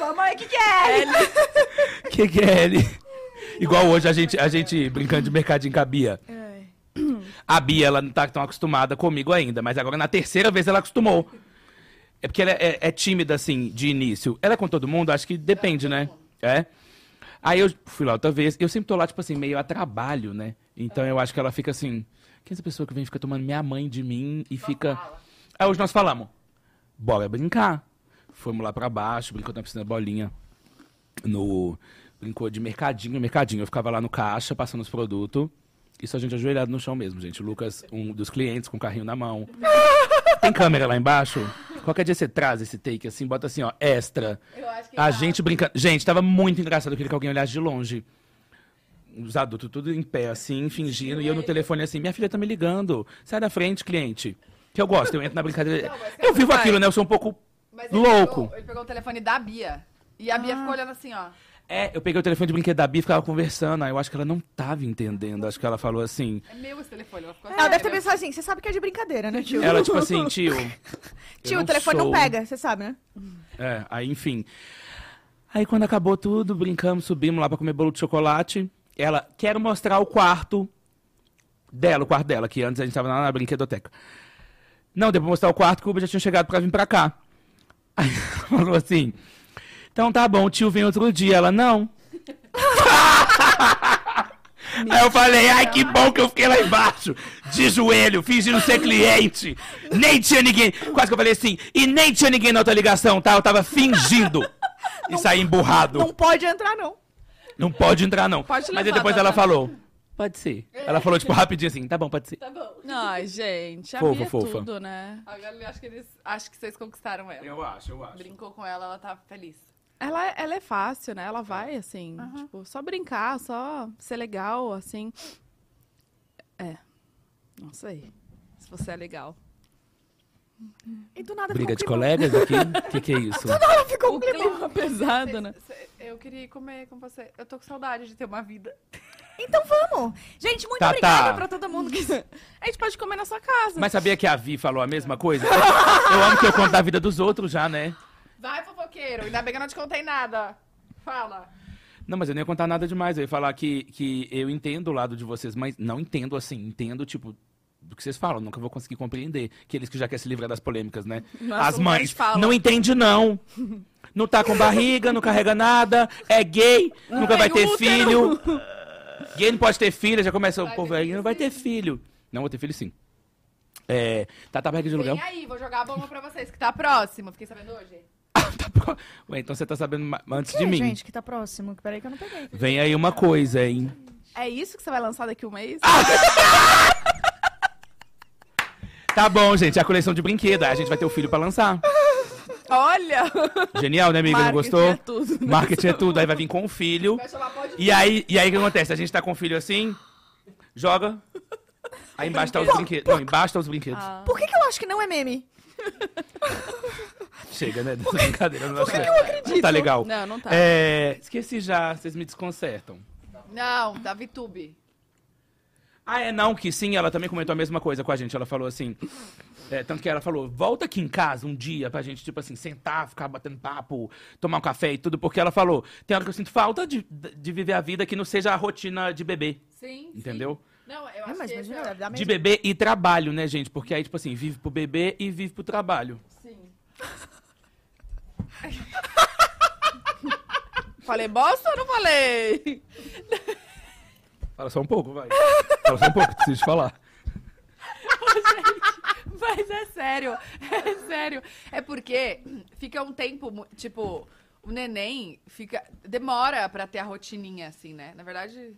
Mamãe, o que que é L? Que que é L? Igual hoje a gente, a gente brincando de mercadinho com a Bia. A Bia, ela não tá tão acostumada comigo ainda, mas agora na terceira vez ela acostumou. É porque ela é, é tímida, assim, de início. Ela é com todo mundo? Acho que depende, né? É. Aí eu fui lá outra vez, eu sempre tô lá, tipo assim, meio a trabalho, né? Então eu acho que ela fica assim. Quem é essa pessoa que vem e fica tomando minha mãe de mim e fica. Aí hoje nós falamos, bora brincar. Fomos lá pra baixo, brincou na piscina bolinha. No. Brincou de mercadinho, mercadinho. Eu ficava lá no caixa, passando os produtos. Isso a gente ajoelhado no chão mesmo, gente. O Lucas, um dos clientes, com o carrinho na mão. Tem câmera lá embaixo? Qualquer dia você traz esse take assim, bota assim, ó, extra. Eu acho que A gente brincando. Gente, tava muito engraçado. Eu queria que alguém olhasse de longe. Os adultos tudo em pé, assim, fingindo. E eu no telefone assim, minha filha tá me ligando. Sai da frente, cliente. Que eu gosto, eu entro na brincadeira. Não, mas Eu vivo vai. aquilo, né? Eu sou um pouco Mas ele louco. Pegou, ele pegou o telefone da Bia. E a Bia ficou olhando assim, ó. É, eu peguei o telefone de brinquedo da Bia e ficava conversando. Aí eu acho que ela não tava entendendo. Acho que ela falou assim. É meu esse telefone. Ela ficou assim. Ela deve ter entendeu? pensado assim, você sabe que é de brincadeira, né, tio? Ela, tipo assim, tio. Tio, eu o telefone não sou- pega, você sabe, né? É, aí enfim. Aí quando acabou tudo, brincamos, subimos lá pra comer bolo de chocolate. Ela, quero mostrar o quarto dela, o quarto dela, que antes a gente tava lá na brinquedoteca. Não, depois mostrar o quarto, que o Uber já tinha chegado pra vir pra cá. Aí ela falou assim, então tá bom, o tio vem outro dia. Ela, não. Aí eu falei, ai, que bom que eu fiquei lá embaixo, de joelho, fingindo ser cliente. Nem tinha ninguém. Quase que eu falei assim, e nem tinha ninguém na outra ligação, tá? Eu tava fingindo. E saí emburrado. Não pode entrar, não. Não pode entrar, não. Pode Mas aí levar, depois tá, ela tá. falou: Pode ser. Ela falou, tipo, rapidinho assim, tá bom, pode ser. Tá bom. Ai, gente, a Fofa, Bia é fofa. tudo, né? Agora eu acho que eles. Acho que vocês conquistaram ela. acho, eu acho. Brincou com ela, ela tá feliz. Ela, ela é fácil, né? Ela vai, assim, tipo, só brincar, só ser legal, assim. É. Não sei se você é legal. E do nada Briga de ficou um colegas aqui? O que, que é isso? clima- Ficou um O clima. clima Tá pesado, né? Cês- cê- Eu queria comer com você. Eu tô com saudade de ter uma vida. Então vamos. Gente, muito Tá, obrigada tá. pra todo mundo que A gente pode comer na sua casa. Mas sabia que a Vi falou a mesma coisa? Eu amo que eu conto da vida dos outros já, né? Vai, fofoqueiro. Ainda bem que eu não te contei nada. Fala. Não, mas eu não ia contar nada demais. Eu ia falar que, que eu entendo o lado de vocês, mas não entendo assim. Entendo, tipo, do que vocês falam. Nunca vou conseguir compreender. Aqueles que já querem se livrar das polêmicas, né? Nossa, As o Lucas mães. fala. Não entende, não. Não tá com barriga, não carrega nada, é gay, nunca tem vai ter útero. filho. Gay não pode ter filho, já começa o Vai povo ter aí, filho, não vai sim. ter filho. Não, vou ter filho sim. É. Tá, tá, barriga de Vem aluguel. aí, vou jogar a bomba pra vocês, que tá próximo. Fiquei sabendo hoje. Tá bom. Ué, então você tá sabendo ma- antes Que, de mim. gente, que tá próximo. Peraí que eu não peguei. Vem aí uma coisa, hein? É isso que você vai lançar daqui um mês? Tá bom, gente, é a coleção de brinquedo. Aí a gente vai ter o filho pra lançar. Olha! Genial, né, amiga? Não Marketing gostou? é tudo, né? Marketing é tudo. Aí vai vir com o filho. Vai chamar pode E aí, e aí o que acontece? A gente tá com o filho assim, joga. Aí embaixo tá os brinquedos. Não, embaixo tá os brinquedos. Ah. Por que, que eu acho que não é meme? Chega, né? Dessa brincadeira. Não, que Eu acredito. tá legal. Não, não tá. É, esqueci já, vocês me desconcertam. Não, da VTube. Ah, é não, que sim, ela também comentou a mesma coisa com a gente. Ela falou assim. é, tanto que ela falou, volta aqui em casa um dia pra gente, tipo assim, sentar, ficar batendo papo, tomar um café e tudo, porque ela falou, tem hora que eu sinto falta de, de viver a vida que não seja a rotina de bebê, Sim. entendeu? Não, eu É, acho mas que imagina, esse é- dá De mesmo. bebê e trabalho, né, gente? Porque aí, tipo assim, vive pro bebê e vive pro trabalho. Sim. Falei bosta ou não falei? Fala só um pouco, vai. Fala só um pouco, preciso te falar. Mas é sério, é sério. É porque fica um tempo, mu- tipo, o neném fica. Demora pra ter a rotininha, assim, né? Na verdade.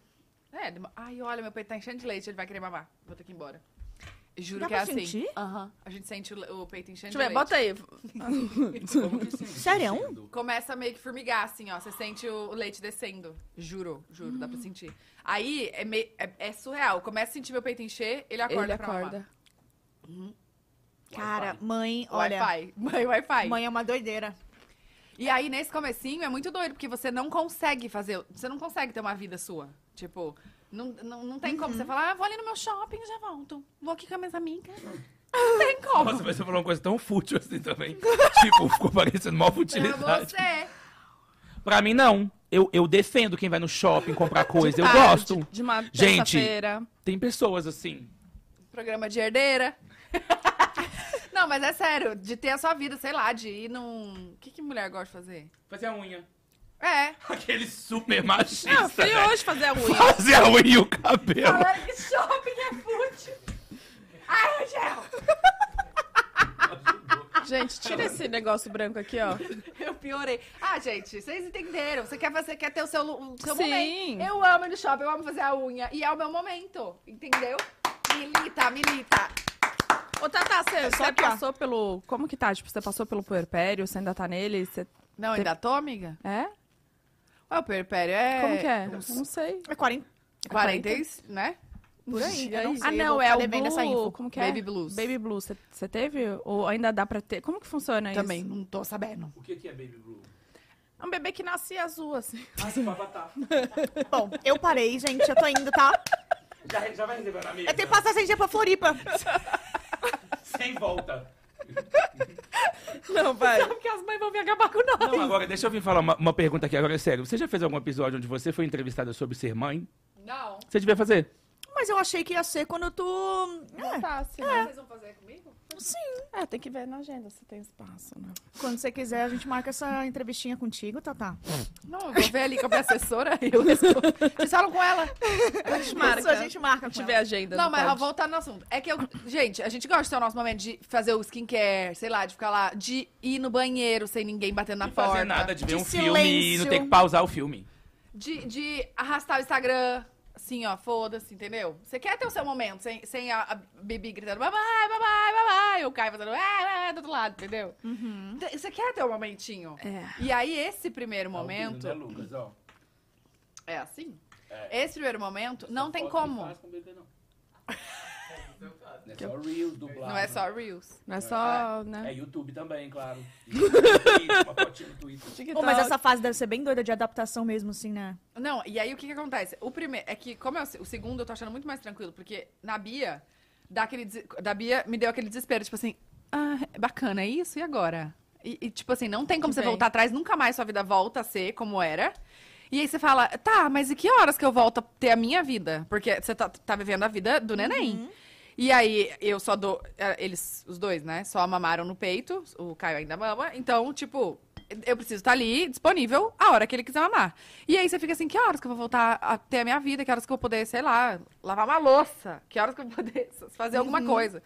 É, demo- ai, olha, meu peito tá enchendo de leite, ele vai querer mamar. Vou ter que ir embora. Juro Dá que é pra assim. sentir? Aham. A gente sente o, le- o peito enchendo Deixa de eu ver, leite. bota aí. Sério? é um? Começa a meio que formigar, assim, ó. Você sente o o leite descendo. Juro, juro, dá Hum. pra sentir. Aí é, meio, é, é surreal. Começa a sentir meu peito encher, ele acorda Ele pra mamar. acorda. Cara, mãe, olha. Wi-Fi. Mãe, Wi-Fi. Mãe é uma doideira. E aí, nesse comecinho, é muito doido, porque você não consegue fazer. Você não consegue ter uma vida sua. Tipo, não, não, não tem como você falar, ah, vou ali no meu shopping e já volto. Vou aqui com as minhas amigas. Não tem como. Nossa, mas você falou uma coisa tão fútil assim também. tipo, ficou parecendo mal pra futilidade. você. Pra mim, não. Eu, eu defendo quem vai no shopping comprar coisa. Eu Tarde, gosto. De uma Gente. terça-feira. Tem pessoas assim. Programa de herdeira. não, mas é sério, de ter a sua vida, sei lá, de ir num. O que, que mulher gosta de fazer? Fazer a unha. É. Aquele super machista. Não, Ah, eu fui né? hoje Ah, fazer a unha. Fazer a unha e o cabelo. que shopping é fútil. Ai, Rangel! Gente, tira esse negócio branco aqui, ó. Eu piorei. Ah, gente, vocês entenderam. Você quer fazer, quer ter o seu, lu- o seu Sim. momento. Eu amo ir no shopping, eu amo fazer a unha. E é o meu momento, entendeu? Milita, milita. Ô, Tata, você só Tata. passou pelo... Como que tá? Tipo, você passou pelo puerpério, você ainda tá nele? Você... Não, ainda tô, amiga? É? Ué, o perpério é... Como que é? Uns Não sei. É 40. 40, e- né? Por aí. E eu aí? não sei, ah, eu não, vou é ficar o devendo Blue... essa info. Como que é? Baby Blues. Baby Blues. Você- Você teve? Ou ainda dá pra ter? Como que funciona isso? Também, não tô sabendo. O que é Baby Blue? Ah, É um bebê que nasce azul, assim. Bom, eu parei, gente. Eu tô indo, tá? Já, já vai receber na É Eu tenho tipo passagem dia pra Floripa. Sem volta. Não, vai. Porque as mães vão vir acabar com nós. Não, agora, deixa eu vir falar uma, uma pergunta aqui. Agora é sério. Você já fez algum episódio onde você foi entrevistada sobre ser mãe? Não. Você devia fazer. Mas eu achei que ia ser quando eu tô. Não É, tá, assim, né? Vocês vão fazer comigo? sim. É, tem que ver na agenda se tem espaço, né? Quando você quiser, a gente marca essa entrevistinha contigo, Tatá. Não, eu vou ver ali com a minha assessora e eu respondo. Vocês falam com ela. A gente Isso, a gente Se marca. com tiver ela. agenda, Não, mas pode. voltar no assunto. É que eu. Gente, a gente gosta de ter o nosso momento de fazer o skincare, sei lá, de ficar lá, de ir no banheiro sem ninguém batendo na Não porta. fazer nada, de ver De um filme e não ter que silêncio. pausar o filme. De, de arrastar o Instagram. Assim, ó, foda-se, entendeu? Você quer ter o seu momento sem, sem a, a Bibi gritando babai, babai, babai, e o Caio fazendo ah, ah", do outro lado, entendeu? Então, Você quer ter um momentinho. Uhum. É. E aí, esse primeiro Tá Né, momento. Lucas? Ó. É assim? Esse primeiro momento não tem como. Não faz com bebê, não. É Não é só Reels, dublado. Não é só Reels. Não é só, É né? YouTube também, claro. Twitter, uma fotinha no É. Twitter. Pô, TikTok. mas é essa fase deve ser bem doida de adaptação mesmo, assim, né? Não, e aí o que que acontece? O primeiro é que, como é o, se- o segundo, eu tô achando muito mais tranquilo, porque na Bia, dá aquele, dese- da Bia me deu aquele desespero, tipo assim, ah, bacana, é isso? E agora? E, e, tipo assim, não tem como Que você bem. voltar atrás, nunca mais sua vida volta a ser como era. E aí você fala, tá, mas e que horas que eu volto a ter a minha vida? Porque você tá, tá vivendo a vida do neném. E aí, eu só dou. eh, Eles, os dois, né? Só mamaram no peito. O Caio ainda mama. Então, tipo, eu preciso estar ali disponível a hora que ele quiser mamar. E aí você fica assim: que horas que eu vou voltar a ter a minha vida? Que horas que eu vou poder, sei lá, lavar uma louça? Que horas que eu vou poder fazer alguma coisa?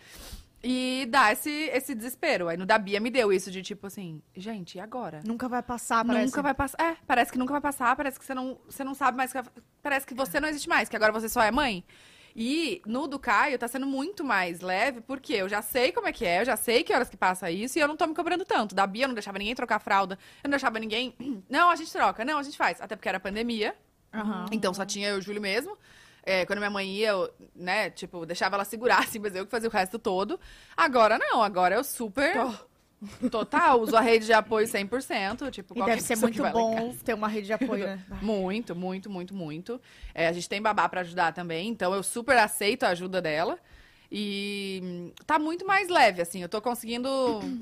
E dá esse, esse desespero. Aí no da Bia me deu isso de tipo assim: gente, e agora? Nunca vai passar, parece. Nunca vai passar. É, parece que nunca vai passar, parece que você não, você não sabe mais. que- Parece que você não existe mais, que agora você só é mãe. E no do Caio tá sendo muito mais leve, porque eu já sei como é que é, eu já sei que horas que passa isso e eu não tô me cobrando tanto. Da Bia eu não deixava ninguém trocar fralda, eu não deixava ninguém. Não, a gente troca, não, a gente faz. Até porque era pandemia, Aham. então só tinha eu e o Júlio mesmo. É, quando minha mãe ia, eu, né, tipo, deixava ela segurar, assim, mas eu que fazia o resto todo. Agora não, agora eu super. Total, uso a rede de apoio 100%. Tipo, E qualquer deve ser pessoa que muito vai lá em casa. bom ter uma rede de apoio, né? Muito, muito, muito, muito. É, a gente tem babá pra ajudar também, então eu super aceito a ajuda dela. E hum, tá muito mais leve, assim. Eu tô conseguindo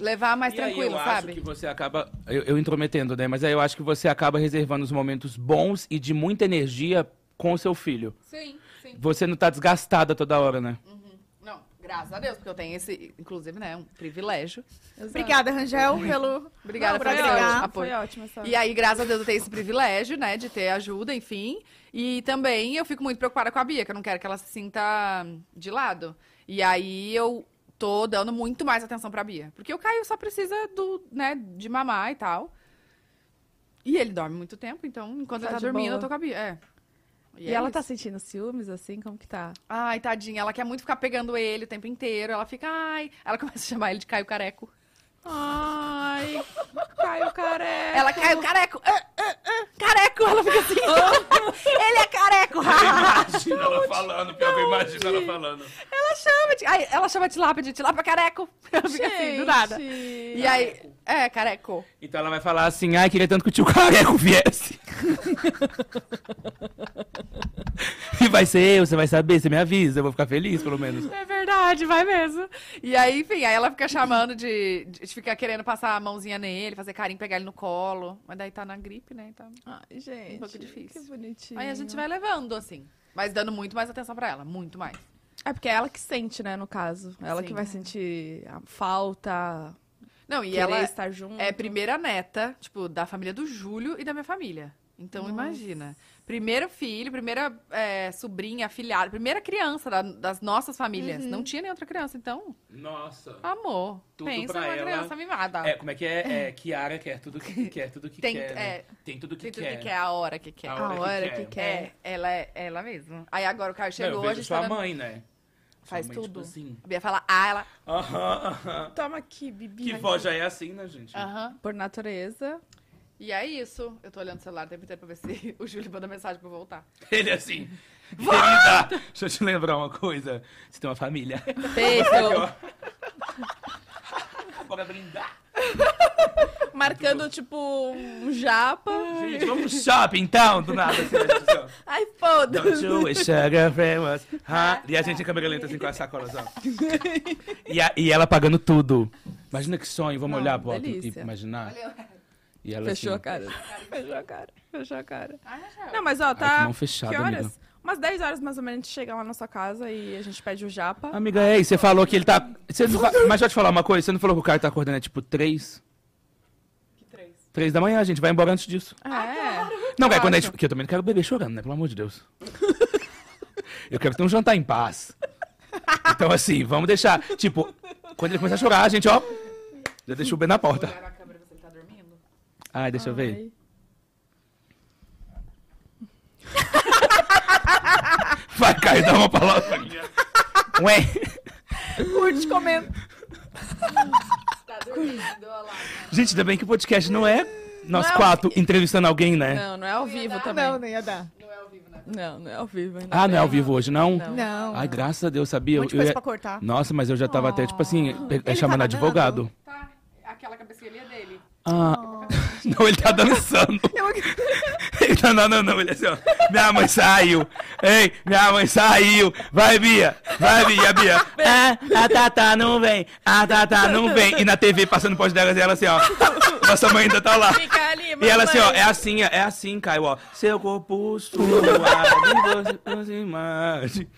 levar mais E aí tranquilo, eu sabe? acho que você acaba. Eu, eu intrometendo, né? Mas aí eu acho que você acaba reservando os momentos bons e de muita energia com o seu filho. Sim, sim. Você não tá desgastada toda hora, né? Não, graças a Deus, porque eu tenho esse, inclusive, né, um privilégio. Obrigada, Rangel, pelo. Obrigada Não, por pra esse agregar. apoio. Foi ótimo essa. E aí, graças a Deus, eu tenho esse privilégio, né, de ter ajuda, enfim. E também eu fico muito preocupada com a Bia, que eu não quero que ela se sinta de lado. E aí eu tô dando muito mais atenção pra Bia. Porque o Caio só precisa do, né, de mamar e tal. E ele dorme muito tempo, então enquanto Tá ele tá de dormindo, boa. eu tô com a Bia. É. E é ela tá isso. sentindo ciúmes, assim? Como que tá? Ai, tadinha, ela quer muito ficar pegando ele o tempo inteiro. Ela fica, ai. Ela começa a chamar ele de Caio Careco. Ai, Caio Careca. Ela caiu careco. Ah, ah, ah, careco, ela fica assim. ele é careco. Imagina ela falando, pior que eu imagino ela falando. ela chama de. Ai, ela chama de lápide, de lápide careco. Ela fica assim, do nada. E aí. É, careco. Então ela vai falar assim, ai, queria tanto que o tio Careco viesse. e vai ser eu, você vai saber, você me avisa, eu vou ficar feliz, pelo menos. É verdade, vai mesmo. E aí, enfim, aí ela fica chamando de. de ficar querendo passar a mãozinha nele, fazer carinho, pegar ele no colo. Mas daí tá na gripe, né? Então. Ai, gente. Um pouco difícil. Que bonitinho. Aí a gente vai levando, assim. Mas dando muito mais atenção pra ela, muito mais. É porque é ela que sente, né, no caso. Ela que Sim. vai sentir a falta, Não, e querer ela estar junto. é primeira neta, tipo, da família do Júlio e da minha família. Então, imagina. Primeiro filho, primeira é, sobrinha, afilhada, primeira criança da- das nossas famílias. Não tinha nem outra criança, então, Nossa. amor. Tudo pensa pra numa ela. criança mimada. É, como é que é? é Kiara quer tudo que quer, tudo que Tem- quer. né? é. Tem tudo que Tem tudo quer. que quer, a hora que quer. A a hora que que quer. É, ela é ela mesmo. Aí agora o Não, Caio chegou, eu a vejo gente sua tá dando- mãe, né? faz Sua mãe, Tipo tudo. assim. A Bia fala, ah, ela. Aham, aham. Toma aqui, Bibi. Que voz já é assim, né, gente? Aham. Por natureza. Uhum. E é isso. Eu tô olhando o celular o tempo inteiro pra ver se o Júlio manda mensagem pra eu voltar. Ele é assim. Querida, deixa eu te lembrar uma coisa. Você tem uma família. Beijo. Bora brindar. Marcando, tipo, um japa. Gente, vamos pro shopping então, do nada. assim, na discussão. Ai, Don't foda-se. you wish sugar famous? Huh? E a gente em câmera lenta, assim, com as sacolas, ó. E, a- e ela pagando tudo. Imagina que sonho, vamos Não, olhar a foto e delícia. imaginar. E ela Fechou a assim, cara. Fechou a cara. Fechou a cara. Ai, Rafael. Não, mas ó, Ai, tá. que mão fechada, que horas? amiga. Umas 10 horas mais ou menos a gente chega lá na sua casa e a gente pede o japa. Amiga, ei, você falou que ele tá... Você não fa- Mas deixa eu te falar uma coisa, você não falou que o cara tá acordando, é tipo três? Que três. Três da manhã, a gente vai embora antes disso. é. Não, cara, quando é tipo... Que eu também não quero beber chorando, né? Pelo amor de Deus. Eu quero ter um jantar em paz. Então, assim, vamos deixar... Tipo, quando ele começar a chorar, a gente, ó... Já deixa o B na porta. Olhar na câmera você tá dormindo? Ai, deixa eu ver. Vai, Caio, dá uma palavrinha. Ué. Curte, comenta. Tá dormindo, olha lá. Gente, ainda bem que o podcast não é nós Não é o- quatro entrevistando alguém, né? Não, não é ao vivo também. Não, não ia dar. Não é ao vivo, né? Não, não é ao vivo. ainda Ah, não é ao bem. vivo hoje, não? Não. Não. Ai, graças a Deus, sabia? Um monte de Eu coisa ia- pra cortar. Nossa, mas eu já tava até, tipo assim, pe- Ele chamando tá advogado. Tá, aquela cabecinha ali é dele. Ah. Não, ele tá dançando. Ele tá- não, não, não, ele é assim, ó. Minha mãe saiu. Ei, minha mãe saiu. Vai, Bia. Vai, Bia, Bia. Ah, a Tata não vem. A Tata não vem. E na TV, passando pós delas, ela assim, ó. Nossa mãe ainda tá lá. Fica ali, E ela assim, ó, mamãe. é assim, é assim, Caio, ó. Seu corpo suave, você assim, não se imagine.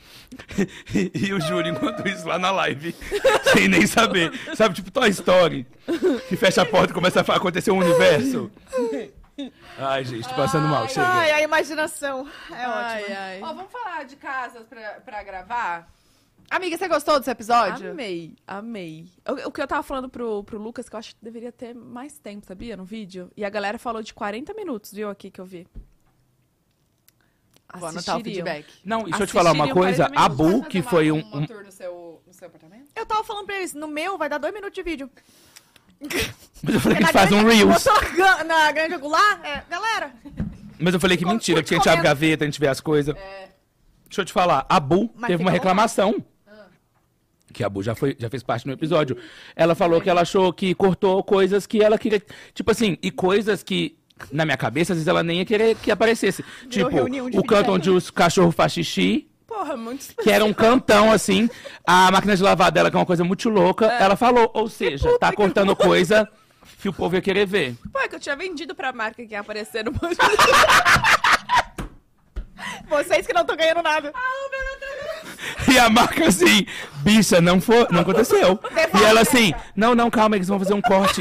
E, e o Júlio, enquanto isso, lá na live, sem nem saber. Sabe, tipo Toy Story, que fecha a porta e começa a acontecer um universo. Ai, gente, tô passando mal, chega. Ai, a imaginação. É Ai, ótimo. ai. Ó, vamos falar de casas pra, pra gravar? Amiga, você gostou desse episódio? Amei, amei. O, o que eu tava falando pro, pro Lucas, que eu acho que deveria ter mais tempo, sabia? No vídeo. E a galera falou de 40 minutos, viu? Aqui que eu vi. Vou anotar o Assistiriam. feedback. Não, e deixa eu te falar uma Assistiriam coisa. 40 A minutos. Bu, Vamos que fazer uma- foi um... Uma tour no seu, no seu apartamento? Eu tava falando pra eles, no meu vai dar dois minutos de vídeo. Mas eu falei que Na faz um grande- Reels. botou gan- na grande angular, é, galera. Mas eu falei que Como mentira, curte, porque a gente abre comenta. gaveta, a gente vê as coisas. Deixa eu te falar, a Bu Mas Ah. teve uma ficou lá. reclamação. Que a Bu já, foi, já fez parte no episódio. Ela falou que ela achou que cortou coisas que ela queria. Tipo assim, e coisas que. Na minha cabeça, às vezes ela nem ia querer que aparecesse. Virou reunião de tipo, o canto feedback. onde os cachorros faz xixi, Porra, muito. que era um cantão assim. A máquina de lavar dela, que é uma coisa muito louca, É. ela falou. Ou seja, tá cortando coisa que o povo ia querer ver. Pô, é que eu tinha vendido pra marca que ia aparecer no Vocês que não estão ganhando nada. Ah, E a marca assim, bicha, não foi, não aconteceu. E ela assim, não, não, calma, eles vão fazer um corte.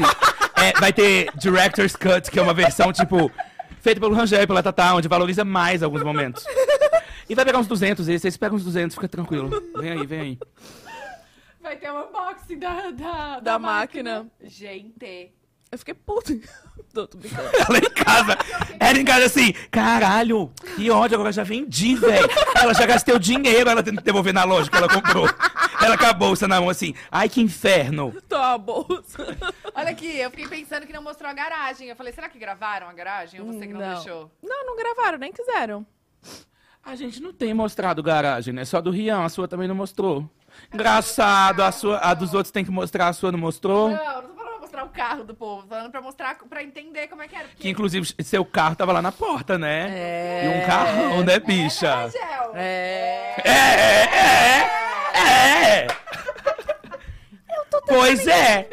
É, vai ter Director's Cut, que é uma versão, tipo, feita pelo Rangel e pela Tatá, onde valoriza mais alguns momentos. E vai pegar uns 200, e vocês pegam uns 200, fica tranquilo. Vem aí, vem aí. Vai ter um unboxing da, da, da máquina. Gente. Eu fiquei puto. tô, tô brincando. Ela em casa, ela em casa assim, caralho, que ódio, agora já vendi, velho. Ela já gastou dinheiro, ela tendo que devolver na loja que ela comprou. Ela com a bolsa na mão assim, ai que inferno. Toma a bolsa. Olha aqui, eu fiquei pensando que não mostrou a garagem. Eu falei, será que gravaram a garagem? Ou você que não, Não. deixou? Não, não gravaram, nem quiseram. A gente não tem mostrado garagem, né? Só do Rian, a sua também não mostrou. Engraçado, a sua, a dos outros tem que mostrar, a sua não mostrou. Não, não tô falando pra mostrar o carro do povo. Tô falando pra mostrar, pra entender como é que era. Porque... Que inclusive seu carro tava lá na porta, né? É. E um carrão, né, É, bicha? Gel. É. É, é, é. é. Pois é!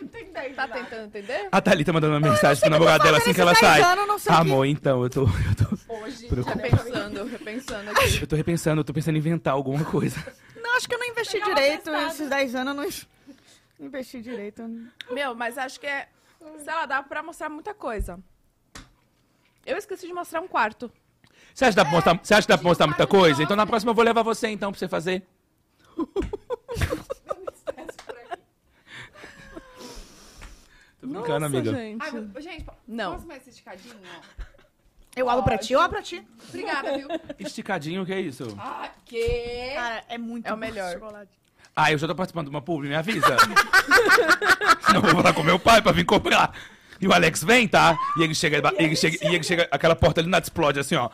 Entendendo. Tá tentando entender? A Thalita mandando uma mensagem pro namorado dela assim que ela nesses sai. 10 anos, não sei o quê. Amor, então, eu tô, eu tô. Hoje, Preocupa- Pensando, repensando aqui. Eu tô repensando, eu tô pensando em inventar alguma coisa. Não, acho que eu não investi Pegar uma direito. testada. Esses 10 anos eu não es- investi direito. Meu, mas acho que é. Sei lá, dá pra mostrar muita coisa. Eu esqueci de mostrar um quarto. Você acha que dá pra mostrar, você acha que dá pra mostrar muita coisa? Então na próxima eu vou levar você então pra você fazer. Tô brincando, amiga. gente. Ai, mas- gente, po- Não. posso mais esse esticadinho? Eu abro pra ti, eu abro pra ti. Obrigada, viu? Esticadinho, o que é isso? Ah, que... Cara, é muito É o bom melhor. chocolate. Ah, eu já tô participando de uma publi, me avisa. Senão eu vou falar com meu pai pra vir comprar. E o Alex vem, tá? E ele chega, ele chega, e ele chega aquela porta ali nada explode assim, ó.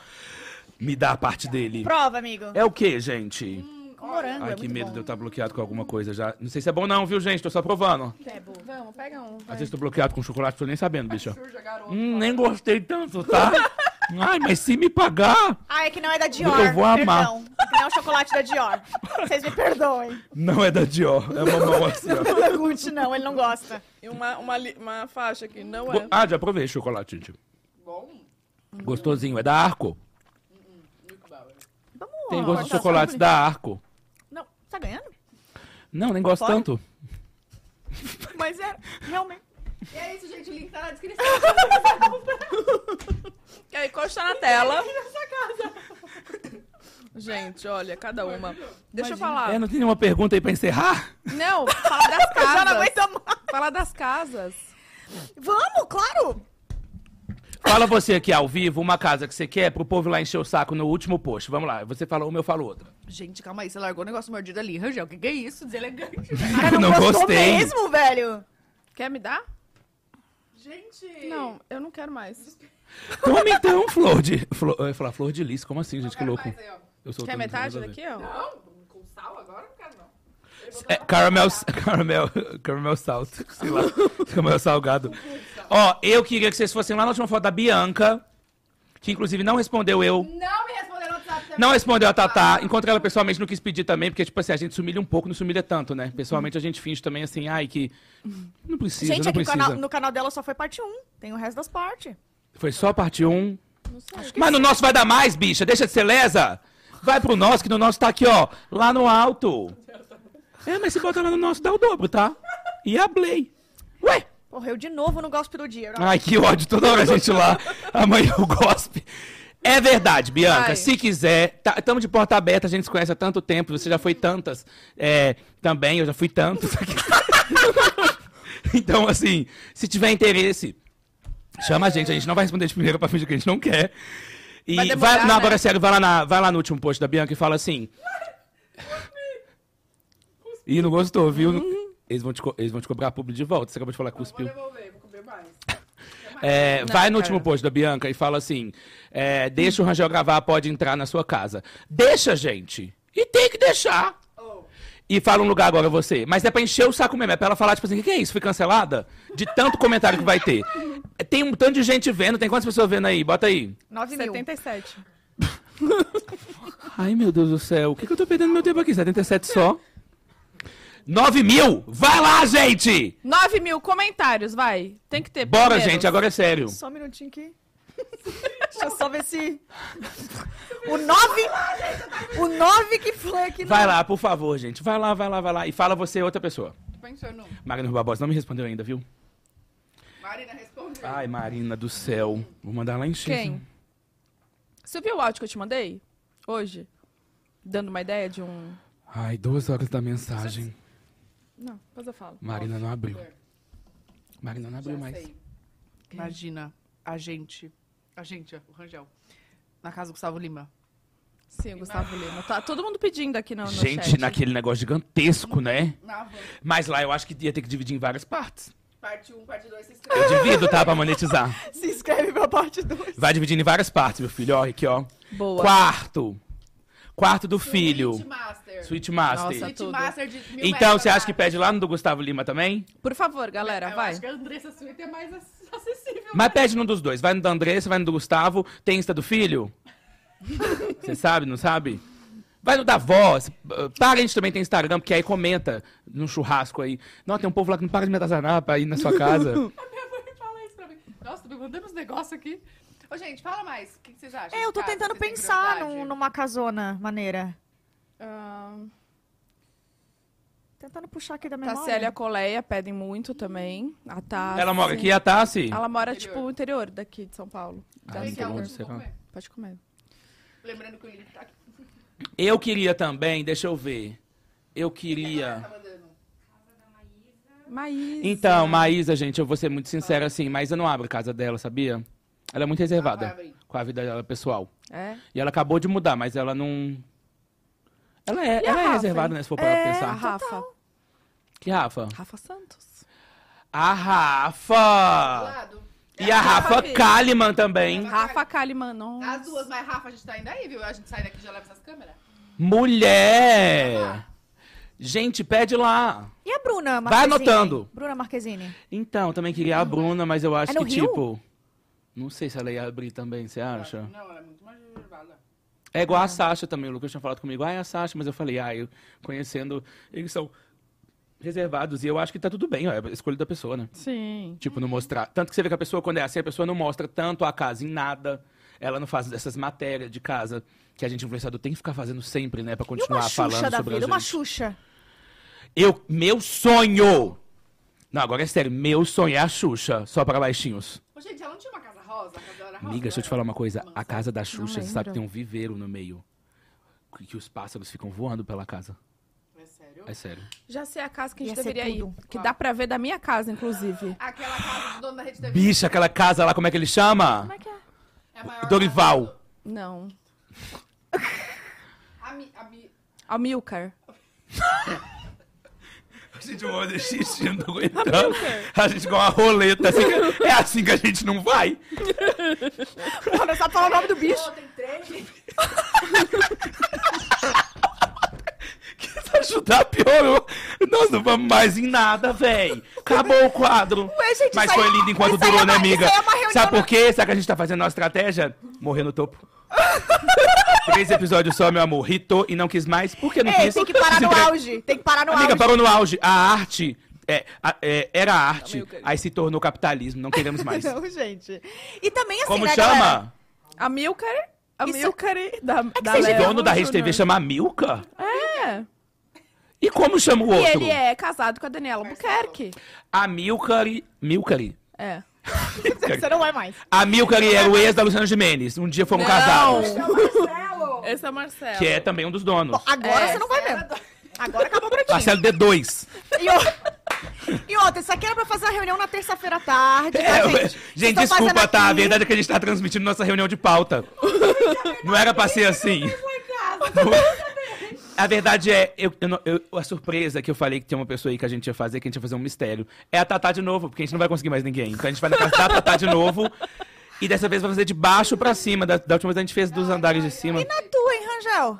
Me dá a parte dele. Prova, amigo. É o que, gente? Com morango, Ai, é que muito medo de eu bom. estar bloqueado com alguma coisa já. Não sei se é bom não, viu, gente? Tô só provando. Vamos, pega um. Às vezes tô bloqueado com chocolate, tô nem sabendo, bicho. Surja, garoto. Hum, nem gostei tanto, tá? Ai, mas se me pagar, Ah, é que não é da Dior. Eu vou amar. Perdão. É que não é o chocolate da Dior. Vocês me perdoem. não é da Dior, é uma mão assim, ó. Não pergunte, não. Ele não gosta. E uma, uma, li- uma faixa aqui, não Bo- é. Ah, já provei esse chocolate, gente. Bom. Gostosinho, é da Arco. Vamos Tem ó, gosto de cortar chocolates só- da Arco. Não, tá ganhando? Não, nem gosto Fora? tanto. Mas é, realmente. E é isso, gente. O link tá na descrição. E aí, encosta na tela. Gente, olha, cada uma. Deixa eu falar. É, não tem nenhuma pergunta aí pra encerrar? Não, fala das Já não casas. aguento mais. Fala das casas. Vamos, claro. Fala você aqui ao vivo, uma casa que você quer, pro povo lá encher o saco no último post. Vamos lá, você fala uma, eu falo outra. Gente, calma aí, você largou o negócio mordido ali, Rangel. O que, que é isso? Deselegante. Cara, não, Não gostou gostei. mesmo, velho. Quer me dar? Gente! Não, eu não quero mais. Toma então, flor de. Flor, eu ia falar flor de lis, como assim, gente? Que quero louco. mais aí, ó. Eu sou Quer todo metade mundo, nada a ver. daqui, ó? Não, com sal agora não quero, não. É, caramel, caramel, caramel salto, sei lá, caramel salgado. Ó, eu queria que vocês fossem lá na última foto da Bianca, que inclusive não respondeu eu, Não me responderam no WhatsApp também. não respondeu a Tatá, encontrei ela pessoalmente, não quis pedir também, porque, tipo assim, a gente se humilha um pouco, não se humilha tanto, né? Pessoalmente a gente finge também, assim, ai, que não precisa, Gente, não aqui no precisa. canal, no canal dela só foi parte 1. Tem o resto das partes. Foi só a parte 1. Mas no nosso vai dar mais, bicha, deixa de ser lesa. Vai pro nosso, que no nosso tá aqui, ó, lá no alto. É, mas se botar lá no nosso, dá o dobro, tá? E a Blay. Ué? Porra, eu de novo não gosto do dia. Ai, que ódio, toda hora a gente lá. Amanhã o gospe. É verdade, Bianca. Vai. Se quiser, estamos de porta aberta, a gente se conhece há tanto tempo, você já foi tantas. É, também, eu já fui tantos aqui. então, assim, se tiver interesse, chama a gente, a gente não vai responder de primeira pra fingir que a gente não quer. E Vai vai, demorar, não, agora é né? sério, vai lá, na- vai lá no último post da Bianca e fala assim. Ih, não gostou, viu? Eles, vão te, co- eles vão te cobrar público de volta. Você acabou de falar que cuspiu. devolver, vou comer mais. É, vai cara. no último post da Bianca e fala assim: é, deixa o Rangel gravar, pode entrar na sua casa. Deixa, gente. E tem que deixar. E fala um lugar agora você. Mas é pra encher o saco mesmo. É pra ela falar, tipo assim, o que, que é isso? Fui cancelada? De tanto comentário que vai ter. Tem um tanto de gente vendo, tem quantas pessoas vendo aí? Bota aí. 9 mil. 77. Ai, meu Deus do céu, o que, que eu tô perdendo meu tempo aqui? 77 só? 9 mil? Vai lá, gente! 9 mil comentários, vai. Tem que ter. Bora, pelo gente, menos. agora é sério. Só um minutinho aqui. Deixa eu só ver se. O 9. O 9 que foi aqui. no- Vai lá, por favor, gente. Vai lá, vai lá, vai lá. E fala você outra pessoa. Põe seu número. Magno Barbosa não me respondeu ainda, viu? Marina respondeu. Ai, Marina do céu. Vou mandar lá em X. Quem? Você viu o áudio que eu te mandei? Hoje? Dando uma ideia de um. Ai, duas horas da mensagem. Não, depois eu falo. Marina não abriu. Marina não abriu Já mais. sei. Imagina a gente, a gente, ó, o Rangel, na casa do Gustavo Lima. Sim, o Gustavo Lima. Tá todo mundo pedindo aqui no, no Gente, chat. naquele negócio gigantesco, né? Na van. Mas lá eu acho que ia ter que dividir em várias partes. Parte 1, parte 2, se Eu inscreve. divido, tá? Pra monetizar. Se inscreve pra parte 2. Vai dividindo em várias partes, meu filho. Ó, aqui, ó. Boa. Quarto. Quarto do Suite filho. Master. Sweet Master. Nossa, Suite tudo. Master de mil Então, metros você acha que quadrados. pede lá no do Gustavo Lima também? Por favor, galera, Eu vai. acho que a Andressa Suíte é mais ac- acessível. Mas pede num dos dois. Vai no da Andressa, vai no do Gustavo. Tem Insta do filho? Você sabe, não sabe? Vai no da avó. se- ah, Parente também tem Instagram, porque aí comenta num churrasco aí. Não, tem um povo lá que não para de me atazanar pra ir na sua casa. A minha mãe fala isso pra mim. Nossa, tô me mandando uns negócios aqui. Ô, gente, fala mais. O que que vocês acham? É, eu tô Casa, tentando vocês têm pensar curiosidade? num- numa casona maneira. Ahn, Tentando puxar aqui da memória. Tassia e a Coleia pedem muito também. A Tassi. Ela mora aqui, a Tassi? Ela mora, Interior. tipo, no interior daqui de São Paulo. Da Ah, Vem cá, então, onde Super. você eu vou vai. comer. Pode comer. Lembrando que o William tá aqui. Eu queria também, deixa eu ver. Eu Tá queria. mandando. um Maísa. Então, Maísa, gente, eu vou ser muito sincero assim. Maísa não abre a casa dela, sabia? Ela é muito Ah, reservada vai abrir. com a vida dela pessoal. É. E ela acabou de mudar, mas ela não. Ela é, E a ela é Rafa, reservada, hein? né? Se for parar pra A pensar. É, Rafa. Que Rafa? Rafa Santos. A Rafa! lado. E a Rafa Rafa Kalimann também. Rafa Kalimann. nossa. As duas, mas Rafa, a gente tá indo aí, viu? A gente sai daqui e já leva essas câmeras. Mulher! Gente, pede lá. E a Bruna Marquezine? Vai anotando. Bruna Marquezine. Então, também queria a Bruna, mas eu acho É no que Rio? tipo. Não sei se ela ia abrir também, você acha? Não, ela é muito mais reservada. É igual a Sasha também, o Lucas tinha falado comigo, ah, é a Sasha, mas eu falei, ah, eu conhecendo, eles são reservados, e eu acho que tá tudo bem, ó, é a escolha da pessoa, né? Sim. Tipo, não mostrar. Tanto que você vê que a pessoa, quando é assim, a pessoa não mostra tanto a casa em nada. Ela não faz essas matérias de casa que a gente influenciador tem que ficar fazendo sempre, né? Pra E continuar uma Xuxa falando da sobre vida, a uma gente. Xuxa. Eu, meu sonho! Não, agora é sério, meu sonho é a Xuxa, só para baixinhos. Ô, gente, ela não tinha uma casa rosa? A casa dela era rosa? Amiga, deixa eu te falar uma coisa. A casa da Xuxa, você lembro. sabe que tem um viveiro no meio. Que, que os pássaros ficam voando pela casa. É sério. sério? É sério. Já sei a casa que a gente Ia ser deveria ir. tudo. Que dá pra ver da minha casa, inclusive. Aquela casa do dono da rede TV. É. Bicha, aquela casa lá, como é que ele chama? Como é que é? É a maior Dorival. casa Não. do- A, mi, a mi- Almilcar. A gente vai fazer xixi, não tô aguentando. A gente com uma roleta. assim que- é assim que a gente não vai. Porra, é só falar o nome do bicho. Pô, tem três? Um Quis ajudar, piorou. Nós não vamos mais em nada, véi. Acabou o quadro. Ué, gente, Mas isso foi aí- lindo enquanto isso aí durou, é né, uma- amiga? isso aí é uma reunião Sabe por na- quê? Sabe que a gente tá fazendo a nossa estratégia? Morrer no topo. Três episódios só, meu amor. Ritou e não quis mais. Por que não Ei, quis? tem que parar no Desemprego. auge. Tem que parar no Amiga, auge. parou no auge. A arte é, a- é, era arte, aí se tornou capitalismo. Não queremos mais. Não, gente. E também assim, Como né, chama? galera? Almilcar? Isso- é- Almilcar e da, da O Léo dono da Rede Júnior. TV chama Milka? É. E como chama o E outro? ele é casado com a Daniela Buquerque. A Milcari. Milcari. É. Você não vai mais. A Milcari era o ex da Luciana Jimenez. Um dia foram Não. casados. Marcelo! Esse é o Marcelo. Que é também um dos donos. Agora É, você não vai mesmo. Agora acabou pra ti. Marcelo D2. E, o- e outra, isso aqui era pra fazer a reunião na terça-feira à tarde. É, tá, eu- gente, gente, Vocês tão desculpa, fazendo tá? A aqui- verdade é que a gente tá transmitindo nossa reunião de pauta. Não era pra ser assim. é. A verdade é, eu, eu não- eu- a surpresa que eu falei que tem uma pessoa aí que a gente ia fazer, que a gente ia fazer um mistério, é a Tatá de novo, porque a gente não vai conseguir mais ninguém. Então a gente vai na casa da Tatá de novo. E dessa vez vai fazer de baixo pra cima. Da, da última vez a gente fez dos andares de cima. E na tua, hein, Rangel?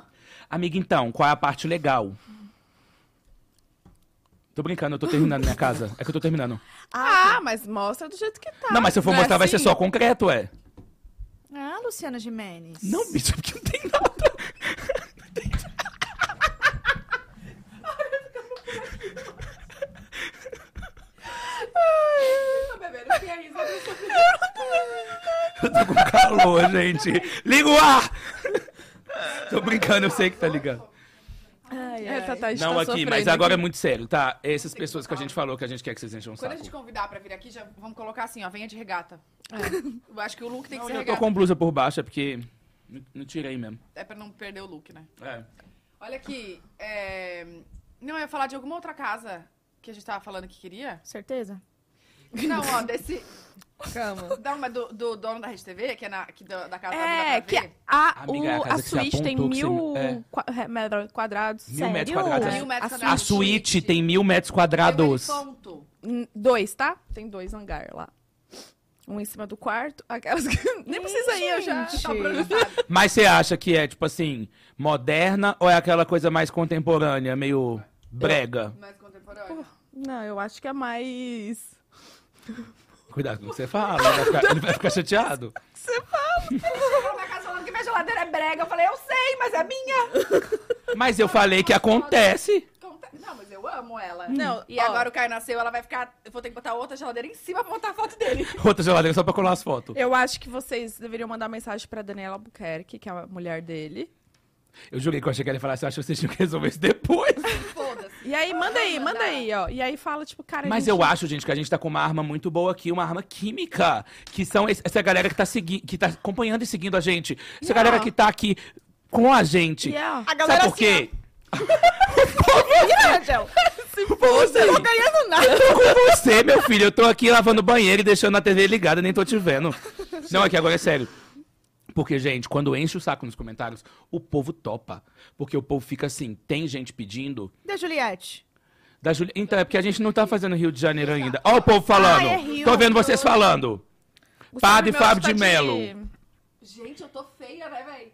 Amiga, então, qual é a parte legal? Tô brincando, eu tô terminando minha casa. É que eu tô terminando. Ah, mas mostra do jeito que tá. Não, mas se eu for Não é mostrar, vai ser assim? só concreto, é. Ah, Luciana Jimenez. Não, bicho, porque não tem nada. Eu tô com calor, gente. Liga o ar! Tô brincando, eu sei que tá ligado. É, Tatá, a gente Não tá aqui, sofrendo né? mas agora é muito sério, tá? Essas pessoas que a gente falou que a gente quer que vocês encham o Quando a gente saco. convidar pra vir aqui, já vamos colocar assim, ó, venha de regata. É. Eu acho que o look tem que ser Eu tô regata. com blusa por baixo, é porque. não- Não tirei mesmo. É pra não perder o look, né? É. Olha aqui, é... Não, eu ia falar de alguma outra casa que a gente tava falando que queria. Certeza? Não, ó, desse... Cama. Não, mas do, do dono da Rede TV, que é na, que da, da casa É, da que Dona a, Amiga, é a o, casa a que você suíte tem apontou que você- mil é. qua- re- metros quadrados. Mil é. metros Sério? quadrados. Mil metros A A quadrados. suíte tem mil metros quadrados. Tem um ponto. Hum, Dois, tá? Tem dois hangar lá. Um em cima do quarto. Aquelas que... Nem precisa ir, eu já gente. tava projetado. Mas você acha que é, tipo assim, moderna ou é aquela coisa mais contemporânea, meio brega? Mais contemporâneo. Não, eu acho que é mais... Cuidado com o que você fala, ele vai ficar, ele vai ficar chateado. Chegou na casa falando que minha geladeira é brega. Eu falei, eu sei, mas é minha. Mas eu falei que acontece. Conta- Não, mas eu amo ela. Não, E ó. agora o Caio nasceu, ela vai ficar... Eu vou ter que botar outra geladeira em cima pra botar a foto dele. Outra geladeira só pra colar as fotos. Eu acho que vocês deveriam mandar mensagem pra Daniela Albuquerque, que é a mulher dele. Eu jurei que eu achei que ela ia falar assim, acho que vocês tinham que resolver isso depois. Foda-se. E aí, manda aí, mandar. manda aí, ó. E aí fala, tipo, cara... Mas eu acho, gente, que a gente tá com uma arma muito boa aqui, uma arma química. Que são esse- essa galera que tá, segui que tá acompanhando e seguindo a gente. Essa Yeah. galera que tá aqui com a gente. Yeah. A galera Sabe por quê? Ih, Rangel, Você é não ganhando nada. tô com você, meu filho. Eu tô aqui lavando o banheiro e deixando a TV ligada, nem tô te vendo. Não, aqui agora é sério. Porque, gente, quando enche o saco nos comentários, o povo topa. Porque o povo fica assim, tem gente pedindo. Da Juliette. Da Juli... Então, é porque a gente não tá fazendo Rio de Janeiro ainda. Ó o povo falando. Ah, é Rio. Tô vendo vocês falando. Padre Fábio de Mello. Gente, eu tô feia, né, véi?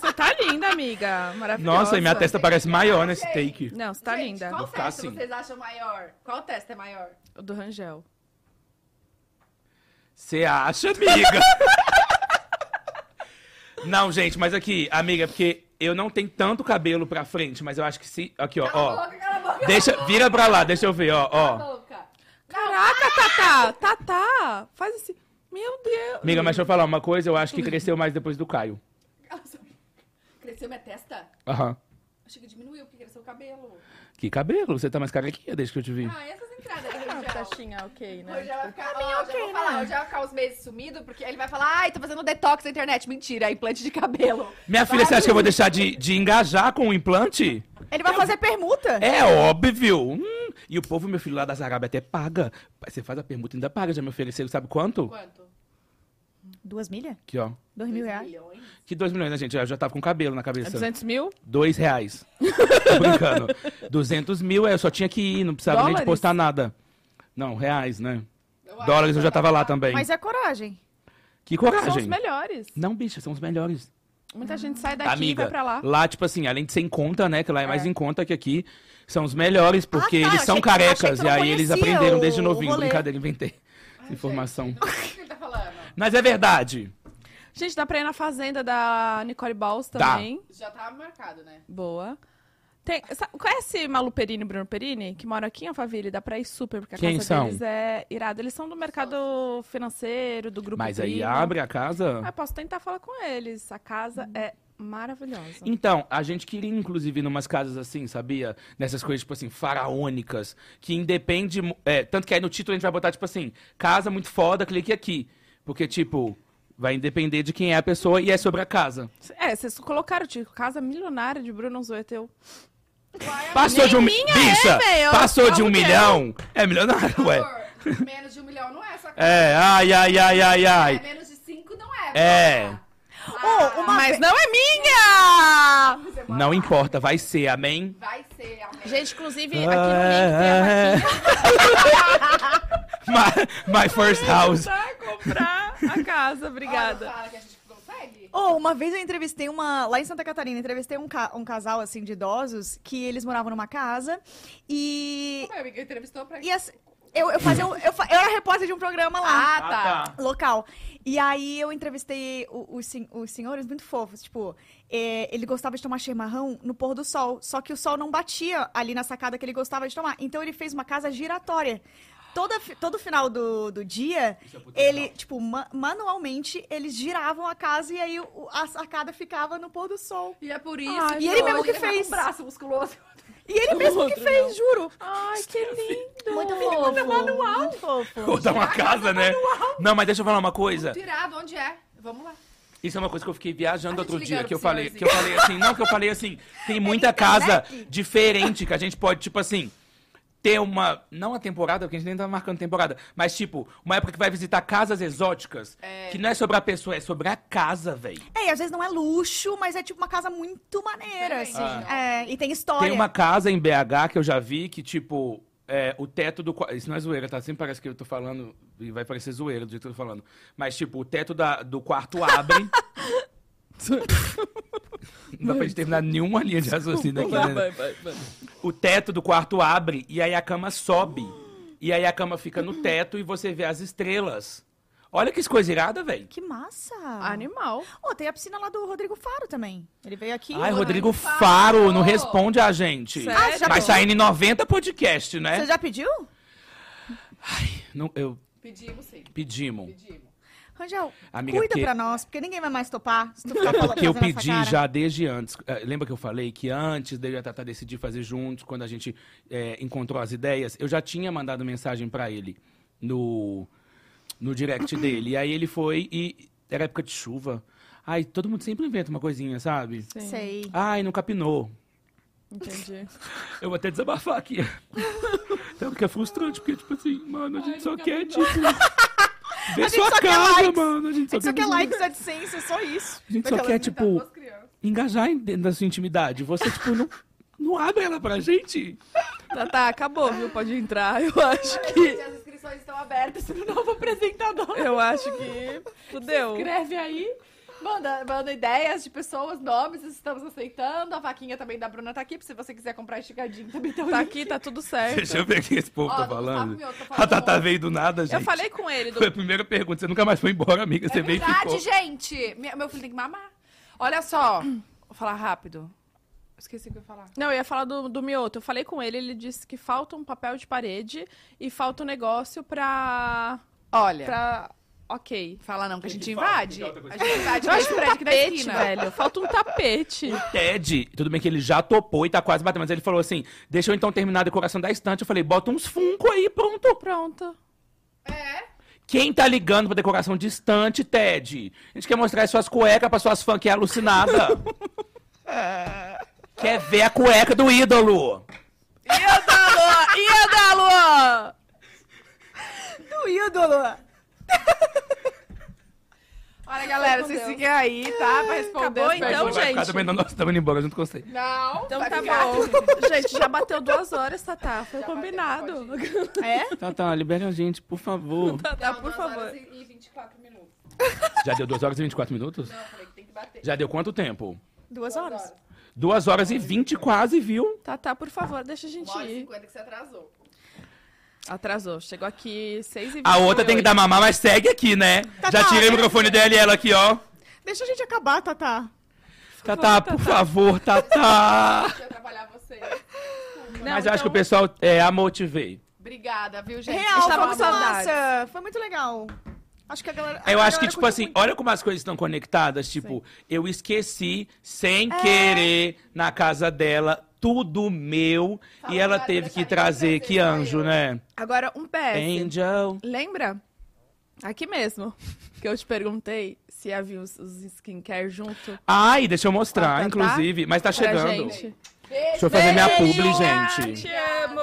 Você tá linda, amiga. Maravilhosa. Nossa, e minha testa parece maior nesse take. Não, você tá Gente, linda. Qual Vou ficar testa assim. vocês acham maior? Qual testa é maior? O Do Rangel. Você acha, amiga? não, gente, mas aqui, amiga, porque eu não tenho tanto cabelo pra frente, mas eu acho que se. Aqui, ó. Cala a ó. boca, cala a boca. Deixa, vira pra lá, deixa eu ver, ó, Cala ó. a boca. Caraca, Tatá! Tatá! Faz assim. Meu Deus! Amiga, mas deixa eu falar uma coisa, eu acho que cresceu mais depois do Caio. Cala sua- Cresceu minha testa? Aham. Achei que diminuiu, porque cresceu o cabelo. Que cabelo, você tá mais carequinha desde que eu te vi. Ah, tá né? essas entradas aí, Rangel. Tatinha, ok, né? Hoje ela vai ficar, mim, ó, hoje eu ok, vou falar, né? hoje ela vai ficar uns meses sumido, porque ele vai falar, ai, tô fazendo detox na internet. Mentira, é implante de cabelo. Minha filha, você acha que eu vou deixar de, de engajar com o implante? Ele vai fazer permuta. É óbvio. Hum. E o povo, meu filho, lá da Zarábia até paga. Você faz a permuta e ainda paga. Já me ofereceram, sabe quanto? Quanto? Duas milhas? Aqui, ó. Dois mil reais. Milhões? Que dois milhões, né, gente? Eu já tava com cabelo na É cabeça. 200 mil? Dois reais. Tô brincando. 200 mil, é, eu só tinha que ir, não precisava nem de Dólares? postar nada. Não, reais, né? Eu acho Dólares que eu já tava lá também. Mas é coragem. Que São os coragem. melhores. Não, bicha, são os melhores. Muita gente sai daqui e Amiga, vai pra Tá. lá. tipo assim, além de ser em conta, né? Que lá é mais em conta que aqui, são os melhores, porque tá, eles achei são que- achei carecas. que E não aí eles conhecia aprenderam o- desde novinho. o rolê. Brincadeira, inventei essa informação. Não sei o que ele tá falando. Mas é verdade. Gente, dá pra ir na fazenda da Nicole Balls Tá. também. Já tá marcado, né? Boa. Tem, sa- conhece Malu Perini e Bruno Perini? Que moram aqui em Alphaville. Dá pra ir super, porque a Quem casa são? deles é irada. Eles são do mercado financeiro, do grupo Mas aí Primo. abre a casa. Ah, eu posso tentar falar com eles. A casa é maravilhosa. Então, a gente queria, inclusive, ir numas casas assim, sabia? Nessas coisas, tipo assim, faraônicas, que independe. mu- é, tanto que aí no título a gente vai botar, tipo assim, casa muito foda, clique aqui. Porque, tipo, vai depender de quem é a pessoa e é sobre a casa. É, vocês colocaram, tipo, casa milionária de Bruno Zoeteu. Passou de um mi- minha é, Bicha, velho, passou de um calma que é. milhão. É milionário, ué. Amor, menos de um milhão não é essa coisa. É, ai, ai, ai, ai, É, ai. menos de cinco não é. É. Ah, uma Mas não é minha! você bota- Não importa, vai ser, amém? Vai ser, amém. Gente, inclusive, aqui no link tem a vaquinha. Ah. my, my first house. Pra comprar a casa, Ela obrigada. Fala que a gente consegue. Oh, uma vez eu entrevistei uma. Lá em Santa Catarina, entrevistei um, ca- um casal assim de idosos que eles moravam numa casa e. Meu amigo entrevistou pra e assim, eu, eu, fazia um- eu, fa- eu era repórter de um programa lá. Ah, tá. local. E aí eu entrevistei o- os, sen- os senhores muito fofos. Tipo, é, ele gostava de tomar chimarrão no pôr do sol. Só que o sol não batia ali na sacada que ele gostava de tomar. Então ele fez uma casa giratória. Toda, fi- todo final do, do dia, ele, tipo, ma- manualmente, eles giravam a casa e aí o- a sacada ficava no pôr do sol. E é por isso Ai, que e ele mesmo hoje que ele tá com fez. um braço musculoso. E ele mesmo que fez, juro. Ai, que lindo! Ah, Muito fofo. Manual. Muito fofo. Ou dar uma casa, né? Não, mas deixa eu falar uma coisa. Tirado, onde é? Vamos lá. Isso é uma coisa que eu fiquei viajando A outro gente dia, ligando que eu pro falei, que senhorzinho. eu falei assim, não, que eu falei assim, tem muita casa diferente que a gente pode, tipo assim, ter uma, não a temporada, porque a gente nem tá marcando temporada, mas tipo, uma época que vai visitar casas exóticas, que não é sobre a pessoa, é sobre a casa, velho. É, e às vezes não é luxo, mas é tipo uma casa muito maneira, assim. Diferente, Ah. É, e tem história. Tem uma casa em BH que eu já vi que, tipo, é, o teto do. qua- Isso não é zoeira, tá? Sempre parece que eu tô falando. E vai parecer zoeira do jeito que eu tô falando. Mas, tipo, o teto da- do quarto abre. não dá pra gente terminar nenhuma linha de raciocínio aqui, né? O teto do quarto abre e aí a cama sobe. E aí a cama fica no teto e você vê as estrelas. Olha que coisa irada, velho. Que massa! Animal. Oh, tem a piscina lá do Rodrigo Faro também. Ele veio aqui. Ai, Rodrigo- Rodrigo Faro, não responde a gente. Sério? Ah, já Mas pediu? saindo em 90 podcast, né? Você já pediu? Não, eu Pedimos sim. pedimos. Pedimos. Rangel, Amiga, cuida porque- É pra nós, porque ninguém vai mais topar. Se tu ficar Porque eu fazendo essa pedi cara. já desde antes. Eh, Lembra que eu falei que antes de eu e a Tata decidir fazer juntos, quando a gente eh, encontrou as ideias, eu já tinha mandado mensagem pra ele no, no direct dele. E aí ele foi e era época de chuva. Ai, todo mundo sempre inventa uma coisinha, sabe? Sei. Ai, não capinou. Entendi. Eu vou até desabafar aqui. Então, que é frustrante, porque, tipo assim, mano, a gente só nunca quer, vi, tipo. Ver gente sua só quer casa, likes. mano. A gente só, Só que quer, é likes, AdSense, é só isso. A gente só Daquela- quer, tipo. Duas crianças. engajar em- dentro da sua intimidade. Você, tipo, não, não abre ela pra gente. Tá, tá, acabou, viu? Pode entrar. Eu acho que. Gente, as inscrições estão abertas pro novo apresentador. Eu acho que. Fudeu. Escreve aí. Manda, manda ideias de pessoas, nomes, estamos aceitando. A vaquinha também da Bruna tá aqui, se você quiser comprar esticadinho também tem o Tá link. aqui, tá tudo certo. É, eu ver o que esse povo tá Ó, não sabe o meu, tô falando do outro. veio do nada, Eu falei com ele do a primeira pergunta. Você nunca mais foi embora, amiga. É verdade, gente. Minha- meu filho tem que mamar. Olha só. Vou falar rápido. Esqueci o que eu ia falar. Não, eu ia falar do, do mioto. Eu falei com ele, ele disse que falta um papel de parede e falta um negócio pra. Olha. pra. Ok. Fala não, que a gente fala, invade. que é outra A coisa. gente invade Eu o acho um prédio aqui da tapete, esquina. velho. Falta um tapete. Ted, tudo bem que ele já topou e tá quase batendo, mas ele falou assim: deixa eu então terminar a decoração da estante. Eu falei: bota uns funko aí, pronto. Pronto. Quem tá ligando pra decoração de estante, Ted? A gente quer mostrar as suas cuecas pra suas fãs que é alucinada. Quer ver a cueca do ídolo? Ídolo! Do ídolo! Olha, galera, assim, vocês fiquem aí, tá? Pra responder. É, Acabou, então, vai as perguntas. ficar gente. também não, nós estamos indo embora, eu não gostei. Não, Então vai tá ficar. assim. bom. Gente, já bateu duas horas, Tatá. Foi combinado. É? Tá, tá, libera a gente, por favor. Tatá, Tá, por favor. assim, E 24 minutos. Já deu 2 horas e 24 minutos? Eu falei que tem que bater. Já deu quanto tempo? Duas horas. 2 horas e 20 quase, viu? Tatá, por favor, deixa a gente Uma hora e ir. 50 é que você atrasou. Atrasou. Chegou aqui 6 e A outra tem que dar mamar, mas segue aqui, né? Já tirei o microfone dela e ela aqui, ó. Deixa a gente acabar, Tatá. Tatá, por favor, Tatá. Deixa eu atrapalhar você. Mas eu acho que então- o pessoal é, a motivei. Obrigada, viu, gente? Real, estava foi com muito saudades. massa. Foi muito legal. Acho que a galera. Eu a acho que, galera tipo curtiu assim, é muito. olha como as coisas estão conectadas. Tipo, eu esqueci, sem querer, na casa dela, tudo meu. Fala e ela pra teve deixar que ele trazer, trazer que pra anjo, eu. né? Agora, um PS. Angel. Lembra? Aqui mesmo. Que eu te perguntei se havia os, os skincare junto Ai, deixa eu mostrar, Tá, tá, inclusive. Mas tá pra chegando. gente. Deixa eu fazer minha Beijo, publi, ah, gente. Te amo.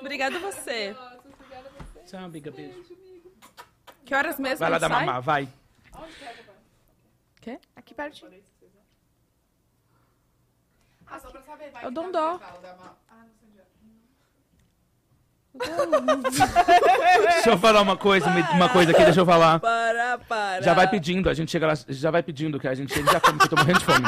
Obrigada você. Tchau, amiga, beijo. Que horas mesmo Vai lá ele dar sai? mamar, vai. Quê? Aqui pertinho. Ah, só pra saber, vai Eu que dou um dá dó. intervalo, dá uma- Ah, não sei onde é. Deixa eu falar uma coisa, me- uma coisa aqui, deixa eu falar. Para, para. Já vai pedindo, a gente chega lá, já vai pedindo que a gente chega e já come, que eu tô morrendo de fome.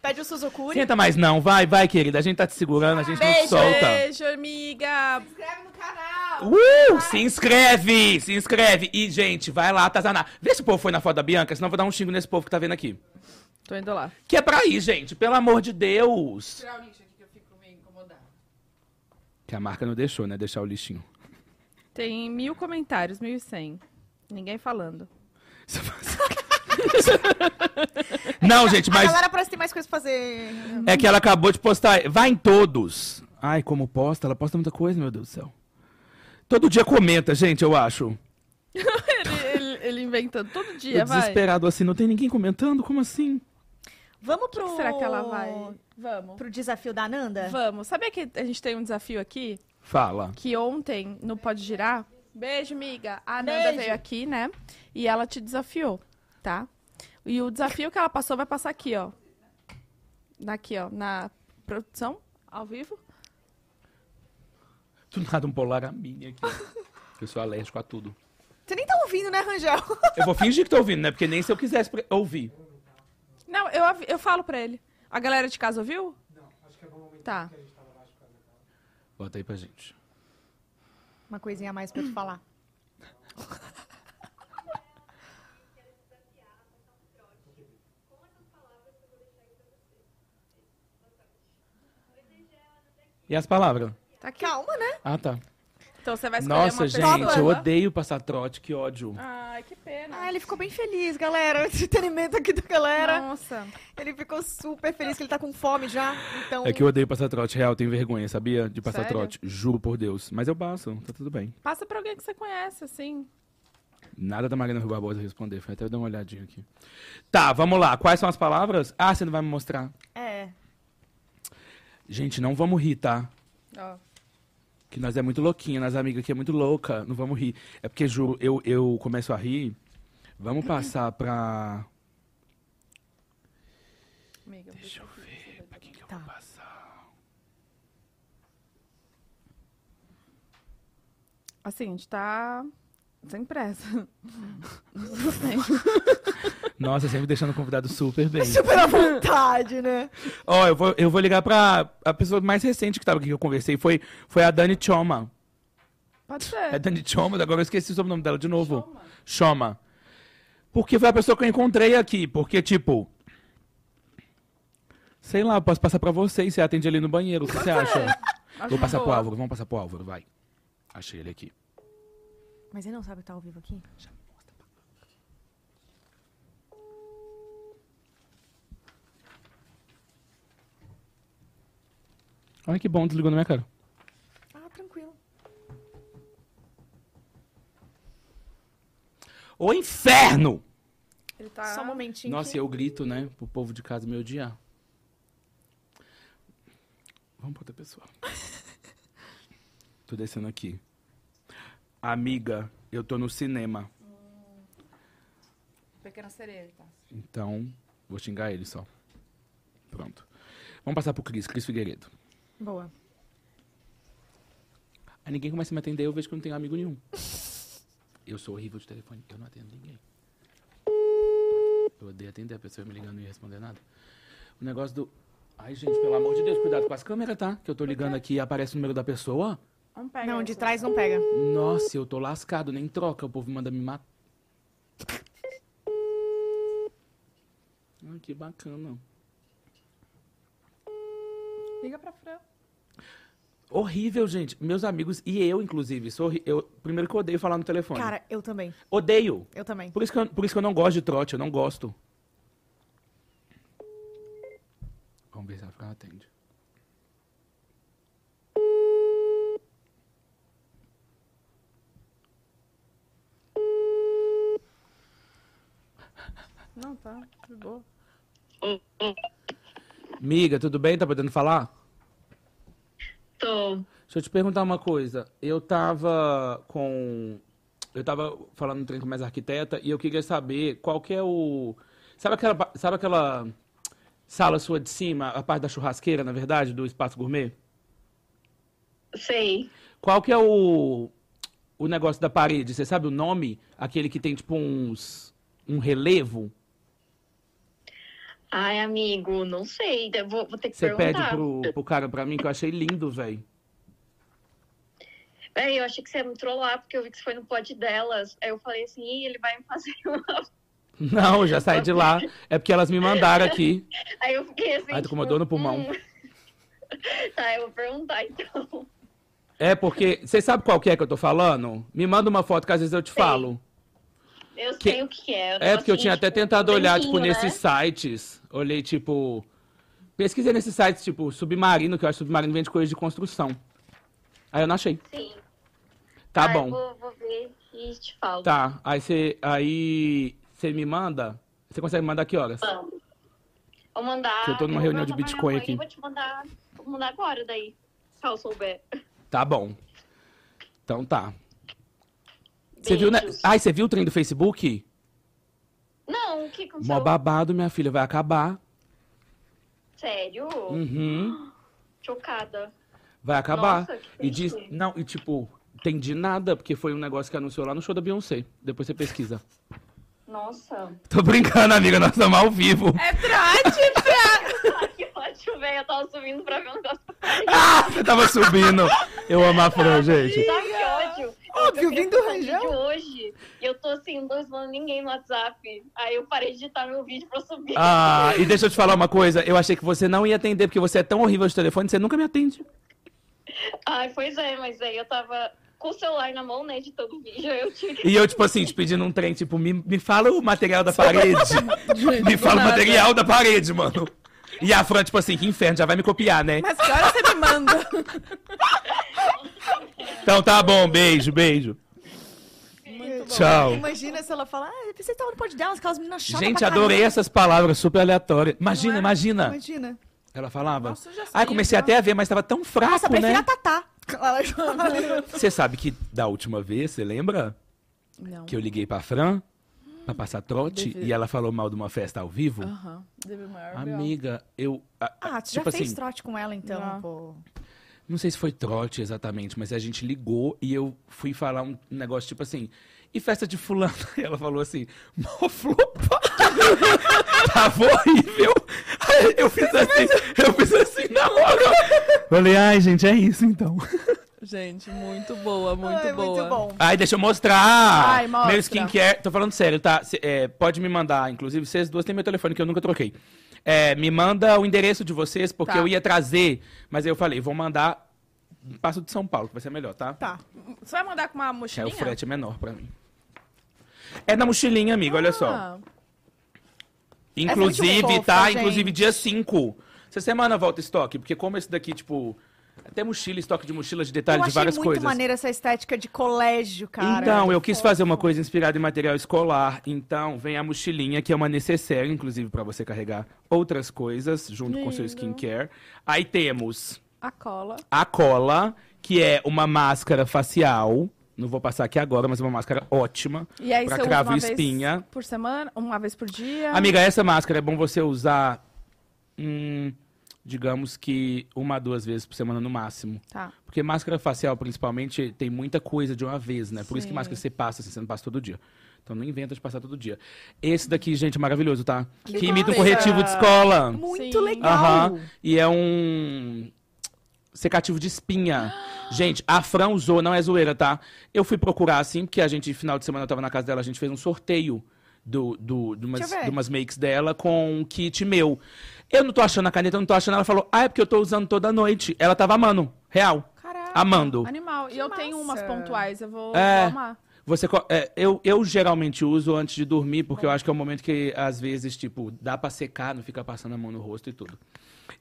Pede o Suzukuri. Senta mais não, vai, vai, querida. A gente tá te segurando, a gente não te Beijo. solta. Beijo, amiga. Se inscreve no canal! Uh, se inscreve, se inscreve. E, gente, vai lá atazanar. Vê se o povo foi na foto da Bianca, senão eu vou dar um xingo nesse povo que tá vendo aqui. Tô indo lá. Que é pra ir, gente, pelo amor de Deus. Tirar o lixo aqui que eu fico meio incomodada. Que a marca não deixou, né? Deixar o lixinho. Tem mil comentários, mil e cem. Ninguém falando. Não, gente, A mas galera parece que tem mais coisa pra fazer. é que ela acabou de postar. Vai em todos. Ai, como posta, ela posta muita coisa, meu Deus do céu. Todo dia comenta, gente, eu acho. Ele, ele- ele inventando todo dia, Eu vai. desesperado assim, não tem ninguém comentando? Como assim? Vamos pro. O que será que ela vai? Vamos. Pro desafio da Ananda? Vamos. Sabia que a gente tem um desafio aqui? Fala. Que ontem, no Pode Girar... Beijo, miga. A Ananda Beijo. veio aqui, né? E ela te desafiou, tá? E o desafio que ela passou vai passar aqui, ó. Aqui, ó. Na produção, ao vivo. Do nada um polar a minha aqui. Eu sou alérgico a tudo. Você nem tá ouvindo, né, Rangel? Eu vou fingir que tô ouvindo, né? Porque nem se eu quisesse pre- ouvir. Não, eu, avi- eu falo pra ele. A galera de casa ouviu? Não, acho que é bom Tá. Bota aí pra gente. Uma coisinha a mais pra tu falar. E as palavras? Tá aqui. Calma, né? Ah, tá. Então você vai escolher uma Nossa, gente, pessoa. Ah, eu odeio passar trote, que ódio. Ai, que pena. Ah, ele ficou bem feliz, galera. O entretenimento aqui da galera. Nossa. Ele ficou super feliz que ele tá com fome já. Então, É que eu odeio passar trote real, tenho vergonha, sabia? De passar um. Sério? trote. Juro por Deus. Mas eu passo, tá tudo bem. Passa pra alguém que você conhece, assim. Nada da Marina Rui Barbosa responder, foi até eu dar uma olhadinha aqui. Tá, vamos lá. Quais são as palavras? Ah, você não vai me mostrar. é. Gente, não vamos rir, tá? Ó. Que nós é muito louquinha, nós amigas aqui é muito louca, não vamos rir. É porque, juro, eu, eu começo a rir. Vamos passar pra. Amiga, Deixa eu ver pra quem que eu Tá. vou passar. Assim, a gente tá sem pressa. Nossa, sempre deixando o convidado super bem. Super à vontade, né? Ó, eu, vou, eu vou ligar pra. A pessoa mais recente que tava aqui que eu conversei foi, foi a Dani Choma. Pode É ser. Dani Choma, agora eu esqueci o sobrenome dela de novo. Choma. Porque foi a pessoa que eu encontrei aqui, porque, tipo. Sei lá, eu posso passar pra vocês, você atende ali no banheiro, o que você acha? Acho Vou uma passar pro boa. Álvaro, vamos passar pro Álvaro, vai. Achei ele aqui. Mas ele não sabe que tá ao vivo aqui? Olha que bom, desligou na minha cara. Ah, tranquilo. Ô inferno! Ele tá... Só um momentinho. Nossa, aqui. eu grito, né? Pro povo de casa me odiar. Vamos pra outra pessoa. tô descendo aqui. Amiga, eu tô no cinema. Hum, Pequena sereia, tá? Então, vou xingar ele só. Pronto. Vamos passar pro Cris, Cris Figueiredo. Boa. Aí ninguém começa a me atender, eu vejo que eu não tenho amigo nenhum. Eu sou horrível de telefone, eu não atendo ninguém. Eu odeio atender a pessoa me ligando e responder nada. O negócio do. Ai, gente, pelo amor de Deus, cuidado com as câmeras, tá? Que eu tô ligando aqui e aparece o número da pessoa. Não pega Não, de essa. trás não pega. Uh. Nossa, eu tô lascado, nem troca. O povo manda me matar. Ai, que bacana. Liga pra Fran. Horrível, gente. Meus amigos e eu, inclusive. Sou horri- eu, primeiro que eu odeio falar no telefone. Cara, eu também. odeio. Eu também. Por isso, que eu, por isso que eu não gosto de trote, eu não gosto. Vamos ver se ela fica- ela atende. Não, tá. De boa. Miga, tudo bem? Tá podendo falar? Tô. Deixa eu te perguntar uma coisa. Eu tava com. Eu tava falando no trem com mais arquiteta e eu queria saber qual que é o. Sabe aquela, pa- sabe aquela sala sua de cima, a parte da churrasqueira, na verdade, do espaço gourmet? Sei. Qual que é o, o negócio da parede? Você sabe o nome? Aquele que tem tipo uns. um relevo? Ai, amigo, não sei. Eu Vou, vou ter que Você pede perguntar. pro, pro cara pra mim, que eu achei lindo, velho. Véi, eu achei que você ia me trollar, porque eu vi que você foi no pod delas. Aí eu falei assim, Ih, ele vai me fazer uma. Não, já saí de lá. É porque elas me mandaram aqui. Aí eu fiquei assim. Ai, tô com uma tipo, dor no pulmão. Tá, eu vou perguntar então. É porque. Você sabe qual que é que eu tô falando? Me manda uma foto que às vezes eu te falo. Eu Que- sei o que é. É porque eu tinha até um tentado olhar, tipo, nesse nesses sites. Olhei, tipo. Pesquisei nesses sites, tipo, submarino, que eu acho que submarino vende coisa de construção. Aí eu não achei. Sim. Tá Ah, eu bom. Vou, vou ver e te falo. Tá. Aí você. Aí. Você me manda. Você consegue me mandar que horas? Vamos. Vou mandar. Eu tô numa eu vou reunião de perguntar pra Bitcoin minha mãe e aqui. Vou te mandar, vou mandar agora daí, se eu souber. Tá bom. Então tá. Você viu, né? Beijos. Ai, você viu o trem do Facebook? Não, o que aconteceu? Mó babado, minha filha, vai acabar. Sério? Uhum. Chocada. Vai acabar. Nossa, que e diz. triste. Não, e tipo, tem de nada, porque foi um negócio que anunciou lá no show da Beyoncé. Depois você pesquisa. Nossa. Tô brincando, amiga, nós estamos ao vivo. É trote, Fran! Ah, que ótimo, velho. Eu tava subindo pra ver um negócio. Ah, você tava subindo. Eu amo a Fran, gente. Sabe que ódio? Óbvio, eu queria vindo postar um Rangel. vídeo hoje e eu tô assim, não tô respondendo ninguém no WhatsApp. Aí eu parei de editar meu vídeo pra subir. Ah, e deixa eu te falar uma coisa. Eu achei que você não ia atender, porque você é tão horrível de telefone, você nunca me atende. Ai, pois é, mas aí eu tava com o celular na mão, né, editando o vídeo. aí Eu tive que E eu, tipo assim, te pedindo um trem, tipo, me, me fala o material da parede. me fala o material da parede, mano. E a Fran, tipo assim, que inferno, já vai me copiar, né? Mas que hora você me manda? Então tá bom, beijo, beijo. Tchau. Imagina se ela fala, ah, vocês estavam no pod delas, aquelas meninas chatas. Gente, pra caramba." adorei Né? essas palavras super aleatórias. Imagina, Não é? imagina. Imagina. então. Ela falava. Nossa, eu já Ai, sei, Ah, comecei já. até a ver, mas tava tão Nossa, fraco, prefiro né? a Tatá. Ela fala. Você sabe que da última vez, você lembra? Não. Que eu liguei pra Fran pra passar trote Deve- e ela falou mal de uma festa ao vivo? Aham. Deve maior Amiga, eu. a- a- Ah, tu já tipo fez assim, trote com ela então, Não. pô. não sei se foi trote exatamente, mas a gente ligou e eu fui falar um negócio tipo assim. E festa de fulano? E ela falou assim, mó flopa. Tava horrível. Aí Eu fiz assim, eu fiz assim na hora. Falei, ai, gente, é isso então. Gente, muito boa, muito Ai, boa. Muito bom. Ai, deixa eu mostrar. Ai, mostra. Meu skincare. Tô falando sério, tá? Cê, é, pode me mandar. Inclusive, vocês duas têm meu telefone que eu nunca troquei. É, me manda o endereço de vocês, porque Tá. eu ia trazer. Mas aí eu falei, vou mandar. um Passo de São Paulo, que vai ser melhor, tá? Tá. Você vai mandar com uma Que aí mochilinha? o frete é menor pra mim. É na mochilinha, amigo, olha só. Ah, muito Inclusive, é fofa, tá? gente. Inclusive, dia 5. Essa semana volta estoque, porque como esse daqui, tipo. Até mochila, estoque de mochila, de Eu detalhe, de achei várias muito coisas. maneira essa estética de colégio, cara. Então, eu quis fazer uma coisa inspirada em material escolar. Então, vem a mochilinha, que é uma necessária, inclusive, pra você carregar outras coisas junto com o seu skincare. Aí temos A cola. a cola, que é uma máscara facial. Não vou passar aqui agora, mas é uma máscara ótima. E aí pra você usa cravo uma e espinha. vez por semana, uma vez por dia. Amiga, essa máscara é bom você usar, hum, digamos que uma, duas vezes por semana no máximo. Tá. Porque máscara facial, principalmente, tem muita coisa de uma vez, né? Por isso que Sim. máscara você passa, assim, você não passa todo dia. Então não inventa de passar todo dia. Esse daqui, gente, é maravilhoso, tá? Que, imita um coisa! corretivo de escola. Muito Sim. legal. Aham. E é um secativo de espinha. Gente, a Fran usou, não é zoeira, tá? Eu fui procurar, assim, porque a gente, final de semana, eu tava na casa dela, a gente fez um sorteio do, do, de, umas, Deixa eu ver. de umas makes dela com um kit meu. Eu não tô achando a caneta, eu não tô achando. Ela falou, ah, é porque eu tô usando toda noite. Ela tava amando, real. Caraca. Amando. Animal. E eu tenho umas massa! pontuais, eu vou, vou É. amar. Você, co- é, eu, eu geralmente uso antes de dormir, porque eu acho que é o momento que, às vezes, tipo, dá pra secar, não fica passando a mão no rosto e tudo.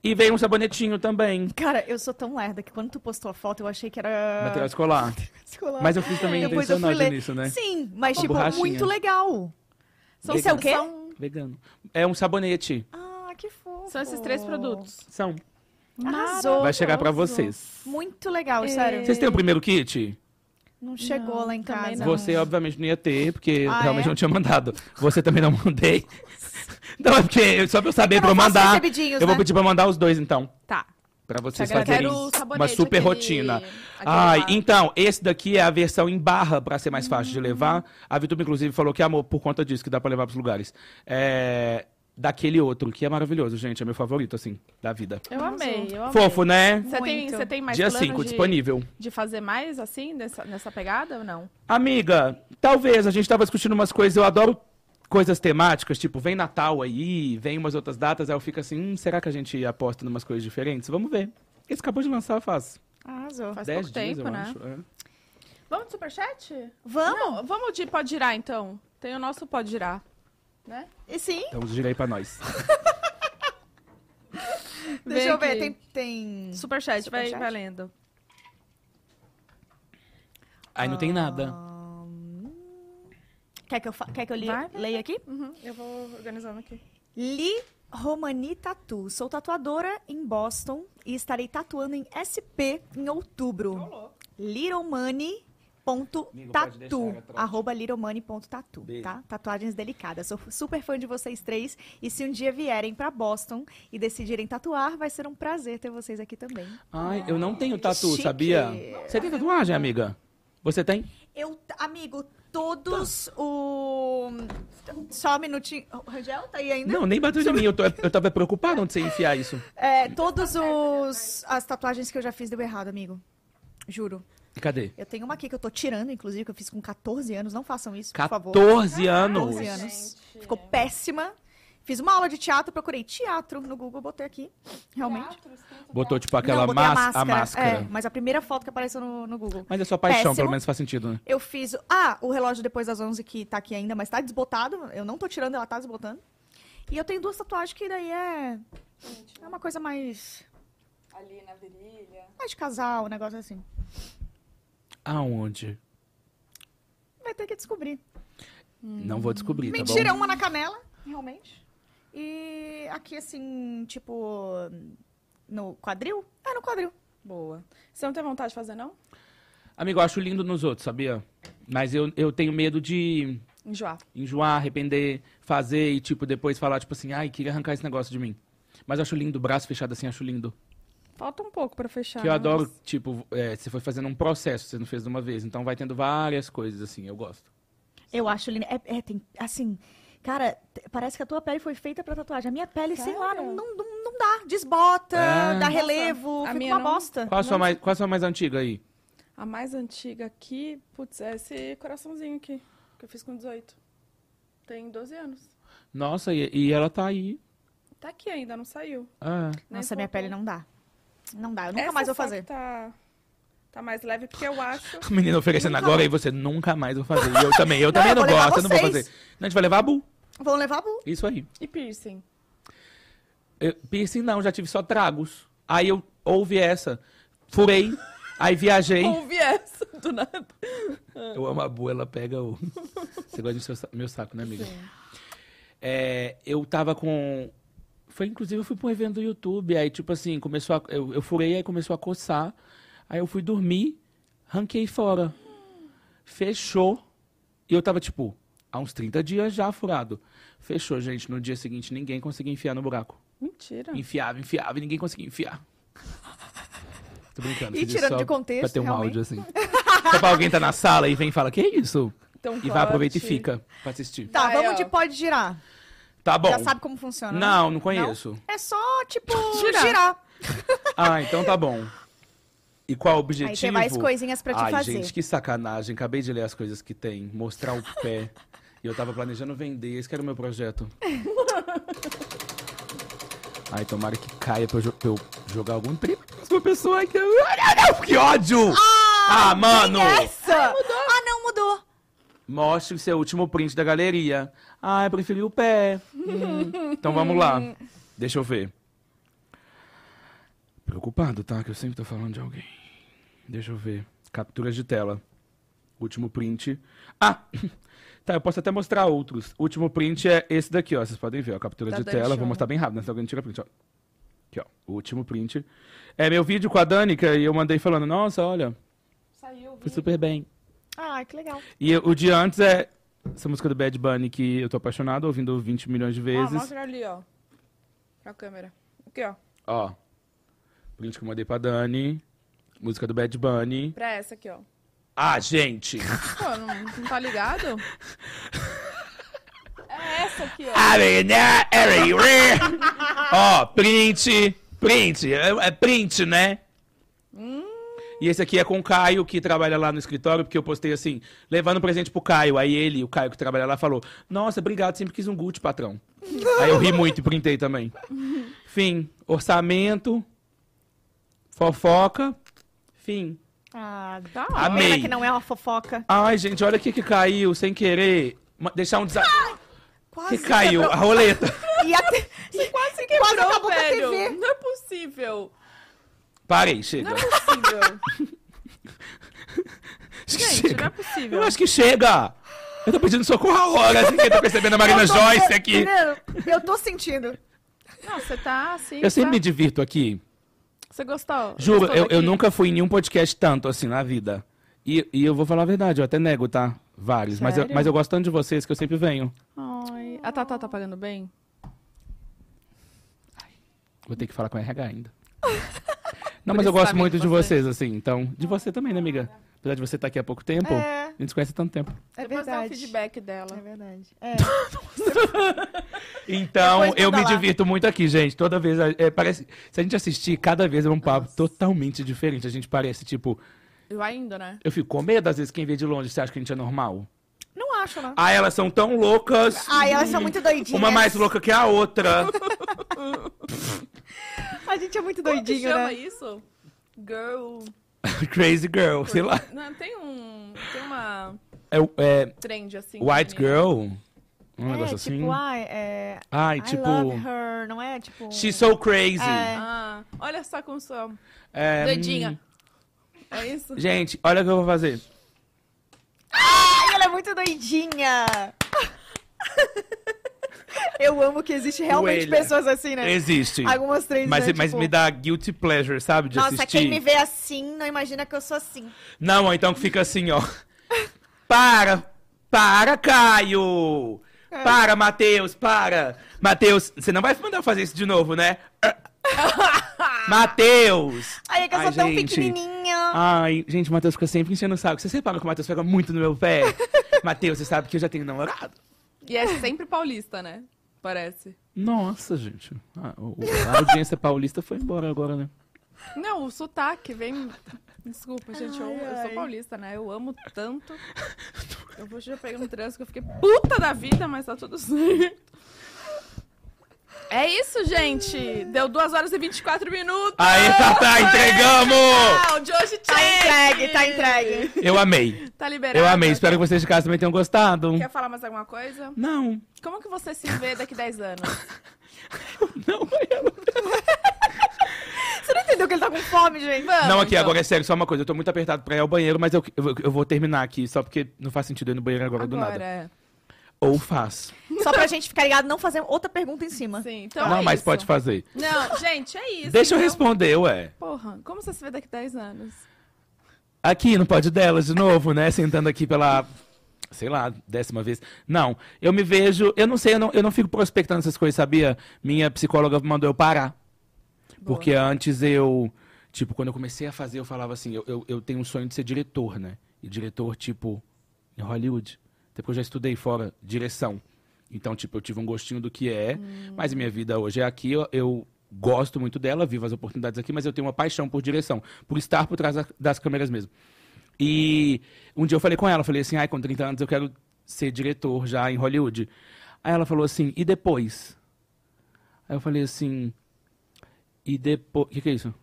E veio um sabonetinho também, Cara, eu sou tão lerda que quando tu postou a foto eu achei que era. material escolar. escolar. Mas eu fiz também É, Depois eu intencional fui ler. nisso, né? Sim, mas Uma tipo, borrachinha. muito legal. São- Isso é o quê? São, Vegano. É um sabonete. Ah, que fofo. são esses três produtos. São. Arrasou. Vai chegar pra vocês. Muito legal, sério. Vocês têm o primeiro kit? Não chegou É. Não, lá em também não. casa. Você, é obviamente, não ia ter, porque Ah, realmente é? não tinha mandado. Você também não mandei. Não, é porque eu- só pra eu saber eu pra eu não faço mandar. recebidinhos, Eu vou né? pedir pra mandar os dois, então. Tá. Pra vocês Eu fazerem quero o sabonete. uma super aquele- rotina. aquele Ai, lá. então, esse daqui é a versão em barra, pra ser mais Hum. fácil de levar. A Vitube, inclusive, falou que amou por conta disso, que dá pra levar pros lugares. É. Daquele outro, que é maravilhoso, gente. É meu favorito, assim, da vida. Eu amei, eu amei. Fofo, né? Você tem, Muito. você tem mais Dia plano 5, de, disponível. de fazer mais assim, nessa, nessa pegada ou não? Amiga, talvez, a gente tava discutindo umas coisas, eu adoro coisas temáticas, tipo, vem Natal aí, vem umas outras datas, aí eu fico assim, hum, será que a gente aposta em umas coisas diferentes? Vamos ver. Esse acabou de lançar faz Arrasou. Faz 10 pouco dias, tempo, eu né? acho. é. Vamos de superchat? Vamos? Não, vamos de pode girar então. Tem o nosso pode girar. E sim, Então gira aí pra nós. deixa eu ver. aqui. Tem, tem. Superchat, vai, Superchat? vai lendo. Aí não tem nada. Quer que eu, fa- Quer que eu li... Vai, vai, leia aqui? Uhum, eu vou organizando aqui. Li Romani Tatu. Sou tatuadora em Boston e estarei tatuando em SP em outubro. Amigo, pode Liromani.tatu. deixar, é trote. Arroba liromani.tatu, Beijo. tá? Tatuagens delicadas. Sou super fã de vocês três. E se um dia vierem pra Boston e decidirem tatuar, vai ser um prazer ter vocês aqui também. Ai, eu não tenho tatu, chique. sabia? Você tem tatuagem, amiga? Você tem? Eu, amigo, todos o. Só um minutinho. O Rangel tá aí ainda? Não, nem bateu em mim. Eu, tô- eu tava preocupado onde você ia enfiar isso. É, todos os as tatuagens que eu já fiz deu errado, amigo. Juro. E cadê? Eu tenho uma aqui que eu tô tirando, inclusive, que eu fiz com 14 anos. Não façam isso, por favor. 14 anos. 14 anos. Ficou péssima. Fiz uma aula de teatro, procurei teatro no Google, botei aqui. Realmente. Botou, tipo, aquela Não, botei mas- a a máscara. máscara. É, mas a primeira foto que apareceu no, no Google. Mas é sua paixão, Péssimo. pelo menos faz sentido, né? Eu fiz. Ah, o relógio depois das 11 que tá aqui ainda, mas tá desbotado. Eu não tô tirando, ela tá desbotando. E eu tenho duas tatuagens que daí é. É uma coisa mais. Ali na virilha. Mais de casal, um negócio assim. Aonde? Vai ter que descobrir. Não vou descobrir, Hum. tá Mentira, bom? uma na canela, realmente. E aqui, assim, tipo. No quadril? É, no quadril. Boa. Você não tem vontade de fazer, não? Amigo, eu acho lindo nos outros, sabia? Mas eu, eu tenho medo de Enjoar. enjoar, arrepender, fazer e, tipo, depois falar, tipo assim, ai, queria arrancar esse negócio de mim. Mas eu acho lindo, braço fechado assim, acho lindo. Falta um pouco pra Tá, fechar. que eu né? adoro, tipo, é, você foi fazendo um processo, você não fez de uma vez. Então vai tendo várias coisas, assim, eu gosto. Eu acho lindo. É, é, tem. Assim. Cara, t- parece que a tua pele foi feita pra tatuagem. A minha pele, sei lá, não, não, não, não dá. Desbota, É. dá relevo, a fica minha uma não- bosta. Qual a sua mais, qual a sua mais antiga aí? A mais antiga aqui, putz, é esse coraçãozinho aqui, que eu fiz com 18. Tem 12 anos. Nossa, e, e ela tá aí. Tá aqui ainda, não saiu. Nem Ah. Nossa, soltou. minha pele não dá. Não dá, eu nunca Essa é mais vou só fazer. que Tá, tá mais leve, porque eu acho. A menina oferecendo agora e você nunca mais vai fazer. E eu também, eu Não, também eu não, vou levar gosto, eu não vou vocês. fazer. Não, a gente vai levar a Bu. Vão levar pro. Isso aí. E piercing. Eu, piercing não, já tive só tragos. Aí eu ouvi essa, furei, aí viajei. Ouvi essa do nada. Eu amo a Bu, ela pega o. Você gosta do seu sa- meu saco, né, amiga? É, eu tava com. Foi, inclusive, eu fui pra um evento do YouTube. Aí, tipo assim, começou a, eu, eu furei, aí começou a coçar. Aí eu fui dormir, ranquei fora. Fechou. E eu tava, tipo, há uns 30 dias já furado. Fechou, gente. No dia seguinte, ninguém conseguia enfiar no buraco. Mentira. Enfiava, enfiava, e ninguém conseguia enfiar. Tô brincando. E fiz isso tirando só de contexto, Pra ter um realmente. áudio assim. Só pra alguém tá na sala e vem e fala, que isso? Então, E vai, aproveita e corte. fica pra assistir. Tá, Vai, ó. vamos de pode girar. Tá bom. Já sabe como funciona? né? Não, não conheço. É só, tipo, Girar. girar. Ah, então tá bom. E qual o objetivo? Aí tem mais coisinhas pra te Ai, fazer. gente, que sacanagem. Acabei de ler as coisas que tem. Mostrar o pé. E eu tava planejando vender. Esse que era o meu projeto. Ai, tomara que caia pra eu, jo- pra eu jogar algum primo com a pessoa. Ai, que... Ai, não, que ódio! Ah, mano! Essa! Ah, não, mudou. Mostre o seu último print da galeria. Ah, eu preferi o pé. Hum. Então vamos lá. Deixa eu ver. Preocupado, tá? Que eu sempre tô falando de alguém. Deixa eu ver. Capturas de tela. Último print. Ah! Tá, eu posso até mostrar outros. Último print é esse daqui, ó. Vocês podem ver, ó. Captura Da de Dani tela. Show. Vou mostrar bem rápido, né? Se alguém tira print, ó. Aqui, ó. O último print. É meu vídeo com a Danica e eu mandei falando, nossa, olha, Saiu. foi super bem. Ah, que legal. E o de antes é essa música do Bad Bunny que eu tô apaixonado, ouvindo 20 milhões de Ó, Ah, vezes. mostra ali, ó. Pra câmera. Aqui, ó. Ó, print que eu mandei pra Dani. Música do Bad Bunny. Pra essa aqui, ó. Ah, gente! Pô, não, não tá ligado? É essa aqui, ó. Ó, print, print, é, é print, né? E esse aqui é com o Caio, que trabalha lá no escritório, porque eu postei assim, levando presente pro Caio. Aí ele, o Caio que trabalha lá, falou: Nossa, obrigado, sempre quis um Gucci, patrão. Aí eu ri muito e printei também. Fim. Orçamento. Fofoca. Fim. Ah, Tá tá. ótimo. Amei. Pena que não é uma fofoca. Ai, gente, olha o que que caiu, sem querer. Ma- Deixar um desafio. que Quase caiu? é A roleta. E até... Você quase quebrou, quase acabou velho. com a TV. Não é possível. Parei, chega. Não é possível. Acho que Gente, chega. não é possível. Eu acho que chega. Eu tô pedindo socorro a hora, assim, que eu tô percebendo a Marina Eu tô- tá? Joyce aqui. Não, Eu tô sentindo. Não, você tá assim. Eu sempre tá- me divirto aqui. Você gostou? Juro, Gostou eu, eu daqui? nunca fui em nenhum podcast tanto assim na vida. E, e eu vou falar a verdade, eu até nego, tá? Vários. Mas eu, Sério? mas eu gosto tanto de vocês que eu sempre venho. Ai. A Tatá tá pagando bem? Vou ter que falar com a RH ainda. Não, mas isso eu gosto tá sabe muito de de você. vocês, assim. Então, de você também, né, amiga? Apesar de você estar aqui há pouco tempo, É. a gente se conhece há tanto tempo. É Depois dá um verdade. feedback É dela. verdade. É. Então, Depois eu manda me lá. divirto muito aqui, gente. Toda vez. é, parece, se a gente assistir, cada vez é um papo totalmente diferente. A gente parece, tipo. Eu ainda, né? Eu fico com medo, às vezes, quem vê de longe, você acha que a gente é normal? Não acho, né? não. Ah, elas são tão loucas. Ai, elas são muito doidinhas. Uma mais louca que a outra. A gente é muito Como que doidinho, chama né? isso? Girl. Crazy girl, sei lá. Não, tem um. Tem uma É, é, trend assim. white menina. girl. Um negócio é, assim. tipo, ai, é... Ai, I tipo. love her, não é? Tipo... She's so crazy. É. Ah, olha só como sou. É, Doidinha. É isso? hum, gente, olha o que eu vou fazer. Ai, ela é muito doidinha! Eu amo que existe realmente Coelha. pessoas assim, né? Existe. Algumas três, Mas, né? mas tipo, me dá guilty pleasure, sabe? De Nossa, assistir. quem me vê assim não imagina que eu sou assim. Não, ou então que fica assim, ó. Para! Para, Caio! Para, Matheus, para! Matheus, você não vai mandar eu fazer isso de novo, né? Matheus! Ai, é que eu Ai, sou tão gente. Ah. pequenininha. Ai, gente, o Matheus fica sempre enchendo o saco. Você separa que o Matheus pega muito no meu pé? Matheus, você sabe que eu já tenho namorado? E é sempre paulista, né? Parece. Nossa, gente. A, o- a audiência paulista foi embora agora, né? Não, o sotaque vem. Desculpa, gente, eu, eu sou ai. paulista, né? Eu amo tanto. Eu vou já pegar um trânsito que eu fiquei puta da vida, mas tá tudo certo. É isso, gente! Deu 2 horas e 24 minutos! Aí, Tatá, entregamos! Tchau, de hoje, Tá entregue, tá entregue. Eu amei. Tá liberado. Eu amei. Espero que vocês de casa também tenham gostado. Quer falar mais alguma coisa? Não. Como que você se vê daqui 10 anos? Não, eu Você não entendeu que ele tá com fome, gente? Vamos, Não, aqui, então. agora é sério, só uma coisa. Eu tô muito apertado pra ir ao banheiro, mas eu, eu, eu vou terminar aqui, só porque não faz sentido eu ir no banheiro agora, do Agora, nada. é. Ou faz. Só pra gente ficar ligado, não fazer outra pergunta em cima. Sim, então não, é mas isso. pode fazer. Não, gente, é isso. Deixa eu então. responder, ué. Porra, como você se vê daqui 10 anos? Aqui no Pode Delas, de novo, né? Sentando aqui pela, sei lá, décima vez. Não, eu me vejo... Eu não sei, eu não, eu não fico prospectando essas coisas, sabia? Minha psicóloga mandou eu parar. Porque antes eu... Tipo, quando eu comecei a fazer, eu falava assim... Eu, eu, eu tenho um sonho de ser diretor, né? E diretor, tipo, em Hollywood. Até porque eu já estudei fora direção. Então, tipo, eu tive um gostinho do que é. Mas minha vida hoje é aqui. Eu, eu gosto muito dela, vivo as oportunidades aqui. Mas eu tenho uma paixão por direção. Por estar por trás da- das câmeras mesmo. E um dia eu falei com ela, falei assim, ai, com 30 anos eu quero ser diretor já em Hollywood. Aí ela falou assim, e depois? Aí eu falei assim, e depois... O que, que é isso?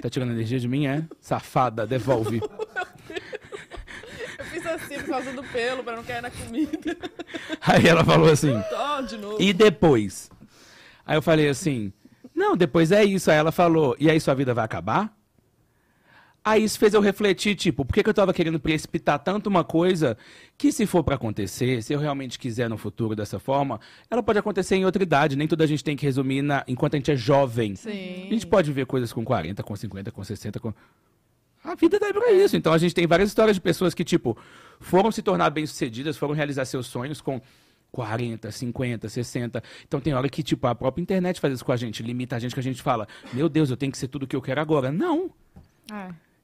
Tá tirando energia de mim, é? Safada, devolve. Eu fiz assim por causa do pelo, pra não cair na comida. Aí ela falou assim, Ó, de novo. E depois? Aí eu falei assim: Não, depois é isso. Aí ela falou: E aí sua vida vai acabar? Aí isso fez eu refletir, tipo, por que, que eu tava querendo precipitar tanto uma coisa que se for pra acontecer, se eu realmente quiser no futuro dessa forma, ela pode acontecer em outra idade, nem toda a gente tem que resumir na, enquanto a gente é jovem. Sim. A gente pode ver coisas com 40, com 50, com 60, com... A vida dá pra isso. Então a gente tem várias histórias de pessoas que, tipo, foram se tornar bem-sucedidas, foram realizar seus sonhos com 40, 50, 60. Então tem hora que, tipo, a própria internet faz isso com a gente, limita a gente, que a gente fala, meu Deus, eu tenho que ser tudo o que eu quero agora. Não.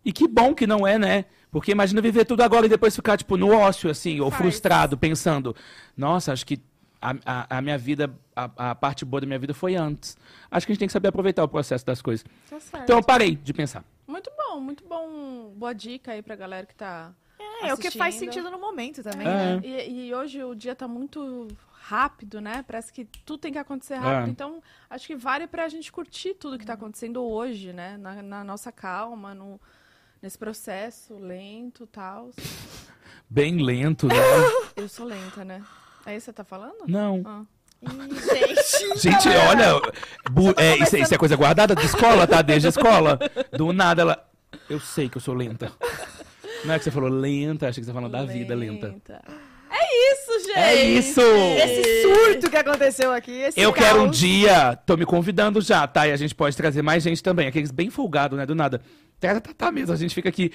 E que bom que não é, né? Porque imagina viver tudo agora e depois ficar, tipo, no ócio, assim, ou frustrado, pensando, nossa, acho que a, a, a minha vida, a, a parte boa da minha vida foi antes. Acho que a gente tem que saber aproveitar o processo das coisas. Tá certo. Então eu parei de pensar. Muito bom, muito bom. Boa dica aí pra galera que tá. É, é o que faz assistindo. sentido no momento também. É. né? E, e hoje o dia tá muito rápido, né? Parece que tudo tem que acontecer rápido. É. Então, acho que vale pra gente curtir tudo que tá acontecendo hoje, né? Na, na nossa calma, no, nesse processo lento e tal. Bem lento, né? Eu sou lenta, né? É isso que você tá falando? Não. Ah. Gente, olha, bu- é, isso, isso é coisa guardada de escola, tá? Desde a escola. Do nada ela. Eu sei que eu sou lenta. Não é que você falou lenta, achei que você falou da vida lenta. É isso, gente! É isso! Esse surto que aconteceu aqui, esse Eu quero um caos. dia, tô me convidando já, tá? E a gente pode trazer mais gente também, aqueles bem folgados, né? Do nada. Traz a Tatá mesmo, a gente fica aqui.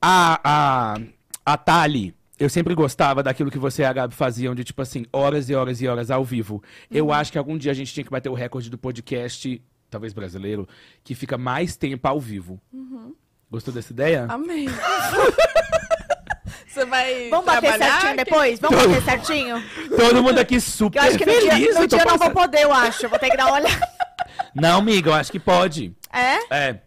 A, a, a Tali, eu sempre gostava daquilo que você e a Gabi faziam, de tipo assim, horas e horas e horas ao vivo. Uhum. Eu acho que algum dia a gente tinha que bater o recorde do podcast, talvez brasileiro, que fica mais tempo ao vivo. Uhum. Gostou dessa ideia? Amém. Você vai. Vamos bater trabalhar? certinho depois? Vamos Tô- bater certinho? Todo mundo aqui super Que eu acho que no feliz. dia, no eu tô dia eu não vou passando- poder, eu acho. Eu vou ter que dar uma olhada. Não, amiga, eu acho que pode. É? É.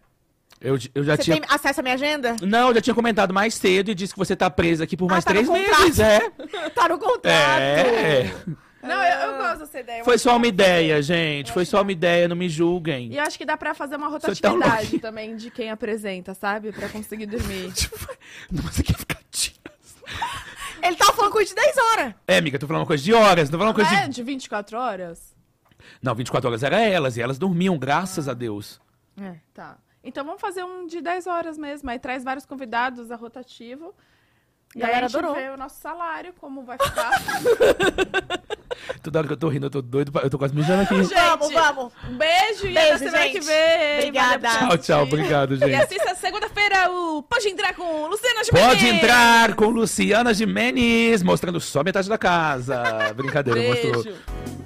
Eu, eu já Você tinha tem acesso à minha agenda? Não, eu já tinha comentado mais cedo e disse que você tá presa aqui por mais tá três no contrato. meses, é. Tá no contrato. É. Não, eu, eu gosto dessa ideia. Foi só uma ideia, gente. Foi só uma é. ideia, não me julguem. E eu acho que dá pra fazer uma Você tá louca. rotatividade também de quem apresenta, sabe? Pra conseguir dormir. Nossa, que ficar dias. Ele tava falando com o de 10 horas. É, amiga, tô falando uma coisa de horas, não tô falando uma coisa É, de. de 24 horas? Não, 24 horas era elas, e elas dormiam, graças a Deus. É. Tá. Então vamos fazer um de 10 horas mesmo. Aí traz vários convidados a rotativo. E aí Galera a gente adorou. vê o nosso salário, como vai ficar. Toda hora que eu tô rindo, eu tô doido, pra- eu tô quase mijando aqui. Gente, Vamos, vamos. Um beijo, e Beijo, até semana gente. que vem. Obrigada. Valeu por Tchau, tchau, assistir. obrigado, E gente. assista segunda-feira o Pode Entrar com Luciana Gimenez. Pode entrar com Luciana Jimenez, mostrando só metade da casa. Brincadeira, Beijo. mostrou.